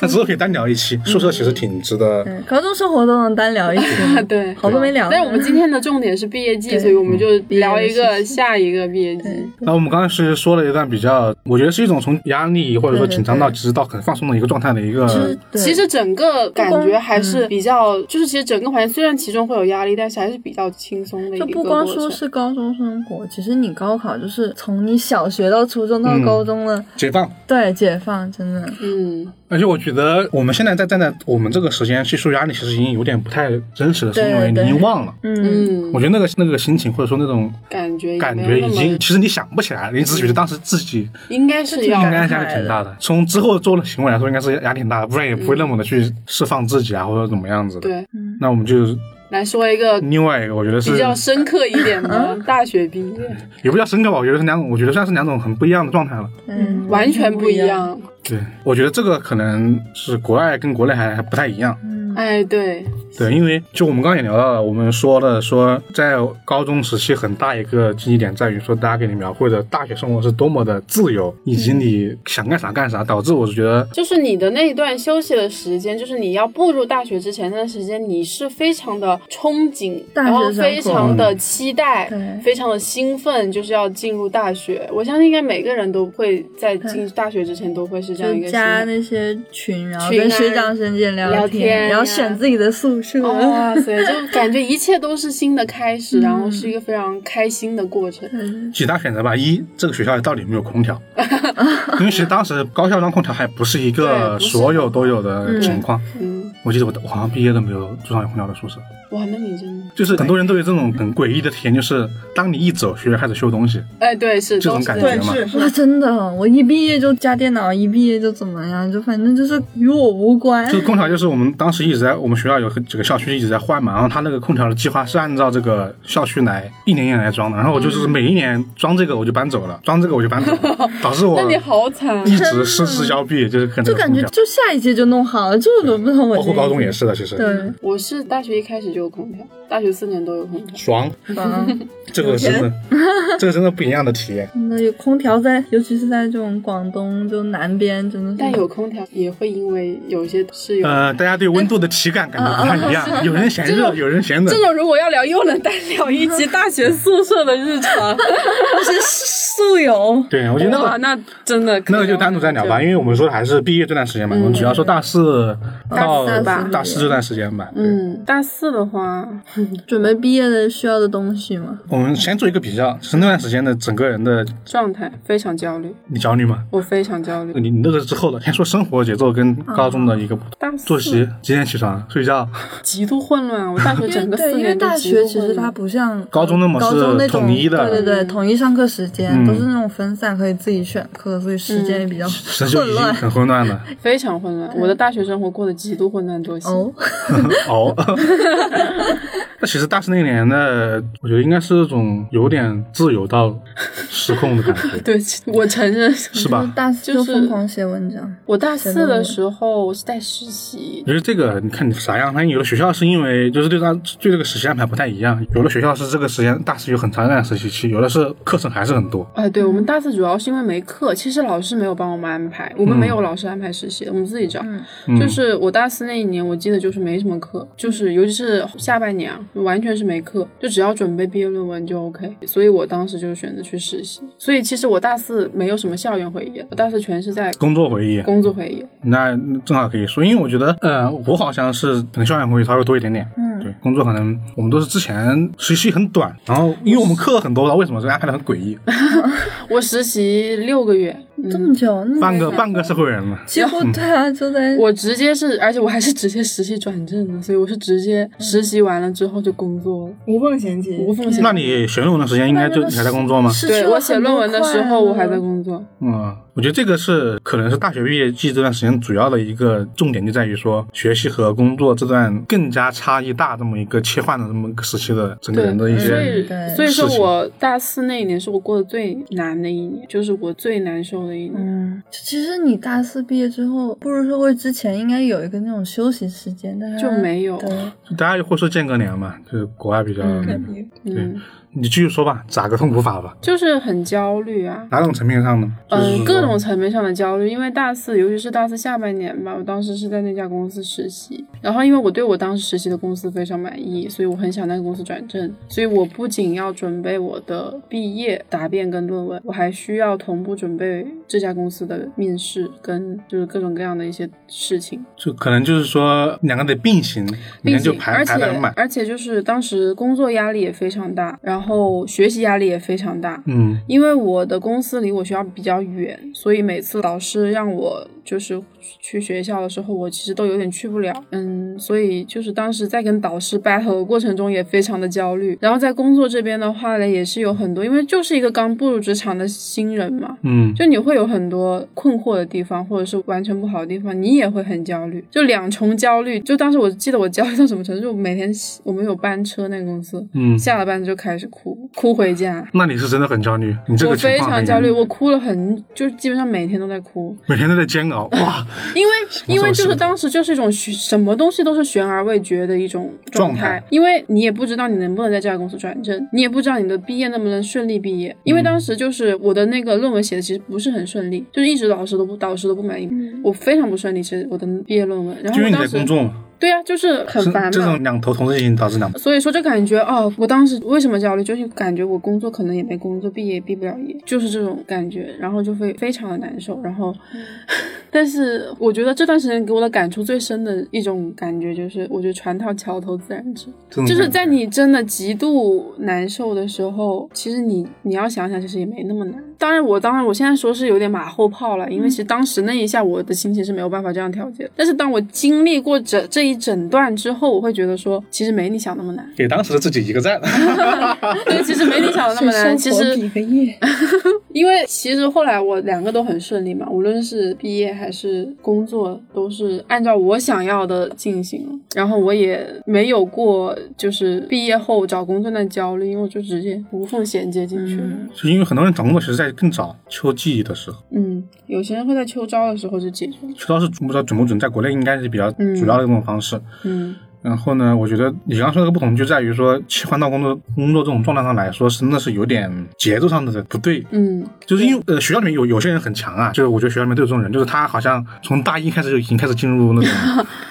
[SPEAKER 1] 那之后可以单聊一期。宿舍其实挺值得，
[SPEAKER 2] 嗯高中生活都能单聊一期，
[SPEAKER 4] 对，
[SPEAKER 2] 好多没聊呢。
[SPEAKER 4] 但是我们今天的重点是毕业季，
[SPEAKER 2] 对嗯
[SPEAKER 4] 所以我们就聊一
[SPEAKER 2] 毕业
[SPEAKER 4] 个
[SPEAKER 2] 的嗯
[SPEAKER 4] 下一个毕业季。
[SPEAKER 2] 对
[SPEAKER 1] 那我们刚刚是说了一段比较，我觉得是一种从压力或者说
[SPEAKER 2] 对对
[SPEAKER 1] 紧张到
[SPEAKER 2] 对
[SPEAKER 1] 其实到很放松的一个状态的一个。
[SPEAKER 2] 就是对嗯
[SPEAKER 4] 其实整个感觉还是比较，就是其实整个环境虽然其中会有压力，但是还是比较轻松的一
[SPEAKER 2] 就
[SPEAKER 4] 个
[SPEAKER 2] 不光说
[SPEAKER 4] 过程
[SPEAKER 2] 是高中生活，其实你高考就是从你小学到初中到
[SPEAKER 1] 嗯
[SPEAKER 2] 高中的，
[SPEAKER 1] 解放。
[SPEAKER 2] 对解放真的，
[SPEAKER 4] 嗯，
[SPEAKER 1] 而且我觉得我们现在在站在我们这个时间去说压力，其实已经有点不太真实了，是
[SPEAKER 2] 对
[SPEAKER 1] 因为你已
[SPEAKER 2] 对
[SPEAKER 1] 经忘了。
[SPEAKER 2] 嗯，
[SPEAKER 4] 嗯
[SPEAKER 1] 我觉得那个那个心情或者说那种
[SPEAKER 4] 感觉也
[SPEAKER 1] 感
[SPEAKER 4] 没
[SPEAKER 1] 觉
[SPEAKER 4] 有
[SPEAKER 1] 已
[SPEAKER 4] 那
[SPEAKER 1] 经，
[SPEAKER 4] 么
[SPEAKER 1] 其实你想不起来了，你只是觉得当时自己
[SPEAKER 4] 应该是
[SPEAKER 1] 应
[SPEAKER 4] 要
[SPEAKER 1] 该压力挺大的。从之后做的行为来说，应该是压力很大的，不然也不会那么的去释放自己啊，或者怎么样子的。
[SPEAKER 4] 对
[SPEAKER 1] 那我们就
[SPEAKER 4] 来说一个
[SPEAKER 1] 另外一个，我觉得是
[SPEAKER 4] 比较深刻一点的大学毕业，
[SPEAKER 1] 也不叫深刻吧，我觉得是两种，我觉得算是两种很不一样的状态了。
[SPEAKER 2] 嗯，
[SPEAKER 4] 完全不一样。
[SPEAKER 1] 对，我觉得这个可能是国外跟国内还还不太一样。
[SPEAKER 4] 哎，对，
[SPEAKER 1] 对，因为就我们刚刚也聊到了，我们说的说在高中时期很大一个记忆点在于说大家给你描绘的大学生活是多么的自由，以
[SPEAKER 4] 嗯
[SPEAKER 1] 及你想干啥干啥，导致我是觉得
[SPEAKER 4] 就是你的那一段休息的时间，就是你要步入大学之前那段时间，你是非常的憧憬，
[SPEAKER 2] 大学
[SPEAKER 4] 然后
[SPEAKER 2] 生活
[SPEAKER 4] 非常的期待，
[SPEAKER 2] 对
[SPEAKER 4] 非常的兴奋，就是要进入大学。我相信应该每个人都会在进大学之前都会是这样一
[SPEAKER 2] 就
[SPEAKER 4] 个
[SPEAKER 2] 加
[SPEAKER 4] 心
[SPEAKER 2] 那些群，然后
[SPEAKER 4] 群啊
[SPEAKER 2] 跟学长学姐聊
[SPEAKER 4] 聊天呀
[SPEAKER 2] 然后选自己的宿舍。
[SPEAKER 4] 哦哇塞，就感觉一切都是新的开始，然后是一个非常开心的过程。
[SPEAKER 2] 嗯
[SPEAKER 1] 几大选择吧。一，这个学校到底有没有空 调？因为其实当时高校装空调还不是一
[SPEAKER 4] 对
[SPEAKER 1] 个
[SPEAKER 4] 不是
[SPEAKER 1] 所有都有的情况。
[SPEAKER 4] 嗯，
[SPEAKER 1] 我记得我我好像毕业都没有住上有空调的宿舍，
[SPEAKER 4] 哇，那你真的，
[SPEAKER 1] 就是很多人都有这种很诡异的体验，就是当你一走，学校开始修东西，
[SPEAKER 4] 哎，对，是
[SPEAKER 1] 这种
[SPEAKER 4] 都是
[SPEAKER 1] 感
[SPEAKER 4] 这样
[SPEAKER 1] 觉嘛
[SPEAKER 3] 是
[SPEAKER 2] 哇，真的，我一毕业就加电脑，一毕业就怎么样，就反正就是与我无关
[SPEAKER 1] 这。个空调就是我们当时一直在我们学校有几个校区一直在换嘛，然后他那个空调的计划是按照这个校区来一年一年来装的，然后我就是每一年装这个我就搬走了，装这个我就搬走了，导致我
[SPEAKER 4] 那你好惨，啊
[SPEAKER 1] 一直失之交臂，就是跟这
[SPEAKER 2] 就
[SPEAKER 1] 个
[SPEAKER 2] 感
[SPEAKER 1] 空
[SPEAKER 2] 觉
[SPEAKER 1] 调，
[SPEAKER 2] 就下一届就弄好了，就轮不到我。
[SPEAKER 1] 包括高中也。是的，其实
[SPEAKER 2] 对，
[SPEAKER 4] 我是大学一开始就有空调，大学四年都有空调。
[SPEAKER 1] 爽，
[SPEAKER 2] 嗯，
[SPEAKER 1] 这个真的，这个真的不一样的体验。
[SPEAKER 2] 真的有空调在，尤其是在这种广东就南边，真的是。
[SPEAKER 4] 但有空调也会因为有些室友。
[SPEAKER 1] 呃，大家对温度的体感感觉不太一样，有人嫌热，有人嫌冷
[SPEAKER 4] 这。种如果要聊，又能单聊一期大学宿舍的日常。
[SPEAKER 2] 都是宿友。
[SPEAKER 1] 对，我觉得 那个
[SPEAKER 4] 哇，那真的可以
[SPEAKER 1] 那个就单独再聊吧，因为我们说的还是毕业这段时间嘛，我们主要说大四到
[SPEAKER 2] 大四吧
[SPEAKER 1] 大四这段时间吧。对，
[SPEAKER 4] 嗯，大四的话，
[SPEAKER 2] 准备毕业的需要的东西嘛，
[SPEAKER 1] 我们先做一个比较，就是那段时间的整个人的，
[SPEAKER 4] 状态非常焦虑，
[SPEAKER 1] 你焦虑吗？
[SPEAKER 4] 我非常焦虑。
[SPEAKER 1] 你你那个之后的，先说生活节奏跟
[SPEAKER 2] 嗯
[SPEAKER 1] 高中的一个不同。
[SPEAKER 4] 大四
[SPEAKER 1] 作息几点起床睡觉，
[SPEAKER 4] 极度混乱，我大学整个
[SPEAKER 2] 对，
[SPEAKER 4] 四
[SPEAKER 2] 因为
[SPEAKER 4] 年都
[SPEAKER 2] 大
[SPEAKER 4] 极度
[SPEAKER 2] 学其实
[SPEAKER 4] 混
[SPEAKER 2] 它
[SPEAKER 4] 乱。
[SPEAKER 2] 不像
[SPEAKER 1] 高中那么
[SPEAKER 2] 高
[SPEAKER 1] 是
[SPEAKER 2] 中那种
[SPEAKER 1] 统一的
[SPEAKER 2] 对对对，统一上课时间、
[SPEAKER 1] 嗯
[SPEAKER 2] 都是那种分散，可以自己选课，所以时间也比较
[SPEAKER 1] 这就
[SPEAKER 2] 混
[SPEAKER 1] 已经
[SPEAKER 2] 乱。
[SPEAKER 1] 很混乱了。
[SPEAKER 4] 非常混乱，我的大学生活过得极度混乱多心。，
[SPEAKER 2] 嗯
[SPEAKER 1] 哦，
[SPEAKER 2] 哦，
[SPEAKER 1] 那其实大四那年的，我觉得应该是一种有点自由到失控的感觉
[SPEAKER 4] 对，我承 认，
[SPEAKER 1] 是吧？
[SPEAKER 2] 大四
[SPEAKER 4] 就
[SPEAKER 2] 就是疯狂写文章，
[SPEAKER 4] 我大四的时候是在实习
[SPEAKER 1] 我，觉得这个你看你啥样，反正有的学校是因为就是对他对这个时间安排不太一样，有的学校是这个时间大四有很长一段实习期，有的是课程还是很多。
[SPEAKER 4] 哎，对我们大四主要是因为没课，其实老师没有帮我们安排，我们
[SPEAKER 1] 嗯
[SPEAKER 4] 没有老师安排实习，我们自己找。
[SPEAKER 1] 嗯
[SPEAKER 4] 就是我大四那一年，我记得就是没什么课，就是尤其是下半年啊，完全是没课，就只要准备毕业论文就 OK。所以我当时就选择去实习。所以其实我大四没有什么校园回忆，我大四全是在
[SPEAKER 1] 工作回忆，啊
[SPEAKER 4] 工作回忆。
[SPEAKER 1] 那正好可以说，因为我觉得，呃，我好像是可能校园回忆稍微多一点点，嗯，对，工作可能我们都是之前实习很短，然后因为我们课很多，不知道为什么这个安排的很诡异，
[SPEAKER 4] 我实习六个月，
[SPEAKER 1] 嗯
[SPEAKER 2] 这么久，那
[SPEAKER 1] 半个嗯半个社会人了。
[SPEAKER 2] 几乎对啊，就在
[SPEAKER 4] 我直接是，而且我还是直接实习转正的，所以我是直接实习完了之后就工作了，
[SPEAKER 3] 无缝衔接。
[SPEAKER 4] 无缝衔
[SPEAKER 1] 那
[SPEAKER 4] 接。
[SPEAKER 1] 你写论文的时间应该就你还在工作吗？
[SPEAKER 2] 失去
[SPEAKER 4] 对
[SPEAKER 2] 了
[SPEAKER 4] 我写论文的
[SPEAKER 2] 啊
[SPEAKER 4] 时候，我还在
[SPEAKER 2] 作。
[SPEAKER 4] 工作。
[SPEAKER 1] 嗯，我觉得这个是可能是大学毕业季这段时间主要的一个重点，就在于说学习和工作这段更加差异大这么一个切换的这么一个时期的整个人的一
[SPEAKER 4] 所
[SPEAKER 1] 些，
[SPEAKER 4] 以
[SPEAKER 2] 对
[SPEAKER 4] 所以说
[SPEAKER 1] 事情
[SPEAKER 4] 我大四那一年是我过得最难的一年，就是我最难受的一年。
[SPEAKER 2] 嗯，就其实你大四毕业之后步入社会之前，应该有一个那种休息时间，但是
[SPEAKER 4] 就没有
[SPEAKER 2] 对
[SPEAKER 1] 大家会说间隔年嘛，就是国外比较，
[SPEAKER 4] 嗯
[SPEAKER 1] 那个
[SPEAKER 4] 嗯，
[SPEAKER 1] 你继续说吧，咋个痛苦法吧？
[SPEAKER 4] 就是很焦虑啊。
[SPEAKER 1] 哪种层面上呢？就是
[SPEAKER 4] 嗯，
[SPEAKER 1] 说
[SPEAKER 4] 各种层面上的焦虑，因为大四，尤其是大四下半年吧，我当时是在那家公司实习，然后因为我对我当时实习的公司非常满意，所以我很想那个公司转正，所以我不仅要准备我的毕业答辩跟论文，我还需要同步准备这家公司的面试跟就是各种各样的一些事情，
[SPEAKER 1] 就可能就是说两个得并行，你
[SPEAKER 4] 并
[SPEAKER 1] 看就
[SPEAKER 4] 且
[SPEAKER 1] 排
[SPEAKER 4] 而且
[SPEAKER 1] 排的很满。
[SPEAKER 4] 而且就是当时工作压力也非常大，然后学习压力也非常大，
[SPEAKER 1] 嗯，
[SPEAKER 4] 因为我的公司离我学校比较远，所以每次老师让我就是去学校的时候，我其实都有点去不了。嗯，所以就是当时在跟导师 battle 的过程中也非常的焦虑。然后在工作这边的话呢，也是有很多，因为就是一个刚步入职场的新人嘛，
[SPEAKER 1] 嗯，
[SPEAKER 4] 就你会有很多困惑的地方，或者是完全不好的地方，你也会很焦虑，就两重焦虑。就当时我记得我焦虑到什么程度，就每天我们有班车那个公司，
[SPEAKER 1] 嗯，
[SPEAKER 4] 下了班就开始哭，哭回家。
[SPEAKER 1] 那你是真的很焦虑，你这
[SPEAKER 4] 我
[SPEAKER 1] 个情
[SPEAKER 4] 非
[SPEAKER 1] 况
[SPEAKER 4] 常
[SPEAKER 1] 很
[SPEAKER 4] 焦虑，
[SPEAKER 1] 严重
[SPEAKER 4] 我哭了很，就基本上每天都在哭。
[SPEAKER 1] 每天都在煎 熬，哇，
[SPEAKER 4] 因为
[SPEAKER 1] 么
[SPEAKER 4] 因为
[SPEAKER 1] 时
[SPEAKER 4] 就
[SPEAKER 1] 候
[SPEAKER 4] 是
[SPEAKER 1] 是
[SPEAKER 4] 当时就是一种悬什么东西都是悬而未决的一种状
[SPEAKER 1] 状态
[SPEAKER 4] 因为你也不知道你能不能在这家公司转正，你也不知道你的毕业能不能顺利毕业。因为
[SPEAKER 1] 嗯
[SPEAKER 4] 当时就是我的那个论文写的其实不是很顺利，就是一直老师都不导师都不满意，我非常不顺利，其实我的毕业论文。然后
[SPEAKER 1] 因为
[SPEAKER 4] 我
[SPEAKER 1] 你
[SPEAKER 4] 当
[SPEAKER 1] 在
[SPEAKER 4] 时
[SPEAKER 1] 工作嘛，
[SPEAKER 4] 对啊，就是很
[SPEAKER 1] 是
[SPEAKER 4] 烦嘛。
[SPEAKER 1] 这种两头同时进行导致两头，
[SPEAKER 4] 所以说就感觉哦，我当时为什么焦虑，就是感觉我工作可能也没工作，毕业也毕不了业，就是这种感觉，然后就会非常的难受。然后， 但是我觉得这段时间给我的感触最深的一种感觉就是，我觉得船到桥头自然直，
[SPEAKER 1] 这种
[SPEAKER 4] 就是
[SPEAKER 1] 感
[SPEAKER 4] 在
[SPEAKER 1] 觉
[SPEAKER 4] 你真的极度难受的时候，其实你你要想想，其实也没那么难。当然我，当然我现在说是有点马后炮了，因
[SPEAKER 2] 嗯
[SPEAKER 4] 为其实当时那一下我的心情是没有办法这样调节的。但是当我经历过这这一整段之后，我会觉得说，其实没你想那么难。
[SPEAKER 1] 给当时的自己一个赞，
[SPEAKER 4] 对，其实没你哦想的那么难。其
[SPEAKER 2] 生活比
[SPEAKER 4] 实，
[SPEAKER 2] 个耶，
[SPEAKER 4] 因为 其实后来我两个都很顺利嘛，无论是毕业还是工作，都是按照我想要的进行了。然后我也没有过就是毕业后找工作那焦虑，因为我就直接无缝衔接进去了。嗯
[SPEAKER 1] 就因为很多人找工作其实在更早秋季的时候，
[SPEAKER 4] 嗯有些人会在秋招的时候就解决了。
[SPEAKER 1] 秋招是不知道准不准，在国内应该是比较
[SPEAKER 4] 嗯
[SPEAKER 1] 主要的这种方式。
[SPEAKER 4] 嗯
[SPEAKER 1] 然后呢，我觉得你刚刚说的不同就在于说，切换到工作工作这种状态上来说，是真的是有点节奏上的不对，
[SPEAKER 4] 嗯
[SPEAKER 1] 就是因为呃学校里面有有些人很强啊，就是我觉得学校里面都有这种人，就是他好像从大一开始就已经开始进入那 种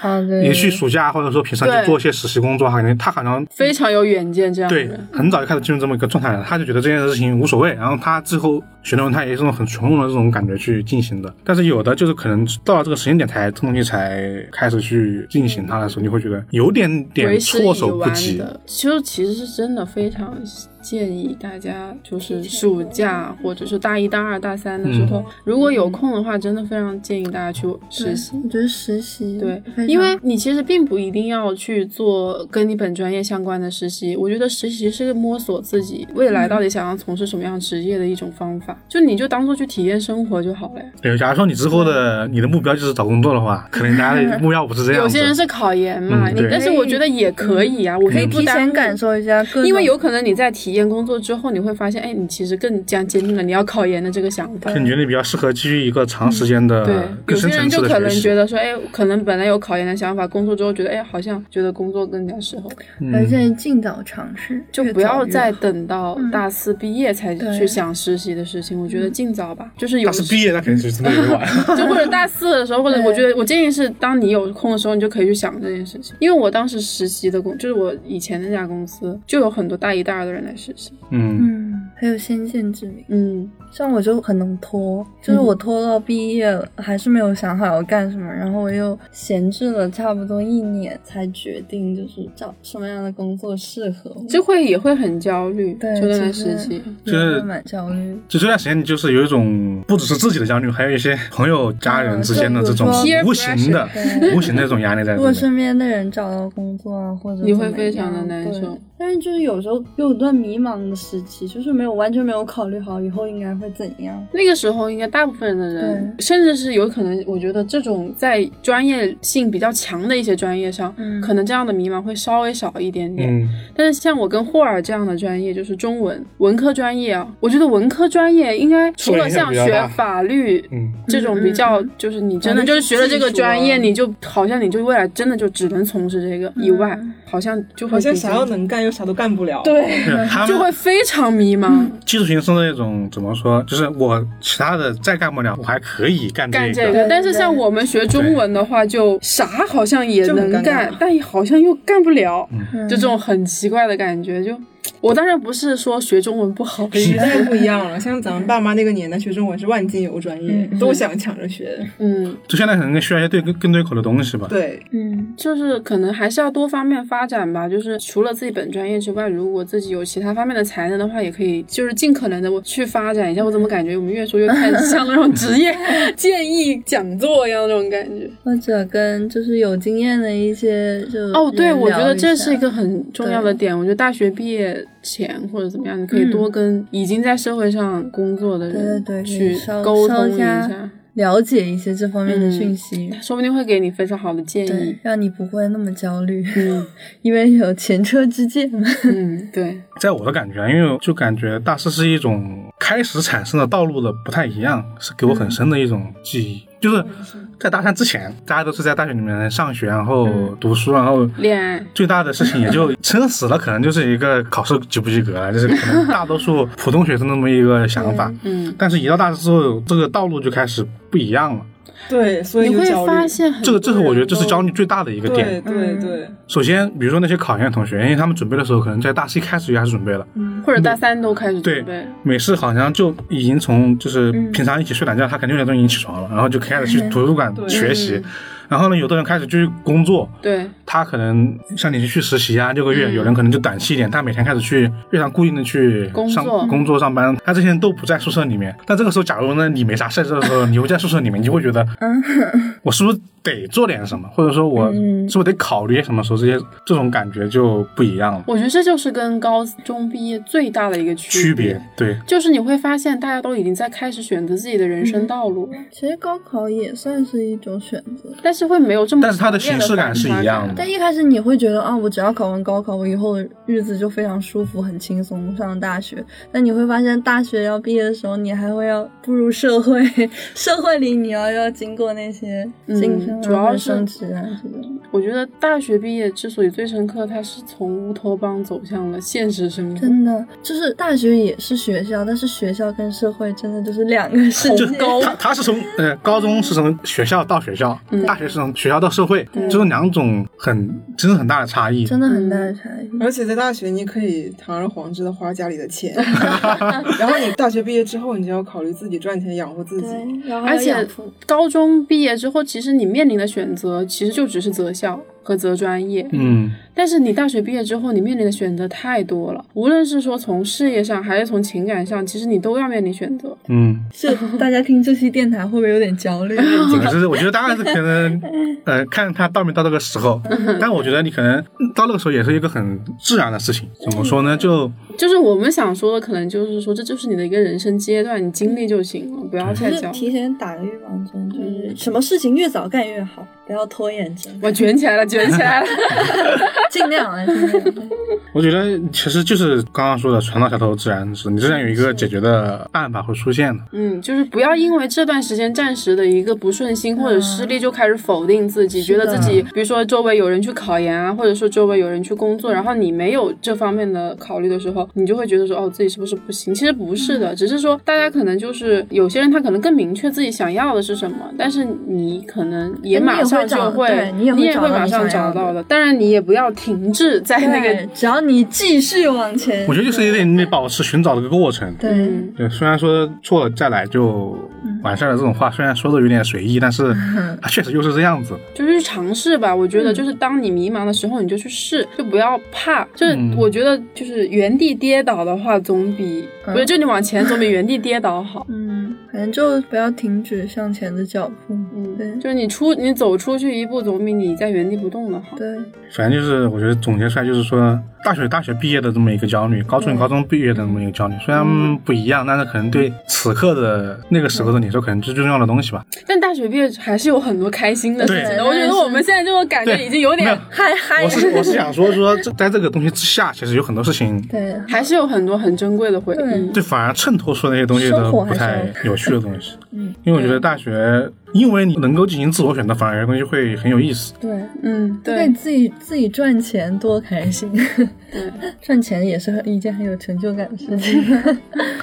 [SPEAKER 2] 啊对，
[SPEAKER 1] 连续暑假或者说平常去
[SPEAKER 4] 对
[SPEAKER 1] 做一些实习工作，哈，啊感觉他好像
[SPEAKER 4] 非常有远见，这样的
[SPEAKER 1] 对
[SPEAKER 4] 人，
[SPEAKER 1] 很早就开始进入这么一个状态了，他就觉得这件事情无所谓。然后他之后学论文，他也是这种很从容的这种感觉去进行的。但是有的就是可能到了这个时间点才这东西才开始去进行它的时候，你会觉得有点点
[SPEAKER 4] 为时
[SPEAKER 1] 措手
[SPEAKER 4] 已
[SPEAKER 1] 不
[SPEAKER 4] 晚
[SPEAKER 1] 及。
[SPEAKER 4] 的。其实其实是真的非常建议大家，就是暑假或者是大一、大二、大三的时
[SPEAKER 1] 嗯
[SPEAKER 4] 候，如果有空的话，真的非常建议大家去
[SPEAKER 2] 对
[SPEAKER 4] 实习。
[SPEAKER 2] 我觉得实习
[SPEAKER 4] 对
[SPEAKER 2] 非，常
[SPEAKER 4] 因为你其实并不一定要去做跟你本专业相关的实习，我觉得实习是摸索自己未来到底想要从事什么样的职业的一种方法，就你就当做去体验生活就好了呀。
[SPEAKER 1] 对，假如说你之后的你的目标就是找工作的话，可能大家 的目标不是这样子。
[SPEAKER 4] 有些人是考研嘛，
[SPEAKER 1] 嗯
[SPEAKER 4] 你
[SPEAKER 1] 对
[SPEAKER 4] 但是我觉得也可以啊，我
[SPEAKER 2] 可
[SPEAKER 4] 可
[SPEAKER 2] 以
[SPEAKER 4] 以
[SPEAKER 2] 嗯提前感受一下各种，
[SPEAKER 4] 因为有可能你在体验工作之后，你会发现，哎，你其实更加坚定了你要考研的这个想法
[SPEAKER 1] 就。你觉得你比较适合基于一个长时间的、
[SPEAKER 4] 嗯对，有
[SPEAKER 1] 更
[SPEAKER 4] 些
[SPEAKER 1] 深
[SPEAKER 4] 人
[SPEAKER 1] 层
[SPEAKER 4] 就
[SPEAKER 1] 次
[SPEAKER 4] 可能
[SPEAKER 1] 的学
[SPEAKER 4] 觉
[SPEAKER 1] 习。
[SPEAKER 4] 得说，哎，可能本来有考研的想法，工作之后觉得，哎，好像觉得工作更加适合，
[SPEAKER 2] 而
[SPEAKER 1] 嗯，
[SPEAKER 2] 且尽早尝试，
[SPEAKER 4] 就
[SPEAKER 2] 越
[SPEAKER 4] 不
[SPEAKER 2] 早
[SPEAKER 4] 要
[SPEAKER 2] 越
[SPEAKER 4] 再
[SPEAKER 2] 好
[SPEAKER 4] 等到大四毕业才
[SPEAKER 2] 对
[SPEAKER 4] 去想实习的事情。我觉得尽早吧，就是有
[SPEAKER 1] 他是毕业，那肯定是真的有点晚。
[SPEAKER 4] 就或者大四的时候，或者
[SPEAKER 2] 对
[SPEAKER 4] 我觉得我建议是，当你有空的时候，你就可以去想这件事情。因为我当时实习的工，就是我以前那家公司，就有很多大一、大二的人来实习。
[SPEAKER 1] 嗯，
[SPEAKER 2] 嗯，还有先见之明。
[SPEAKER 4] 嗯，
[SPEAKER 2] 像我就很能拖，就是我拖到毕业了，还是没有想好要干什么，然后我又闲置了差不多一年，才决定就是找什么样的工作适合我。
[SPEAKER 4] 就会也会很焦虑，
[SPEAKER 2] 对
[SPEAKER 4] 就那段
[SPEAKER 2] 其实
[SPEAKER 4] 时期。
[SPEAKER 1] 就是
[SPEAKER 2] 也蛮焦虑，
[SPEAKER 1] 就这段时间，你就是有一种不只是自己的焦虑，还有一些朋友、家人之间的这种
[SPEAKER 2] 嗯就比
[SPEAKER 4] 如说
[SPEAKER 1] 无形的
[SPEAKER 2] 对、
[SPEAKER 1] 啊 无形的这种压力在
[SPEAKER 2] 如
[SPEAKER 1] 里
[SPEAKER 2] 果
[SPEAKER 1] 面。
[SPEAKER 2] 身边的人找到工作啊，或者
[SPEAKER 4] 你会
[SPEAKER 2] 怎么
[SPEAKER 4] 非常的
[SPEAKER 2] 样
[SPEAKER 4] 难
[SPEAKER 2] 对
[SPEAKER 4] 受
[SPEAKER 2] 但是就是有时候又有段迷茫的时期，就是没有完全没有考虑好以后应该会怎样。
[SPEAKER 4] 那个时候，应该大部分的人，甚至是有可能，我觉得这种在专业性比较强的一些专业上，
[SPEAKER 2] 嗯
[SPEAKER 4] 可能这样的迷茫会稍微少一点点。
[SPEAKER 1] 嗯，
[SPEAKER 4] 但是像我跟霍尔这样的专业，就是中文文科专业啊，我觉得文科专业应该除了像
[SPEAKER 1] 受影响比较
[SPEAKER 4] 学
[SPEAKER 1] 大
[SPEAKER 4] 法律。
[SPEAKER 1] 嗯，
[SPEAKER 4] 这种比较就是你真的就是学了这个专业，
[SPEAKER 3] 嗯
[SPEAKER 4] 你就好像你就未来真的就只能从事这个以外，好像就会
[SPEAKER 3] 好像
[SPEAKER 4] 比较
[SPEAKER 3] 啥都能干，又啥都干不了。，
[SPEAKER 2] 对，
[SPEAKER 1] 对他
[SPEAKER 4] 就
[SPEAKER 1] 们
[SPEAKER 4] 会非常迷茫。
[SPEAKER 1] 技术型是那种怎么说，就是我其他的再干不了，我还可以干
[SPEAKER 4] 干
[SPEAKER 1] 这
[SPEAKER 4] 这
[SPEAKER 1] 个。
[SPEAKER 4] 个，但是像我们学中文的话，就啥好像也能
[SPEAKER 3] 就很尴
[SPEAKER 4] 干
[SPEAKER 3] 尬，
[SPEAKER 4] 但好像又干不了，
[SPEAKER 2] 嗯
[SPEAKER 4] 就这种很奇怪的感觉。就我当然不是说学中文不好的意
[SPEAKER 3] 时
[SPEAKER 4] 思，
[SPEAKER 3] 代不一样了。像咱们爸妈那个年代，学中文是万金油专业，都想抢着学。
[SPEAKER 4] 嗯，
[SPEAKER 1] 就现在可能需要一些对更更对口的东西吧。
[SPEAKER 3] 对，
[SPEAKER 2] 嗯
[SPEAKER 4] 就是可能还是要多方面发展吧。就是除了自己本专业之外，如果自己有其他方面的才能的话，也可以就是尽可能的我去发展一下。我怎么感觉我们越说越太像那种职业 建议讲座一样那种感觉？
[SPEAKER 2] 或者跟就是有经验的一些就
[SPEAKER 4] 哦，对，
[SPEAKER 2] 人
[SPEAKER 4] 我觉
[SPEAKER 2] 嗯聊
[SPEAKER 4] 得
[SPEAKER 2] 一
[SPEAKER 4] 这
[SPEAKER 2] 下
[SPEAKER 4] 是一个很重要的点。我觉得大学毕业前或者怎么样，你可以
[SPEAKER 2] 嗯
[SPEAKER 4] 多跟已经在社会上工作的人
[SPEAKER 2] 对对对可以
[SPEAKER 4] 去
[SPEAKER 2] 稍
[SPEAKER 4] 沟
[SPEAKER 2] 稍
[SPEAKER 4] 通一
[SPEAKER 2] 加
[SPEAKER 4] 下，
[SPEAKER 2] 了解一些这方面的
[SPEAKER 4] 嗯
[SPEAKER 2] 讯息，
[SPEAKER 4] 说不定会给你非常好的建议
[SPEAKER 2] 对。，让你不会那么焦虑，因为有前车之鉴嘛。
[SPEAKER 4] 嗯，对，
[SPEAKER 1] 在我的感觉，啊因为就感觉大师是一种开始产生的道路的不太一样，是给我很深的一种记忆。就是在大三之前，大家都是在大学里面上学，然后读书，然后
[SPEAKER 4] 恋爱。
[SPEAKER 1] 最大的事情也就撑死了，可能就是一个考试及不及格了，就是可能大多数普通学生那么一个想法。
[SPEAKER 4] 嗯，
[SPEAKER 1] 但是，一到大四之后，这个道路就开始不一样了。
[SPEAKER 3] 对，所以
[SPEAKER 4] 你
[SPEAKER 3] 就
[SPEAKER 4] 会
[SPEAKER 3] 焦虑
[SPEAKER 4] 发现很
[SPEAKER 1] 这个，这是我觉得这是
[SPEAKER 4] 教
[SPEAKER 1] 焦
[SPEAKER 4] 你。
[SPEAKER 1] 虑最大的一个
[SPEAKER 3] 对
[SPEAKER 1] 点。
[SPEAKER 3] 对对，
[SPEAKER 1] 首先，比如说那些考研的同学，因为他们准备的时候，可能在大四一开始就开始准备了，
[SPEAKER 4] 或者大三都开始
[SPEAKER 1] 嗯对
[SPEAKER 4] 准备。
[SPEAKER 1] 每次好像就已经从就是
[SPEAKER 4] 嗯
[SPEAKER 1] 平常一起睡懒觉，他肯定六点钟已经起床了，然后就开始去图书 馆
[SPEAKER 3] 对
[SPEAKER 1] 学习
[SPEAKER 4] 嗯。
[SPEAKER 1] 然后呢，有的人开始去工作，
[SPEAKER 4] 对，
[SPEAKER 1] 他可能像你去实习啊，六个月；
[SPEAKER 4] 嗯
[SPEAKER 1] 有人可能就短期一点，他每天开始去非常固定的去
[SPEAKER 4] 工
[SPEAKER 1] 上
[SPEAKER 4] 作
[SPEAKER 1] 工作上班。他这些人都不在宿舍里面，但这个时候，假如呢你没啥事儿的时候，你会在宿舍里面，你就会觉 得，
[SPEAKER 4] 嗯
[SPEAKER 1] 我是不是得做点什么，或者说我
[SPEAKER 2] 嗯
[SPEAKER 1] 是不是得考虑什么时候这些这种感觉就不一样了，
[SPEAKER 4] 我觉得这就是跟高中毕业最大的一个
[SPEAKER 1] 区
[SPEAKER 4] 别，
[SPEAKER 1] 别对。
[SPEAKER 4] 就是你会发现大家都已经在开始选择自己的人
[SPEAKER 2] 嗯
[SPEAKER 4] 生道路，
[SPEAKER 2] 其实高考也算是一种选择，
[SPEAKER 4] 但是会没有这么
[SPEAKER 1] 但是它的
[SPEAKER 4] 强烈
[SPEAKER 1] 形式感是
[SPEAKER 4] 反
[SPEAKER 1] 一
[SPEAKER 4] 差
[SPEAKER 1] 样的
[SPEAKER 2] 但一开始你会觉得啊，我只要考完高考，我以后的日子就非常舒服、很轻松，上大学。但你会发现，大学要毕业的时候，你还会要步入社会， 社会里你要要经过那些晋升、啊
[SPEAKER 4] 嗯主要
[SPEAKER 2] 或者
[SPEAKER 4] 是
[SPEAKER 2] 升职啊这种。
[SPEAKER 4] 我觉得大学毕业之所以最深刻，它是从乌托邦走向了现实生活。
[SPEAKER 2] 真的，就是大学也是学校，但是学校跟社会真的就是两个世
[SPEAKER 1] 就
[SPEAKER 2] 界。
[SPEAKER 1] 他他是从呃高中是从学校到学校，
[SPEAKER 2] 嗯
[SPEAKER 1] 大学是从学校到社会，这种两种很真的很大的差异。
[SPEAKER 2] 真的很大的差异，
[SPEAKER 3] 而且在大学你可以堂而皇之的花家里的钱， 然后你大学毕业之后，你就要考虑自己赚钱养活自己。
[SPEAKER 2] 对，然后
[SPEAKER 4] 而且高中毕业之后，其实你面临的选择其实就只是择校和择专业。
[SPEAKER 1] 嗯，
[SPEAKER 4] 但是你大学毕业之后，你面临的选择太多了，无论是说从事业上还是从情感上，其实你都要面临选择。
[SPEAKER 1] 嗯，
[SPEAKER 2] 这大家听这期电台会不会有点焦虑？
[SPEAKER 1] 可能是我觉得当然是可能，呃，看他到没到那个时 候。但我觉得你可能到那个时候也是一个很自然的事情。怎么说呢？就
[SPEAKER 4] 就是我们想说的，可能就是说，这就是你的一个人生阶段，你经历就行了，不要太
[SPEAKER 2] 就是
[SPEAKER 4] 焦虑。嗯
[SPEAKER 2] 提前打个预防针，就是什么事情越早干越好，不要拖延症，
[SPEAKER 4] 我卷起来了，卷起来了。
[SPEAKER 2] 尽量啊，尽 量。
[SPEAKER 1] 我觉得其实就是刚刚说的“船到桥头自然直”，你自然有一个解决的办法会出现的。
[SPEAKER 4] 嗯，就是不要因为这段时间暂时的一个不顺心或者
[SPEAKER 2] 嗯
[SPEAKER 4] 失利就开始否定自己，觉得自己，比如说周围有人去考研啊，或者说周围有人去工作，然后你没有这方面的考虑的时候，你就会觉得说，哦，自己是不是不行？其实不是
[SPEAKER 2] 嗯
[SPEAKER 4] 的，只是说大家可能就是有些人他可能更明确自己想要的是什么，但是你可能也马上就会，
[SPEAKER 2] 你也会找对你也会找到
[SPEAKER 4] 会马上
[SPEAKER 2] 你想
[SPEAKER 4] 找
[SPEAKER 2] 要的
[SPEAKER 4] 到的。当然，你也不要停滞在哎那
[SPEAKER 2] 对
[SPEAKER 4] 个，，
[SPEAKER 2] 只要你继续往前，
[SPEAKER 1] 我觉得就是得你得保持寻找的一个过程。
[SPEAKER 2] 对，。
[SPEAKER 4] 嗯，
[SPEAKER 1] 对，虽然说错了再来就完事儿了这种话，虽然说的有点随意，但是它确实就是这样子。
[SPEAKER 4] 就是去尝试吧。我觉得就是当你迷茫的时候，你就去试，就不要怕。就是
[SPEAKER 1] 嗯
[SPEAKER 4] 我觉得就是原地跌倒的话，总比不是就你往前总比原地跌倒好
[SPEAKER 2] 嗯，反正就不要停止向前的脚步，对
[SPEAKER 4] 嗯，就是你出你走出去一步，总比你在原地不动的好。
[SPEAKER 2] 对，
[SPEAKER 1] 反正就是，我觉得总结出来就是说，大学大学毕业的这么一个焦虑，高中
[SPEAKER 2] 嗯
[SPEAKER 1] 有高中毕业的这么一个焦虑，虽然不一样，但是可能对此刻的那个时候的你说，可能是最重要的东西吧。
[SPEAKER 4] 但大学毕业还是有很多开心的事情
[SPEAKER 1] 对
[SPEAKER 4] 的。我觉得我们现在这种感觉
[SPEAKER 1] 对
[SPEAKER 4] 已经有
[SPEAKER 1] 没
[SPEAKER 4] 点
[SPEAKER 1] 有。
[SPEAKER 2] 嗨嗨，
[SPEAKER 1] 我是我是想说说，这在这个东西之下，其实有很多事情，
[SPEAKER 2] 对，
[SPEAKER 4] 还是有很多很珍贵的回忆，
[SPEAKER 1] 对，反而衬托出那些东西都
[SPEAKER 2] 生活
[SPEAKER 1] 不
[SPEAKER 2] 还是
[SPEAKER 1] 太有趣的东 西。嗯，因为我觉得大学，因为你能够进行自我选择，反而东西会很有意思。
[SPEAKER 2] 对。
[SPEAKER 4] 嗯，
[SPEAKER 2] 就给
[SPEAKER 4] 对
[SPEAKER 2] 你，自己自己赚钱多开心， 赚钱也是很一件很有成就感的事情。
[SPEAKER 4] 嗯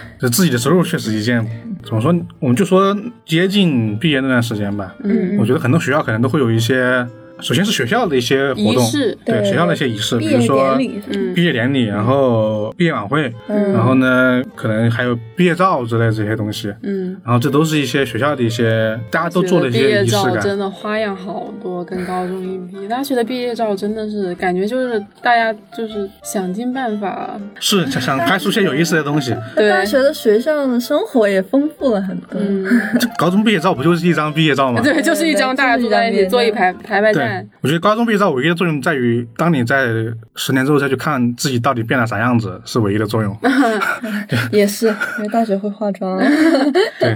[SPEAKER 1] 就自己的收入确实一件，怎么说？我们就说接近毕业那段时间吧，
[SPEAKER 4] 嗯，
[SPEAKER 1] 我觉得很多学校可能都会有一些首先是学校的一些活动
[SPEAKER 4] 仪式，
[SPEAKER 1] 对
[SPEAKER 5] 对
[SPEAKER 1] 学校的一些仪式，
[SPEAKER 5] 毕
[SPEAKER 1] 比
[SPEAKER 5] 业
[SPEAKER 1] 如说
[SPEAKER 5] 典礼，
[SPEAKER 4] 嗯
[SPEAKER 1] 毕业典礼，然后毕业晚会，
[SPEAKER 5] 嗯
[SPEAKER 1] 然后呢，可能还有毕业照之类这些东西。
[SPEAKER 4] 嗯，
[SPEAKER 1] 然后这都是一些学校的一些大家都做的一
[SPEAKER 4] 毕
[SPEAKER 1] 些
[SPEAKER 4] 业
[SPEAKER 1] 仪式
[SPEAKER 4] 照真
[SPEAKER 1] 感。
[SPEAKER 4] 的花样好多，跟高中一比，大学的毕业照真的是感觉就是大家就是想尽办法，
[SPEAKER 1] 是想想拍出些有意思的东西。
[SPEAKER 4] 对，
[SPEAKER 5] 大学的学校的生活也丰富了很多。
[SPEAKER 4] 嗯，
[SPEAKER 1] 这高中毕业照不就是一张毕业照吗？
[SPEAKER 4] 对，就是一张大家坐在一起坐一排排排
[SPEAKER 1] 对
[SPEAKER 4] 站，，
[SPEAKER 1] 我觉得高中毕业照唯一的作用在于，当你在十年之后再去看自己到底变了啥样子，是唯一的作用。
[SPEAKER 5] 也是，因为大学会化妆，
[SPEAKER 2] 啊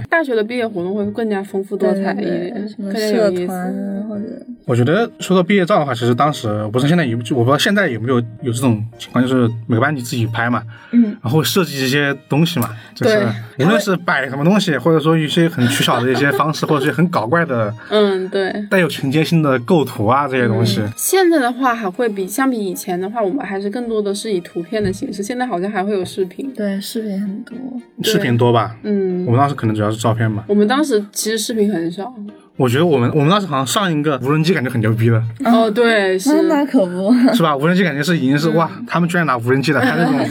[SPEAKER 4] 大学的毕业活动会更加丰富多彩一
[SPEAKER 5] 对对对
[SPEAKER 4] 点，
[SPEAKER 5] 什
[SPEAKER 4] 更
[SPEAKER 5] 么
[SPEAKER 4] 加
[SPEAKER 5] 社
[SPEAKER 4] 有意
[SPEAKER 5] 团
[SPEAKER 4] 思。嗯
[SPEAKER 5] 啊或者
[SPEAKER 1] 我觉得说到毕业照的话，其实当时我不知道现在有，就我不知道现在有没有有这种情况，就是每个班级自己拍嘛，
[SPEAKER 5] 嗯，
[SPEAKER 1] 然后设计一些东西嘛，就是无论是摆什么东西，或者说一些很取巧的一些方式，或者是很搞怪的
[SPEAKER 4] 嗯，对。
[SPEAKER 1] 带有情节性的构图啊这些东西，
[SPEAKER 4] 现在的话还会比相比以前的话，我们还是更多的是以图片的形式，现在好像还会有视频。
[SPEAKER 5] 对视频很多，
[SPEAKER 1] 视频多吧？我
[SPEAKER 4] 嗯，
[SPEAKER 1] 们当时可能主要是照片嘛。
[SPEAKER 4] 我们当时其实视频很少。
[SPEAKER 5] 哦
[SPEAKER 1] 我觉得我们我们当时好像上一个无人机感觉很牛逼的，
[SPEAKER 4] 哦，对，是
[SPEAKER 5] 那那可 不，
[SPEAKER 1] 是吧？无人机感觉是已经
[SPEAKER 4] 嗯
[SPEAKER 1] 是哇，他们居然拿无人机来拍那 种，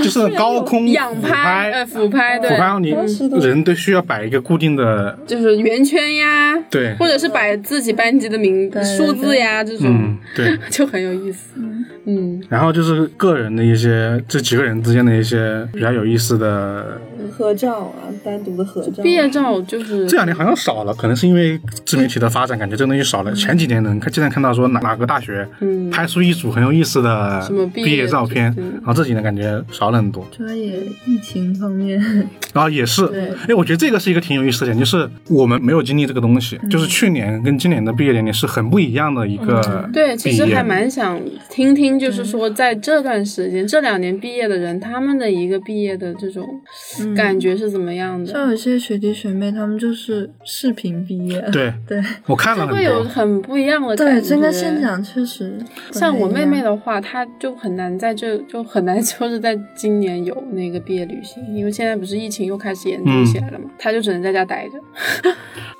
[SPEAKER 1] 就是高空
[SPEAKER 4] 仰
[SPEAKER 1] 俯
[SPEAKER 4] 拍，呃，
[SPEAKER 1] 拍，
[SPEAKER 4] 俯拍，
[SPEAKER 1] 俯
[SPEAKER 4] 对，
[SPEAKER 1] 拍你
[SPEAKER 5] 是的
[SPEAKER 1] 人都需要摆一个固定的，
[SPEAKER 4] 就是圆圈呀，
[SPEAKER 1] 对，
[SPEAKER 4] 或者是摆自己班级的名
[SPEAKER 5] 对对
[SPEAKER 4] 数字呀，这种
[SPEAKER 1] 嗯，对。
[SPEAKER 4] 就很有意思。嗯，
[SPEAKER 1] 然后就是个人的一些，这几个人之间的一些比较有意思的，
[SPEAKER 5] 合照啊，单独的合照
[SPEAKER 4] 毕业照就是
[SPEAKER 1] 这两年好像少了，可能是因为自媒体的发展，感觉这个东西少了。前几年能看，经常看到说哪哪个大学
[SPEAKER 4] 嗯
[SPEAKER 1] 拍出一组很有意思的
[SPEAKER 4] 什么毕业
[SPEAKER 1] 毕业照片，
[SPEAKER 4] 嗯
[SPEAKER 1] 然后这几年感觉少了很多。
[SPEAKER 5] 主要也疫情方面，
[SPEAKER 1] 然后也是，
[SPEAKER 5] 对
[SPEAKER 1] 因为哎我觉得这个是一个挺有意思的点，就是我们没有经历这个东
[SPEAKER 4] 嗯
[SPEAKER 1] 西，就是去年跟今年的毕业典礼是很不一样的一个毕业。
[SPEAKER 4] 嗯对，其实还蛮想听听，
[SPEAKER 5] 嗯
[SPEAKER 4] 就是说在这段时间、这两年毕业的人，他们的一个毕业的这种感觉是怎么样
[SPEAKER 5] 嗯
[SPEAKER 4] 的？
[SPEAKER 5] 像有些学弟学妹他们就是视频毕业，
[SPEAKER 1] 对，
[SPEAKER 5] 对
[SPEAKER 1] 我看了很
[SPEAKER 4] 会
[SPEAKER 1] 多，
[SPEAKER 4] 有很不一样的
[SPEAKER 5] 对，
[SPEAKER 4] 感觉。
[SPEAKER 5] 真跟现场确实不太一样，
[SPEAKER 4] 像我妹妹的话，她就很难在这就很难 说是在今年有那个毕业旅行，因为现在不是疫情又开始严
[SPEAKER 1] 嗯
[SPEAKER 4] 重起来了嘛，她就只能在家待着。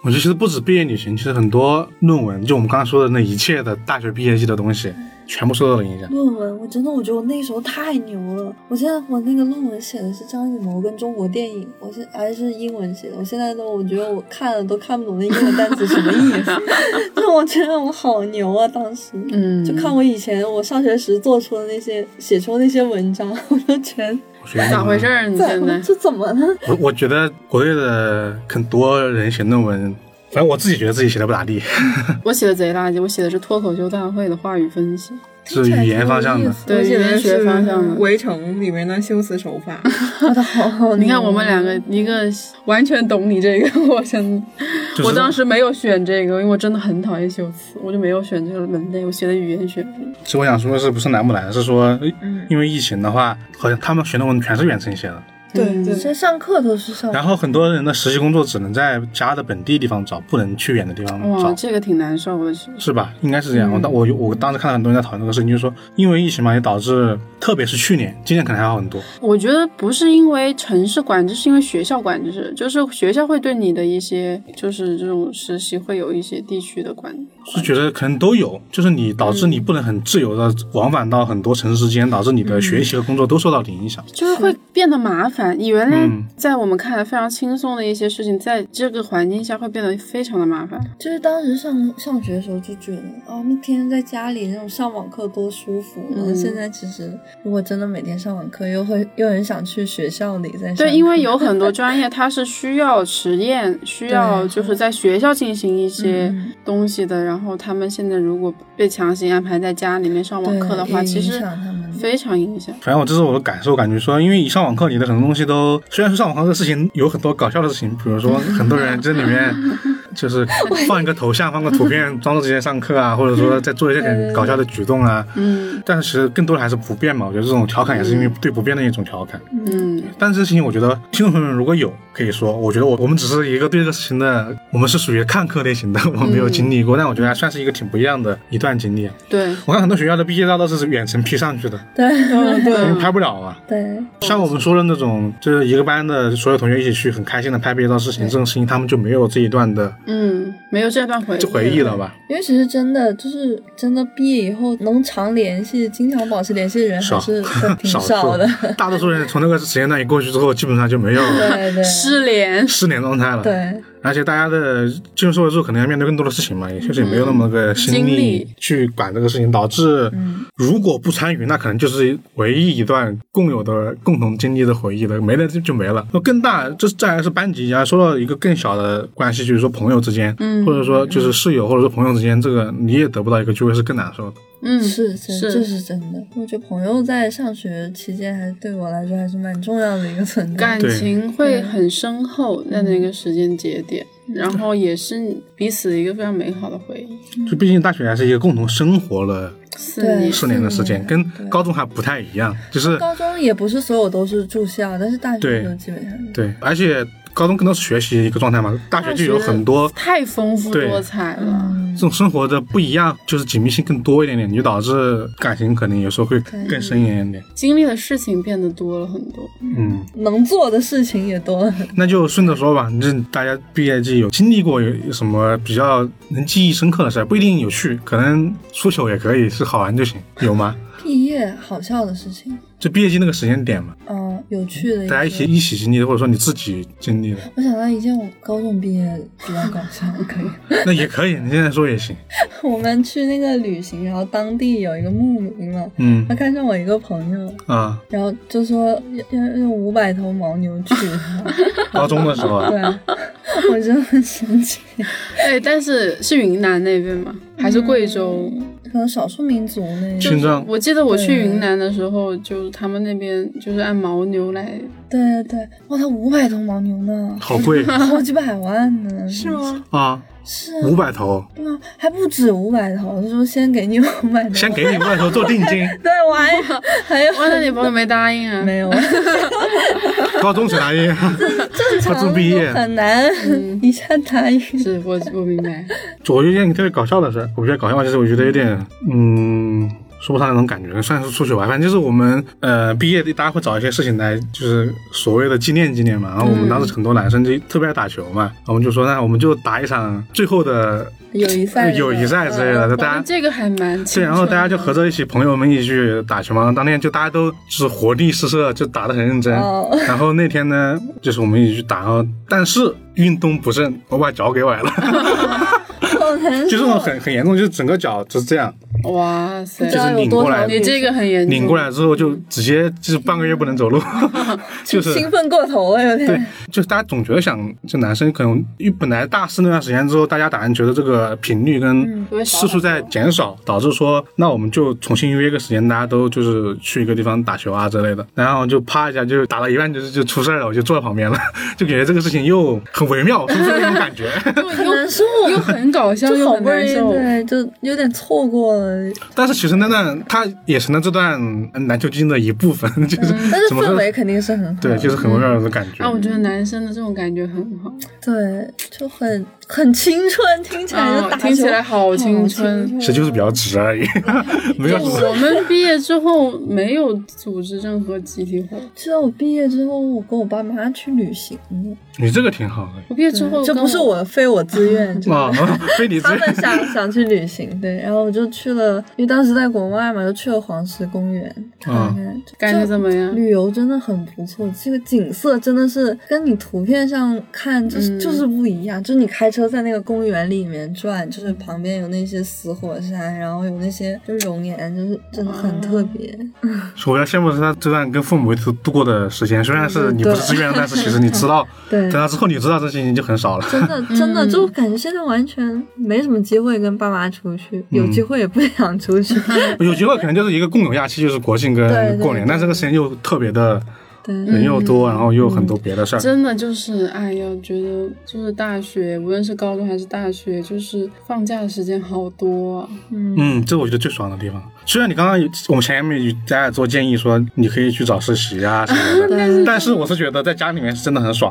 [SPEAKER 1] 我觉得其实不止毕业旅行，其实很多论文，就我们刚刚说的那一切的大学毕业季的东西，全部受到了影响。
[SPEAKER 2] 论文，我真的我觉得我那时候太牛了。我现在我那个论文写的是张艺谋跟中国电影，我现还是英文写的。我现在都我觉得我看了都看不懂那英文单词什么意 思，就是我觉得我好牛啊！当时，
[SPEAKER 4] 嗯
[SPEAKER 2] 就看我以前我上学时做出的那些写出的那些文章， 我就觉得
[SPEAKER 1] 我觉得
[SPEAKER 4] 咋回事？儿？你
[SPEAKER 2] 怎
[SPEAKER 4] 现在
[SPEAKER 2] 么？这怎么了？
[SPEAKER 1] 我我觉得国内的很多人写论文，反正我自己觉得自己写的不咋地，
[SPEAKER 4] 我写的贼垃圾，我写的是脱口秀大会的话语分析，
[SPEAKER 1] 是语言方向的。
[SPEAKER 4] 对语
[SPEAKER 3] 写
[SPEAKER 4] 言
[SPEAKER 3] 的
[SPEAKER 4] 学
[SPEAKER 3] 是
[SPEAKER 4] 方向
[SPEAKER 3] 《
[SPEAKER 4] 的。
[SPEAKER 3] 围城》里面的修辞手法，
[SPEAKER 2] 哦
[SPEAKER 4] 你看我们两个，一个完全懂你这个， 我真的，
[SPEAKER 1] 就是
[SPEAKER 4] 我当时没有选这个，因为我真的很讨厌修辞，我就没有选这个门类，我写的语言学。
[SPEAKER 1] 其实我想说的是，不是难不难，是说
[SPEAKER 4] 嗯
[SPEAKER 1] 因为疫情的话，好像他们学论文全是远程写的，
[SPEAKER 4] 对对
[SPEAKER 5] 以前上课都是上
[SPEAKER 1] 然后很多人的实习工作只能在家的本地地方找，不能去远的地方嗯
[SPEAKER 4] 哇，
[SPEAKER 1] 找。
[SPEAKER 4] 这个挺难受的，其实
[SPEAKER 1] 是吧？应该是哦这样。嗯我当我我当时看到很多人在讨论这个事情，就是说，因为疫情嘛，也导致，特别是去年，今年可能还好很多。
[SPEAKER 4] 我觉得不是因为城市管制，是因为学校管制，就是学校会对你的一些，就是这种实习会有一些地区的管制。
[SPEAKER 1] 是觉得可能都有，就是你导致你不能很自由的往返到很多城市之间，导致你的学习和工作都受到了影响。
[SPEAKER 4] 就是会变得麻烦。你原来
[SPEAKER 1] 嗯
[SPEAKER 4] 在我们看来非常轻松的一些事情，在这个环境下会变得非常的麻烦。
[SPEAKER 2] 就是当时上上学的时候就觉得，哦，那天在家里那种上网课多舒服。然后
[SPEAKER 4] 嗯
[SPEAKER 2] 现在其实如果真的每天上网课，又会又很想去学校里再上
[SPEAKER 4] 对，因为
[SPEAKER 2] 课
[SPEAKER 4] 有很多专业它是需要实验， 需要就是在学校进行一些
[SPEAKER 2] 嗯
[SPEAKER 4] 东西的。然后他们现在如果被强行安排在家里面上网课的
[SPEAKER 2] 对
[SPEAKER 4] 话，
[SPEAKER 2] 也
[SPEAKER 4] 其
[SPEAKER 2] 影
[SPEAKER 4] 实
[SPEAKER 2] 响他们
[SPEAKER 4] 非常影响。
[SPEAKER 1] 反正我这是我的感受，感觉说，因为一上网课，你的很多东西都，虽然说上网课这个事情有很多搞笑的事情，比如说很多人这里面就是放一个头像，放个图片，装作之前上课啊，或者说在做一些很搞笑的举动啊。
[SPEAKER 4] 嗯
[SPEAKER 1] 但是其实更多的还是不便嘛，我觉得这种调侃也是因为对不便的一种调侃。
[SPEAKER 4] 嗯，
[SPEAKER 1] 但是这事情我觉得听众朋友们如果有可以说，我觉得我我们只是一个对这个事情的我们是属于看课类型的， 我没有经历过，但我觉得还算是一个挺不一样的一段经历。啊
[SPEAKER 6] 对，
[SPEAKER 1] 我看很多学校的毕业照都是远程 P 上去的，
[SPEAKER 2] 对
[SPEAKER 3] 嗯，对，
[SPEAKER 1] 因为拍不了啊。
[SPEAKER 2] 对，
[SPEAKER 1] 像我们说的那种，就是一个班的所有同学一起去很开心的拍毕业照事情，这种事情他们就没有这一段的
[SPEAKER 6] 嗯，没有这段回
[SPEAKER 1] 就回忆了吧？
[SPEAKER 2] 因为其实真的就是真的毕业以后能常联系、经常保持联系的人还
[SPEAKER 1] 少
[SPEAKER 2] 是很挺
[SPEAKER 1] 少
[SPEAKER 2] 少
[SPEAKER 1] 数
[SPEAKER 2] 的。，
[SPEAKER 1] 大多数人从那个时间段一过去之后，基本上就没有
[SPEAKER 2] 对 对
[SPEAKER 6] 失联，
[SPEAKER 1] 失联状态了。，
[SPEAKER 2] 对，
[SPEAKER 1] 而且大家的进入社会之后，可能要面对更多的事情嘛，也确实也没有那么个心
[SPEAKER 6] 精
[SPEAKER 1] 力
[SPEAKER 6] 力
[SPEAKER 1] 去管这个事情，导致如果不参与，那可能就是唯一一段共有的共同经历的回忆了，没了就就没了。那更大，这再来是班级，然后说到一个更小的关系，就是说朋友之间，或者说就是室友或者说朋友之间，这个你也得不到一个聚会是更难受的。
[SPEAKER 6] 嗯，
[SPEAKER 2] 是真
[SPEAKER 6] 是
[SPEAKER 2] 这是真的。我觉得朋友在上学期间还对我来说还是蛮重要的一个存在。
[SPEAKER 6] 感情会很深厚在那个时间节点，然后也是彼此一个非常美好的回忆。
[SPEAKER 1] 就毕竟大学还是一个共同生活了
[SPEAKER 6] 四
[SPEAKER 2] 对
[SPEAKER 4] 嗯
[SPEAKER 6] 年，
[SPEAKER 1] 四年的时间，
[SPEAKER 2] 四年
[SPEAKER 1] 跟
[SPEAKER 2] 对
[SPEAKER 1] 高中还不太一样，就是
[SPEAKER 2] 高中也不是所有都是住校，但是大学
[SPEAKER 1] 对
[SPEAKER 2] 就基本上是
[SPEAKER 1] 对，而且高中更多是学习一个状态嘛，大学就有很多
[SPEAKER 6] 太丰富
[SPEAKER 1] 对
[SPEAKER 6] 多彩了。
[SPEAKER 1] 这种生活的不一样，就是紧密性更多一点点，你就导致感情可能有时候会更深一点点。
[SPEAKER 6] 经历的事情变得多了很多。
[SPEAKER 1] 嗯，
[SPEAKER 2] 能做的事情也多了很多。
[SPEAKER 1] 那就顺着说吧，你这大家毕业季有经历过有什么比较能记忆深刻的事儿？不一定有趣，可能出糗也可以，是好玩就行，有 吗？
[SPEAKER 2] 毕业好笑的事情，
[SPEAKER 1] 就毕业季那个时间点嘛，
[SPEAKER 2] 嗯、有趣的。
[SPEAKER 1] 大家一起。一起经历的，或者说你自己经历的，
[SPEAKER 2] 我想到一件我高中毕业比较搞笑的， 可以。
[SPEAKER 1] 那也可以，你现在说也行。
[SPEAKER 2] 我们去那个旅行，然后当地有一个牧民嘛，
[SPEAKER 1] 嗯
[SPEAKER 2] 他看上我一个朋友，
[SPEAKER 1] 啊，
[SPEAKER 2] 然后就说要要用五百头牦牛娶她。
[SPEAKER 1] 高中的时候啊，
[SPEAKER 2] 对， 我真的很生气。
[SPEAKER 6] 哎，但是是云南那边吗？还是贵州？
[SPEAKER 2] 可能少数民族那
[SPEAKER 1] 嗯青藏
[SPEAKER 6] 我记得我去云南的时候，就是他们那边就是按牦牛来，
[SPEAKER 2] 对对对，哇，他五百头牦牛 呢，
[SPEAKER 1] 好贵
[SPEAKER 2] 好几百万呢。是吗？
[SPEAKER 1] 啊，
[SPEAKER 2] 是啊
[SPEAKER 1] 五，百头，
[SPEAKER 2] 对啊，还不止五百头，他说先给你五百头，
[SPEAKER 1] 先给你五百头做定 金，
[SPEAKER 2] 对，我还 还有
[SPEAKER 6] 哇，那你朋友没答应啊？
[SPEAKER 2] 没有？
[SPEAKER 1] 高中才答应。
[SPEAKER 2] 正常
[SPEAKER 1] 自毕业
[SPEAKER 2] 都很难
[SPEAKER 6] 嗯
[SPEAKER 2] 一下答应。
[SPEAKER 6] 是我我明白，
[SPEAKER 1] 我有一件特别搞笑的事，我觉得搞笑，其实我觉得有点，嗯，说不上那种感觉，算是出糗吧。反正就是我们，呃，毕业大家会找一些事情来，就是所谓的纪念纪念嘛。然后我们当时很多男生就特别爱打球嘛，我们就说那我们就打一场最后的
[SPEAKER 2] 友谊赛
[SPEAKER 1] 呃
[SPEAKER 2] 那种，
[SPEAKER 1] 友谊 赛之类
[SPEAKER 4] 呃
[SPEAKER 1] 的，就呃大
[SPEAKER 6] 哇
[SPEAKER 1] 家。
[SPEAKER 6] 这个还蛮青
[SPEAKER 1] 对，
[SPEAKER 6] 春
[SPEAKER 1] 然后大家就合着一起，朋友们一起去打球嘛。当天就大家都就是活力四射，就打得很认真。
[SPEAKER 2] 哦
[SPEAKER 1] 然后那天呢，就是我们一起去打，然后但是运动不慎，我把脚给崴了，
[SPEAKER 2] 好难受，
[SPEAKER 1] 就这种很很严重，就是整个脚就是这样。
[SPEAKER 6] 的哇塞
[SPEAKER 2] 不知！道
[SPEAKER 1] 就是
[SPEAKER 2] 有
[SPEAKER 1] 拧
[SPEAKER 2] 多
[SPEAKER 1] 过来
[SPEAKER 2] 少
[SPEAKER 6] 你
[SPEAKER 2] 女
[SPEAKER 6] 这个很严重，
[SPEAKER 1] 拧过来之后就直接就是半个月不能 走路，就是
[SPEAKER 2] 兴奋过头了，有
[SPEAKER 1] 对
[SPEAKER 2] 点。，
[SPEAKER 1] 就是大家总觉得想，就男生可能因为本来大四那段时间之后，大家打篮球的这个频率
[SPEAKER 2] 嗯
[SPEAKER 1] 跟次数在减少，导致说那我们就重新约个时间，大家都就是去一个地方打球啊之类的，然后就啪一下就打到一半就是就出事儿了，我就坐在旁边了， 就感觉这个事情又很微妙，是不是那种感觉？
[SPEAKER 2] 很难受，
[SPEAKER 6] 又很搞笑
[SPEAKER 2] 就
[SPEAKER 6] 又
[SPEAKER 2] 好
[SPEAKER 6] 很
[SPEAKER 2] 不容
[SPEAKER 6] 难
[SPEAKER 2] 易
[SPEAKER 6] 受。
[SPEAKER 2] 对，就有点错过了，
[SPEAKER 1] 但是其实那段他也成了这段篮球经历的一部分，就是
[SPEAKER 2] 嗯但是
[SPEAKER 1] 怎么
[SPEAKER 2] 氛
[SPEAKER 1] 说？
[SPEAKER 2] 围嗯肯定是很好，
[SPEAKER 1] 对，就是很微妙的感觉。
[SPEAKER 6] 啊，我觉得男生的这种感觉很好，
[SPEAKER 2] 对，就很很青春，听起来就
[SPEAKER 6] 啊，
[SPEAKER 2] 打球
[SPEAKER 6] 听起来好青春。
[SPEAKER 1] 其实就是比较直而已，嗯 没有什么。
[SPEAKER 6] 我们毕业之后没有组织任何集体活动，
[SPEAKER 2] 直到我毕业之后，我跟我爸妈去旅行，
[SPEAKER 1] 你这个挺好的
[SPEAKER 6] 我毕业之后
[SPEAKER 2] 这
[SPEAKER 6] 跟
[SPEAKER 2] 不是我非我自 愿，就
[SPEAKER 1] 啊， 非你
[SPEAKER 2] 他
[SPEAKER 1] 这
[SPEAKER 2] 们想想去旅行，对，然后我就去了，因为当时在国外嘛，就去了黄石公园看
[SPEAKER 1] 啊
[SPEAKER 2] 看，就
[SPEAKER 6] 感觉怎么样？
[SPEAKER 2] 旅游真的很不错，这个景色真的是跟你图片上看就是、
[SPEAKER 6] 嗯
[SPEAKER 2] 就是不一样，就是你开车在那个公园里面转，就是旁边有那些死火山，然后有那些就是熔岩，就是真的很特别。
[SPEAKER 1] 嗯我要羡慕的是他这段跟父母度度过的时间，虽然是你不是自愿的，但是其实你知道，
[SPEAKER 2] 对
[SPEAKER 1] 等，到之后你知道这些情就很少了。
[SPEAKER 2] 真的真的就感觉现在完全没什么机会跟爸妈出去，有机会也不想出去。
[SPEAKER 1] 嗯有机会可能就是一个共有假期，就是国庆
[SPEAKER 2] 对嗯
[SPEAKER 1] 跟
[SPEAKER 2] 对
[SPEAKER 1] 过年，
[SPEAKER 2] 对
[SPEAKER 1] 但这个时间又特别的人又多，然后又有很多别的
[SPEAKER 6] 嗯
[SPEAKER 1] 事儿。
[SPEAKER 4] 真的就是，哎呀，觉得就是大学，无论是高中还是大学，就是放假的时间好多、啊。
[SPEAKER 1] 嗯，这我觉得最爽的地方。虽然你刚刚有我们前面有咱俩做建议说你可以去找实习啊什么的，但是我是觉得在家里面是真的很爽。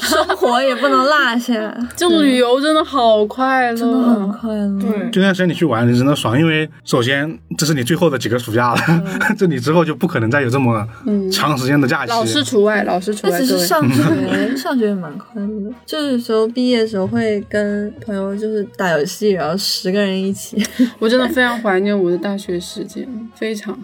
[SPEAKER 2] 生活也不能落下，
[SPEAKER 4] 就旅游真的好快乐，啊
[SPEAKER 2] 真的很快乐。
[SPEAKER 3] 对，
[SPEAKER 1] 这段时间你去玩，你真的爽，因为首先这是你最后的几个暑假了，这你之后 就不可能再有这么长时间的假期。
[SPEAKER 4] 嗯老师除外，老师除
[SPEAKER 2] 那
[SPEAKER 4] 外，
[SPEAKER 2] 其
[SPEAKER 4] 各
[SPEAKER 2] 实
[SPEAKER 4] 位。
[SPEAKER 2] 上学， 上学也蛮快乐的。就是有时候毕业的时候会跟朋友就是打游戏，然后十个人一起。
[SPEAKER 4] 我真的非常怀念我的大学时间，非常，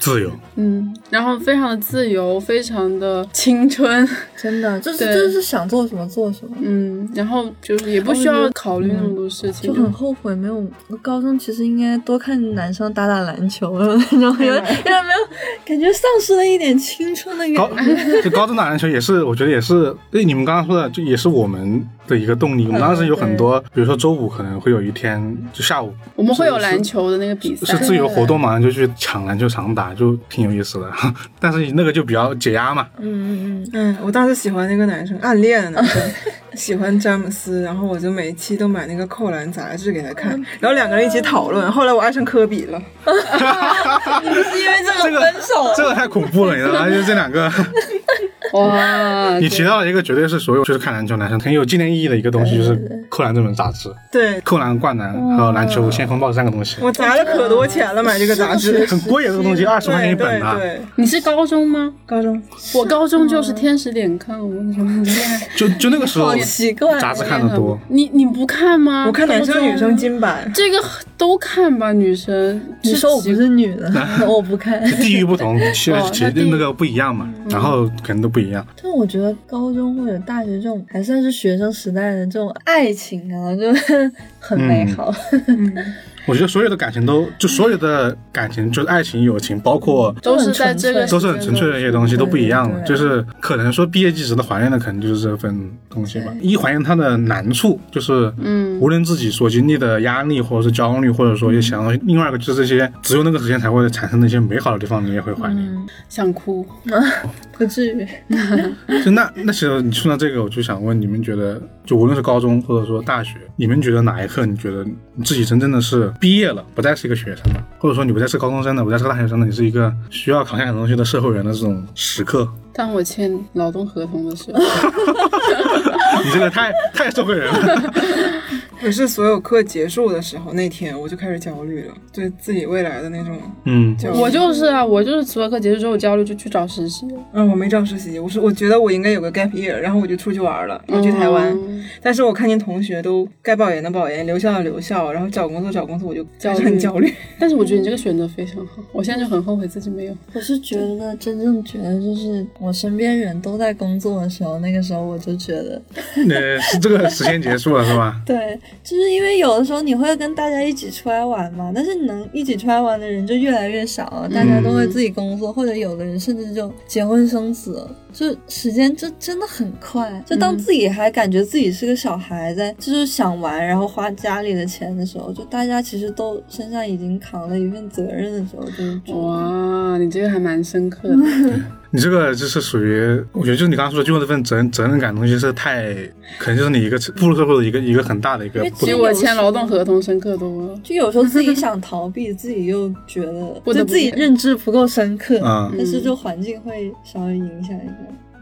[SPEAKER 1] 自由，
[SPEAKER 4] 嗯，然后非常的自由，非常的青春，
[SPEAKER 2] 真的， 就是
[SPEAKER 4] 对
[SPEAKER 2] 就是想做什么做什么，
[SPEAKER 4] 嗯，然后就是也不需要考虑那么多事情
[SPEAKER 2] 嗯就，很后悔没有。我高中其实应该多看男生打打篮球， 然后有点有点没有，感觉丧失了一点青春的
[SPEAKER 1] 高
[SPEAKER 2] 感
[SPEAKER 1] 就高中打篮球也是，我觉得也是，对你们刚刚说的，就也是我们的一个动力。我们当时有很多，
[SPEAKER 4] 嗯
[SPEAKER 1] 比如说周五可能会有一天，就下午
[SPEAKER 4] 我们会有篮球的那个比
[SPEAKER 1] 是
[SPEAKER 4] 赛，
[SPEAKER 1] 自由活动嘛，就去抢篮球场打，就挺有意思的。 但是那个就比较解压嘛，
[SPEAKER 3] 嗯，我当时喜欢那个男生，暗恋的男生，喜欢詹姆斯，然后我就每一期都买那个扣篮杂志给他看，然后两个人一起讨论。后来我爱上科比了，
[SPEAKER 1] 这个这个太恐怖了，你知道 吗？就这两个，
[SPEAKER 4] 哇，
[SPEAKER 1] 你提到了一个绝对是所有就是看篮球男生很有纪念意义的一个东西，就是扣篮这本杂志，
[SPEAKER 3] 对
[SPEAKER 1] 扣篮、灌篮还有篮球先锋报这三个东西，
[SPEAKER 3] 我砸了可多钱了，买这个杂志。
[SPEAKER 1] 很贵的这个东西，二十块钱一
[SPEAKER 3] 对
[SPEAKER 1] 本啊
[SPEAKER 3] 对
[SPEAKER 1] 的。
[SPEAKER 3] 对，
[SPEAKER 4] 你是高中吗？
[SPEAKER 3] 高中
[SPEAKER 4] 我高中就是天时点看，我跟你说，你
[SPEAKER 1] 就就那个时候，
[SPEAKER 2] 好奇
[SPEAKER 4] 啊
[SPEAKER 2] 怪
[SPEAKER 1] 哦杂志看的多。
[SPEAKER 4] 你你不看吗？
[SPEAKER 3] 我看男
[SPEAKER 4] 啊高
[SPEAKER 3] 生
[SPEAKER 4] 中
[SPEAKER 3] 女生 金版，
[SPEAKER 4] 这个都看吧，女生。
[SPEAKER 2] 你说我不
[SPEAKER 4] 是
[SPEAKER 2] 是女 的，我不看。
[SPEAKER 1] 地域不同，其
[SPEAKER 4] 哦
[SPEAKER 1] 实其实
[SPEAKER 4] 那地域嗯
[SPEAKER 1] 那个不一样嘛，然后可能都不一样。
[SPEAKER 2] 但我觉得高中或者大学这种还算是学生时代的这种爱情啊，就是 很美好。
[SPEAKER 1] 我觉得所有的感情都，就所有的感情，就是爱情、友情，包括
[SPEAKER 4] 都是在这个
[SPEAKER 1] 都是很纯粹的一些东西，都不一样的。
[SPEAKER 2] 对
[SPEAKER 1] 就是可能说毕业季值得怀念的，可能就是这份东西吧。一怀念它的难处，就是嗯，无论自己所经历的压力，或者是焦虑，或者说一些想到另外一个，就是这些只有那个时间才会产生的一些美好的地方，你也会怀念。
[SPEAKER 2] 嗯
[SPEAKER 4] 想哭。
[SPEAKER 2] 不至于。
[SPEAKER 1] 就那那其实你说到这个，我就想问你们觉得，就无论是高中或者说大学，你们觉得哪一刻你觉得你自己真正的是毕业了，不再是一个学生了，或者说你不再是高中生了，不再是个大学生了，你是一个需要扛下很多东西的社会人的这种时刻？
[SPEAKER 4] 当我签劳动合同的时候，
[SPEAKER 1] 你这个太太社会人了。
[SPEAKER 3] 可是所有课结束的时候，那天我就开始焦虑了，对自己未来的那种
[SPEAKER 1] 嗯，
[SPEAKER 3] 焦虑。
[SPEAKER 4] 我就是啊，我就是除了课结束之后焦虑，就去找实习了。
[SPEAKER 3] 嗯，我没找实习，我说我觉得我应该有个 gap year，然后我就出去玩了，我去台湾。
[SPEAKER 4] 嗯
[SPEAKER 3] 但是我看见同学都该保研的保研，留校的留校，然后找工作找工作，我就开始很焦虑。
[SPEAKER 4] 但是我觉得你这个选择非常好，我现在就很后悔自己没有。
[SPEAKER 2] 我是觉得真正觉得就是我身边人都在工作的时候，那个时候我就觉得，
[SPEAKER 1] 呃，是这个时间结束了是吧？
[SPEAKER 2] 对，就是因为有的时候你会跟大家一起出来玩嘛，但是能一起出来玩的人就越来越少了，大家都
[SPEAKER 4] 嗯
[SPEAKER 2] 会自己工作，或者有的人甚至就结婚生子了。就时间就真的很快，就
[SPEAKER 4] 嗯
[SPEAKER 2] 当自己还感觉自己是个小孩在，就是想玩，然后花家里的钱的时候，就大家其实都身上已经扛了一份责任的时候，就是觉得
[SPEAKER 4] 哇，你这个还蛮深刻的。
[SPEAKER 1] 你这个就是属于，我觉得就是你刚刚说的，就那份责任责任感的东西是太，可能就是你一个步入社会的一个一个很大的一个
[SPEAKER 2] 因为
[SPEAKER 1] 不
[SPEAKER 2] 只
[SPEAKER 4] 比
[SPEAKER 1] 同
[SPEAKER 2] 有
[SPEAKER 4] 我签劳动合同深刻多了。
[SPEAKER 2] 就有时候自己想逃避，自己又觉得
[SPEAKER 4] 不得
[SPEAKER 2] 就
[SPEAKER 4] 不啊
[SPEAKER 2] 自己
[SPEAKER 4] 去
[SPEAKER 2] 认知不够深刻，
[SPEAKER 1] 嗯
[SPEAKER 2] 但是就环境会稍微影响一下。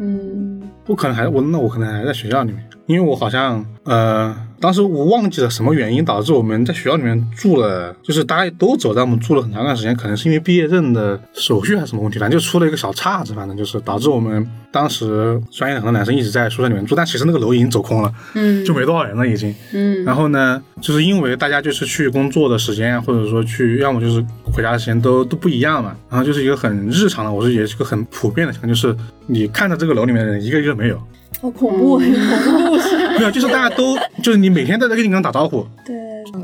[SPEAKER 4] 嗯，
[SPEAKER 1] 我可能还我那我可能还在学校里面，因为我好像呃，当时我忘记了什么原因导致我们在学校里面住了，就是大家都走，但我们住了很长一段时间，可能是因为毕业证的手续还是什么问题，反正就出了一个小岔子，反正就是导致我们当时专业的很多男生一直在宿舍里面住，但其实那个楼已经走空了，嗯，就没多少人了已经，嗯，然后呢，就是因为大家就是去工作的时间啊，或者说去要么就是回家的时间都都不一样嘛，然后就是一个很日常的，我是也是个很普遍的情况，就是你看着这个楼里面的人一个一个没有。
[SPEAKER 2] 好恐怖，很恐怖。
[SPEAKER 1] 没有，就是大家都就是你每天在这个地方打招呼，
[SPEAKER 2] 对，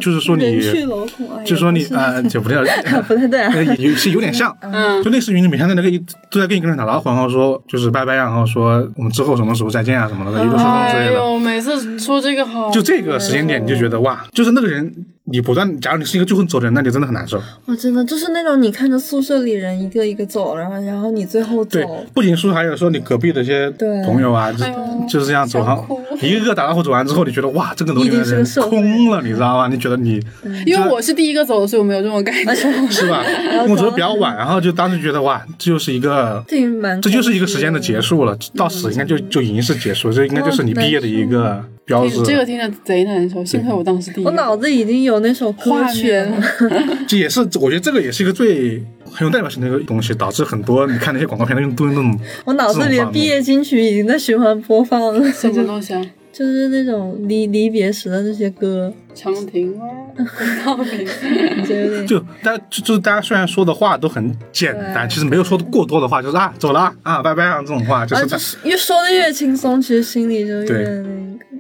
[SPEAKER 1] 就是说你
[SPEAKER 7] 人去楼空，哎呀
[SPEAKER 1] 就说你
[SPEAKER 7] 不是
[SPEAKER 1] 啊，就不叫
[SPEAKER 2] 不太对啊。
[SPEAKER 1] 呃也有是有点像，
[SPEAKER 4] 嗯
[SPEAKER 1] 就类似于你每天在那个一都在跟一个人打招呼，然后说就是拜拜，啊然后说我们之后什么时候再见啊什么的，一路说说之
[SPEAKER 4] 哎
[SPEAKER 1] 类的。
[SPEAKER 4] 呦，每次说这个好，
[SPEAKER 1] 嗯就这个时间点，你就觉得哇，就是那个人，你不断，假如你是一个最后走的人，那你真的很难受。
[SPEAKER 2] 我哦真的就是那种你看着宿舍里人一个一个走，然后然后你最后
[SPEAKER 1] 对
[SPEAKER 2] 走，，
[SPEAKER 1] 不仅是还有说你隔壁的一些
[SPEAKER 2] 对
[SPEAKER 1] 朋友啊，就
[SPEAKER 4] 哎呦
[SPEAKER 1] 就是这样走，然
[SPEAKER 4] 想
[SPEAKER 1] 后
[SPEAKER 4] 哭
[SPEAKER 1] 一个个打招呼走完之后，你觉得哇，这个楼里面
[SPEAKER 2] 一定
[SPEAKER 1] 的
[SPEAKER 2] 是个
[SPEAKER 1] 人
[SPEAKER 2] 社会
[SPEAKER 1] 空了，你知道吗？你觉得你
[SPEAKER 4] 因为我是第一个走的，所以我没有这种 感觉。
[SPEAKER 1] 是 吧？我走的比较晚，然后就当时觉得哇，这就是一个
[SPEAKER 2] 这也蛮
[SPEAKER 1] 这就是一个时间的结束了，到死应该
[SPEAKER 4] 嗯
[SPEAKER 1] 就就已经是结束了，这应该就是你毕业的一个标志。
[SPEAKER 4] 这个听着贼难受，幸亏我当时第一
[SPEAKER 2] 我
[SPEAKER 4] 个。
[SPEAKER 2] 脑子已经有那首歌
[SPEAKER 4] 画
[SPEAKER 2] 曲了
[SPEAKER 4] 面，
[SPEAKER 1] 这也是我觉得这个也是一个最很有代表性的一个东西，导致很多你看那些广告片都用都用那种
[SPEAKER 2] 我脑子里的毕业金曲已经在循环播放了，
[SPEAKER 4] 什么东西啊？
[SPEAKER 2] 就是那种离离别时的那些歌，
[SPEAKER 4] 长亭啊外，道明
[SPEAKER 2] 就有点
[SPEAKER 1] 就大家就就是大家虽然说的话都很简单，其实没有说过多的话，就是啊走了啊啊拜拜啊这种话，就
[SPEAKER 2] 啊，
[SPEAKER 1] 是
[SPEAKER 2] 就
[SPEAKER 1] 在
[SPEAKER 2] 是越说的越轻松，其实心里就
[SPEAKER 1] 对
[SPEAKER 2] 越那个。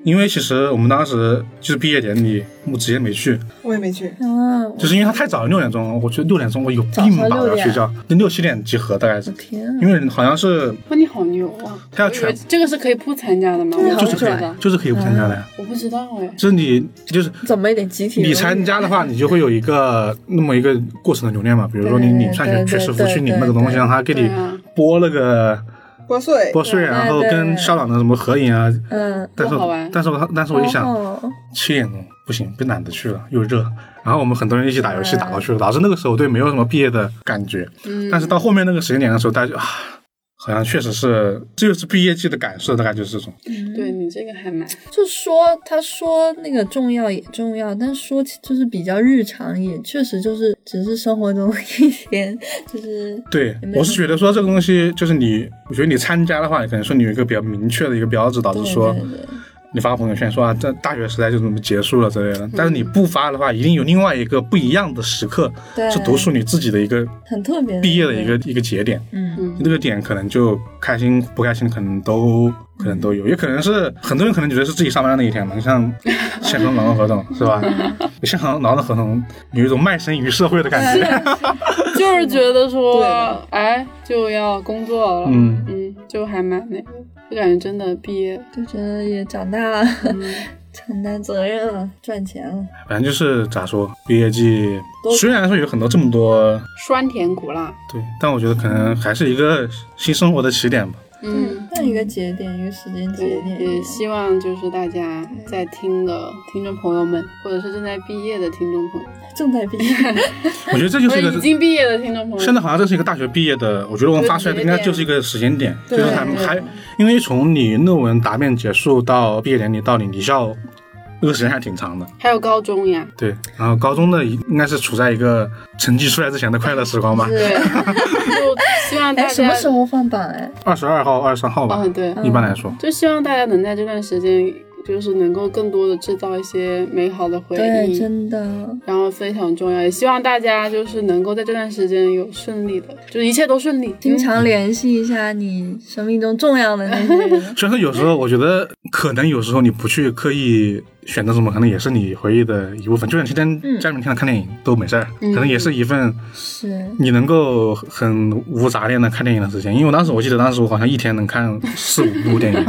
[SPEAKER 1] 因为其实我们当时就是毕业典礼，我直接没去，
[SPEAKER 3] 我也没去，
[SPEAKER 2] 啊，我
[SPEAKER 1] 就是因为他太早了，六点钟，我觉得六点钟我有病吧，我要睡觉，六七点集合大概是
[SPEAKER 2] 的，天啊！
[SPEAKER 1] 因为好像是
[SPEAKER 4] 哇，你好牛啊！
[SPEAKER 1] 他要全
[SPEAKER 4] 我以为这个是可以不参加的吗？
[SPEAKER 2] 对
[SPEAKER 4] 我
[SPEAKER 2] 好
[SPEAKER 1] 就
[SPEAKER 4] 不
[SPEAKER 1] 是
[SPEAKER 4] 知
[SPEAKER 1] 可
[SPEAKER 4] 道
[SPEAKER 1] 以，就是可以不参加的呀。
[SPEAKER 4] 我不知道哎。
[SPEAKER 1] 就是你就是
[SPEAKER 2] 怎么一点嗯集体荣誉？
[SPEAKER 1] 你参加的话，你就会有一个那么一个过程的留念嘛。比如说你
[SPEAKER 2] 对
[SPEAKER 1] 你上学
[SPEAKER 2] 对
[SPEAKER 1] 去
[SPEAKER 2] 对
[SPEAKER 1] 师傅
[SPEAKER 2] 对
[SPEAKER 1] 去
[SPEAKER 2] 对
[SPEAKER 1] 领那个东西，
[SPEAKER 2] 对
[SPEAKER 1] 让他给你
[SPEAKER 4] 对啊
[SPEAKER 1] 拨了个
[SPEAKER 3] 国税
[SPEAKER 1] 拨穗，
[SPEAKER 2] 对
[SPEAKER 1] 然后
[SPEAKER 2] 对
[SPEAKER 1] 跟校长的什么合影啊。
[SPEAKER 2] 嗯，
[SPEAKER 1] 但是
[SPEAKER 4] 多好玩
[SPEAKER 1] 但是我但是我一想，
[SPEAKER 2] 哦
[SPEAKER 1] 七点钟不行，被懒得去了，又热。然后我们很多人一起打游戏打过去
[SPEAKER 2] 嗯
[SPEAKER 1] 了，导致那个时候对没有什么毕业的感觉。
[SPEAKER 4] 嗯，
[SPEAKER 1] 但是到后面那个时间点的时候，大家就啊，好像确实是这就是毕业季的感受，大概就是这种。
[SPEAKER 4] 对你这个还蛮
[SPEAKER 2] 就说他说那个重要也重要，但说起就是比较日常，也确实就是只是生活中的一点，就是
[SPEAKER 1] 对
[SPEAKER 2] 有没，有
[SPEAKER 1] 我是觉得说这个东西就是你，我觉得你参加的话，可能说你有一个比较明确的一个标志，导致
[SPEAKER 2] 对
[SPEAKER 1] 说
[SPEAKER 2] 对对
[SPEAKER 1] 你发朋友圈说啊，这大学时代就这么结束了之类
[SPEAKER 2] 嗯
[SPEAKER 1] 的。但是你不发的话，一定有另外一个不一样的时刻，
[SPEAKER 2] 对
[SPEAKER 1] 是读书你自己的一个
[SPEAKER 2] 很特别
[SPEAKER 1] 毕业的一个一个节点。
[SPEAKER 2] 嗯，
[SPEAKER 1] 那个点可能就开心不开心，可能都可能都有，也可能是很多人可能觉得是自己上班的那一天嘛，你像现行劳动合同是吧？现行劳动合同有一种卖身于社会的感觉，
[SPEAKER 4] 就是觉得说
[SPEAKER 3] 对，
[SPEAKER 4] 哎，就要工作了，
[SPEAKER 1] 嗯
[SPEAKER 4] 嗯，就还蛮那个，就感觉真的毕 业，嗯
[SPEAKER 2] 就觉得也长大了，承担责任了，赚钱了，
[SPEAKER 1] 反正就是咋说，毕业季虽然说有很多这么多
[SPEAKER 4] 酸甜苦辣，
[SPEAKER 1] 对，但我觉得可能还是一个新生活的起点吧。
[SPEAKER 4] 嗯，
[SPEAKER 2] 算一个节点，一个时间节
[SPEAKER 4] 对，
[SPEAKER 2] 点，
[SPEAKER 4] 也希望就是大家
[SPEAKER 2] 嗯
[SPEAKER 4] 在听的听众朋友们，或者是正在毕业的听众朋友，
[SPEAKER 2] 正在毕业，
[SPEAKER 1] 我觉得这就
[SPEAKER 4] 不
[SPEAKER 1] 是一
[SPEAKER 4] 是已
[SPEAKER 1] 个。
[SPEAKER 4] 经毕业的听众朋友
[SPEAKER 1] 现，在好像这是一个大学毕业的，我觉得我们发出来的应该就是一个时间点，就是还还，因为从你论文答辩结束到毕业典礼到你离校，那个时间还挺长的。
[SPEAKER 4] 还有高中呀，
[SPEAKER 1] 对，然后高中的一应该是处在一个成绩出来之前的快乐时光吧，
[SPEAKER 4] 对，就希望大
[SPEAKER 2] 哎，什
[SPEAKER 4] 家
[SPEAKER 2] 么，时候放榜哎？
[SPEAKER 1] 二十二号、二十三号吧
[SPEAKER 4] 嗯，，对，
[SPEAKER 1] 一般来说。。
[SPEAKER 4] 就希望大家能在这段时间，就是能够更多的制造一些美好的回忆，
[SPEAKER 2] 对，真的，
[SPEAKER 4] 然后非常重要，也希望大家就是能够在这段时间有顺利的，就是一切都顺利。嗯
[SPEAKER 2] 经常联系一下你生命中重要的那些人
[SPEAKER 1] 虽然说有时候我觉得，可能有时候你不去刻意选择什么，可能也是你回忆的一部分。就像今天家里面看到看电影都没事儿，可能也是一份
[SPEAKER 2] 是，
[SPEAKER 1] 你能够很无杂念的看电影的时间。因为我当时我记得，当时我好像一天能看四五部电影，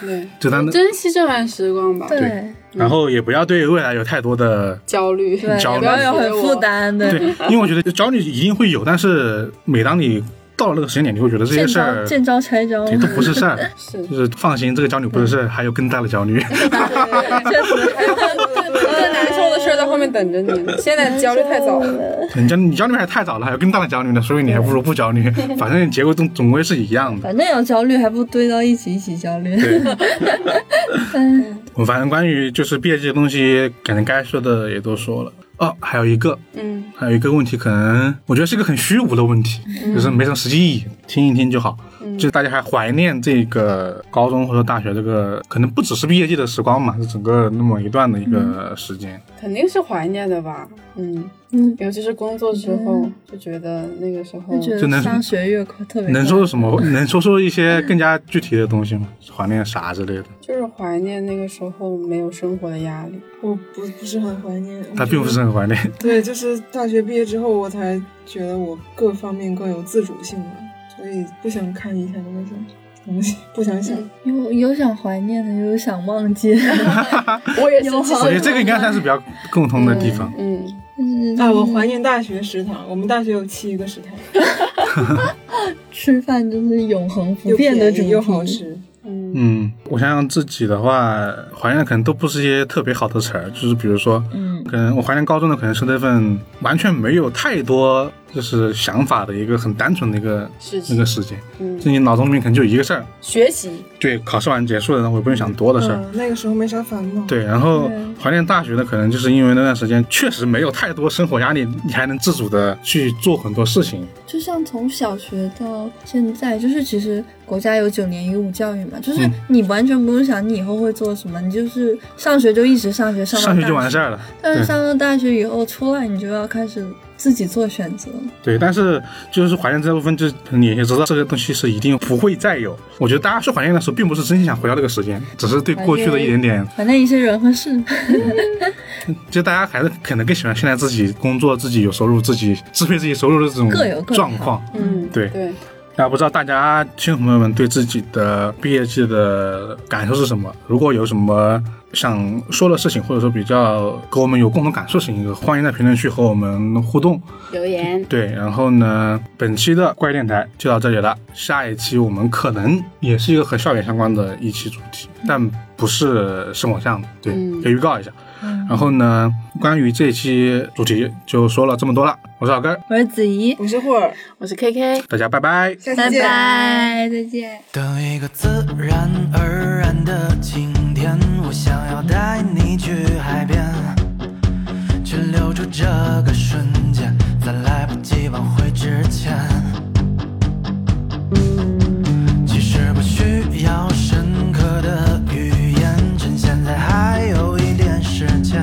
[SPEAKER 4] 对，
[SPEAKER 1] 就当
[SPEAKER 4] 珍惜这段时光吧。
[SPEAKER 1] 对，然后也不要对未来有太多的
[SPEAKER 4] 焦虑，
[SPEAKER 2] 对，
[SPEAKER 1] 焦
[SPEAKER 2] 也
[SPEAKER 1] 虑
[SPEAKER 2] 不要有很负担的。
[SPEAKER 1] 对，因为我觉得焦虑一定会有，但是每当你到了那个时间点，你会觉得这
[SPEAKER 2] 见
[SPEAKER 1] 些事
[SPEAKER 2] 招
[SPEAKER 1] 儿
[SPEAKER 2] 见招拆招，
[SPEAKER 1] 对，这不是事儿，
[SPEAKER 4] 是
[SPEAKER 1] 就是放心，这个焦虑不是事儿，还有更大的焦虑。
[SPEAKER 2] 确实
[SPEAKER 3] 还有
[SPEAKER 2] 更
[SPEAKER 3] 更
[SPEAKER 2] 难
[SPEAKER 3] 难
[SPEAKER 2] 受
[SPEAKER 3] 受
[SPEAKER 2] 的
[SPEAKER 3] 的
[SPEAKER 2] 事
[SPEAKER 3] 事
[SPEAKER 2] 儿
[SPEAKER 3] 儿
[SPEAKER 2] 在
[SPEAKER 3] 在
[SPEAKER 2] 后
[SPEAKER 3] 后面等着你，现在焦虑太早了。
[SPEAKER 1] 你焦你焦虑还太早了，还有更大的焦虑呢，所以你还不如不焦虑，反正结果总总归是一样的。
[SPEAKER 2] 反正有焦虑，还不堆到一起一起焦虑。
[SPEAKER 1] 对，我反正关于就是毕业季的东西，可能该说的也都说了。哦，还有一个，
[SPEAKER 4] 嗯，
[SPEAKER 1] 还有一个问题，可能我觉得是一个很虚无的问题，就是没什么实际意义，听一听就好。就大家还怀念这个高中或者大学这个，可能不只是毕业季的时光嘛，是整个那么一段的一个时间。
[SPEAKER 6] 肯定是怀念的吧，嗯，
[SPEAKER 2] 嗯
[SPEAKER 6] 尤其是工作之后，就觉得那个时候
[SPEAKER 2] 就觉
[SPEAKER 1] 就能
[SPEAKER 2] 得上学越快特别
[SPEAKER 1] 能
[SPEAKER 2] 快
[SPEAKER 1] 说什么？能说出一些更加具体的东西吗？怀念啥之类的？
[SPEAKER 6] 就是怀念那个时候没有生活的压力。
[SPEAKER 3] 我不不是很怀念。
[SPEAKER 1] 他并不是很怀念。
[SPEAKER 3] 对，就是大学毕业之后，我才觉得我各方面更有自主性了，所以不想看以前的那些东西，不想想。
[SPEAKER 2] 有有想怀念的，有想忘 记的。
[SPEAKER 6] 我也是，
[SPEAKER 2] 有
[SPEAKER 6] 其
[SPEAKER 4] 哦
[SPEAKER 1] 我
[SPEAKER 6] 实
[SPEAKER 1] 觉得这个应该算是比较共同的地方。
[SPEAKER 6] 嗯，
[SPEAKER 2] 嗯
[SPEAKER 3] 啊，我怀念大学食堂，我们大学有七个食堂，
[SPEAKER 2] 吃饭就是永恒不
[SPEAKER 3] 又
[SPEAKER 2] 变的主
[SPEAKER 3] 便宜
[SPEAKER 2] 题，
[SPEAKER 3] 又好吃。
[SPEAKER 1] 嗯，我想想自己的话，怀念的可能都不是一些特别好的词儿，就是比如说，
[SPEAKER 2] 嗯，
[SPEAKER 1] 可能我怀念高中的可能是那份完全没有太多就是想法的一个很单纯的一个
[SPEAKER 6] 是
[SPEAKER 1] 那个时间，
[SPEAKER 6] 嗯
[SPEAKER 1] 就你脑中里面可能就一个事儿，
[SPEAKER 6] 学习
[SPEAKER 1] 对，考试完结束了，然后我也不用想多的事儿。
[SPEAKER 3] 嗯，那个时候没啥烦恼。，
[SPEAKER 1] 对，然后怀念大学的，可能就是因为那段时间确实没有太多生活压力，你还能自主的去做很多事情。
[SPEAKER 2] 就像从小学到现在，就是其实国家有九年义务教育嘛，就是
[SPEAKER 1] 嗯
[SPEAKER 2] 你完全不用想你以后会做什么，你就是上学就一直上学，上到
[SPEAKER 1] 上学就完事
[SPEAKER 2] 儿。
[SPEAKER 1] 儿了。
[SPEAKER 2] 但是
[SPEAKER 1] 对
[SPEAKER 2] 上了大学以后出来，你就要开始自己做选择。
[SPEAKER 1] 对，但是就是怀念这部分，就是你也知道这个东西是一定不会再有。我觉得大家去怀念的时候，并不是真心想回到这个时间，只是对过去的一点点，
[SPEAKER 2] 反正一些人和事，
[SPEAKER 1] 就大家还是可能更喜欢现在自己工作、自己有收入、自己支配自己收入的这种
[SPEAKER 2] 各有各的
[SPEAKER 1] 状况。
[SPEAKER 6] 嗯，
[SPEAKER 1] 对
[SPEAKER 6] 对，
[SPEAKER 1] 那不知道大家听众朋友们对自己的毕业季的感受是什么？如果有什么想说的事情，或者说比较跟我们有共同感受的事情，欢迎在评论区和我们互动。
[SPEAKER 6] 留言，
[SPEAKER 1] 对，然后呢，本期的怪电台就到这里了。下一期我们可能也是一个和校园相关的一期主题，但不是生活项的，对，
[SPEAKER 6] 嗯
[SPEAKER 1] 可以预告一下。然后呢，关于这期主题就说了这么多了。我是老根儿，
[SPEAKER 2] 我是子怡，
[SPEAKER 3] 我是霍尔，
[SPEAKER 6] 我是 KK。
[SPEAKER 1] 大家拜拜。
[SPEAKER 3] 下
[SPEAKER 2] 拜
[SPEAKER 3] 次见。
[SPEAKER 2] 拜，再见。
[SPEAKER 8] 等一个自然而然的晴天，我想要带你去海边，去留住这个瞬间，在来不及挽回之前。其实不需要深刻的语言，趁现在还有一点时间。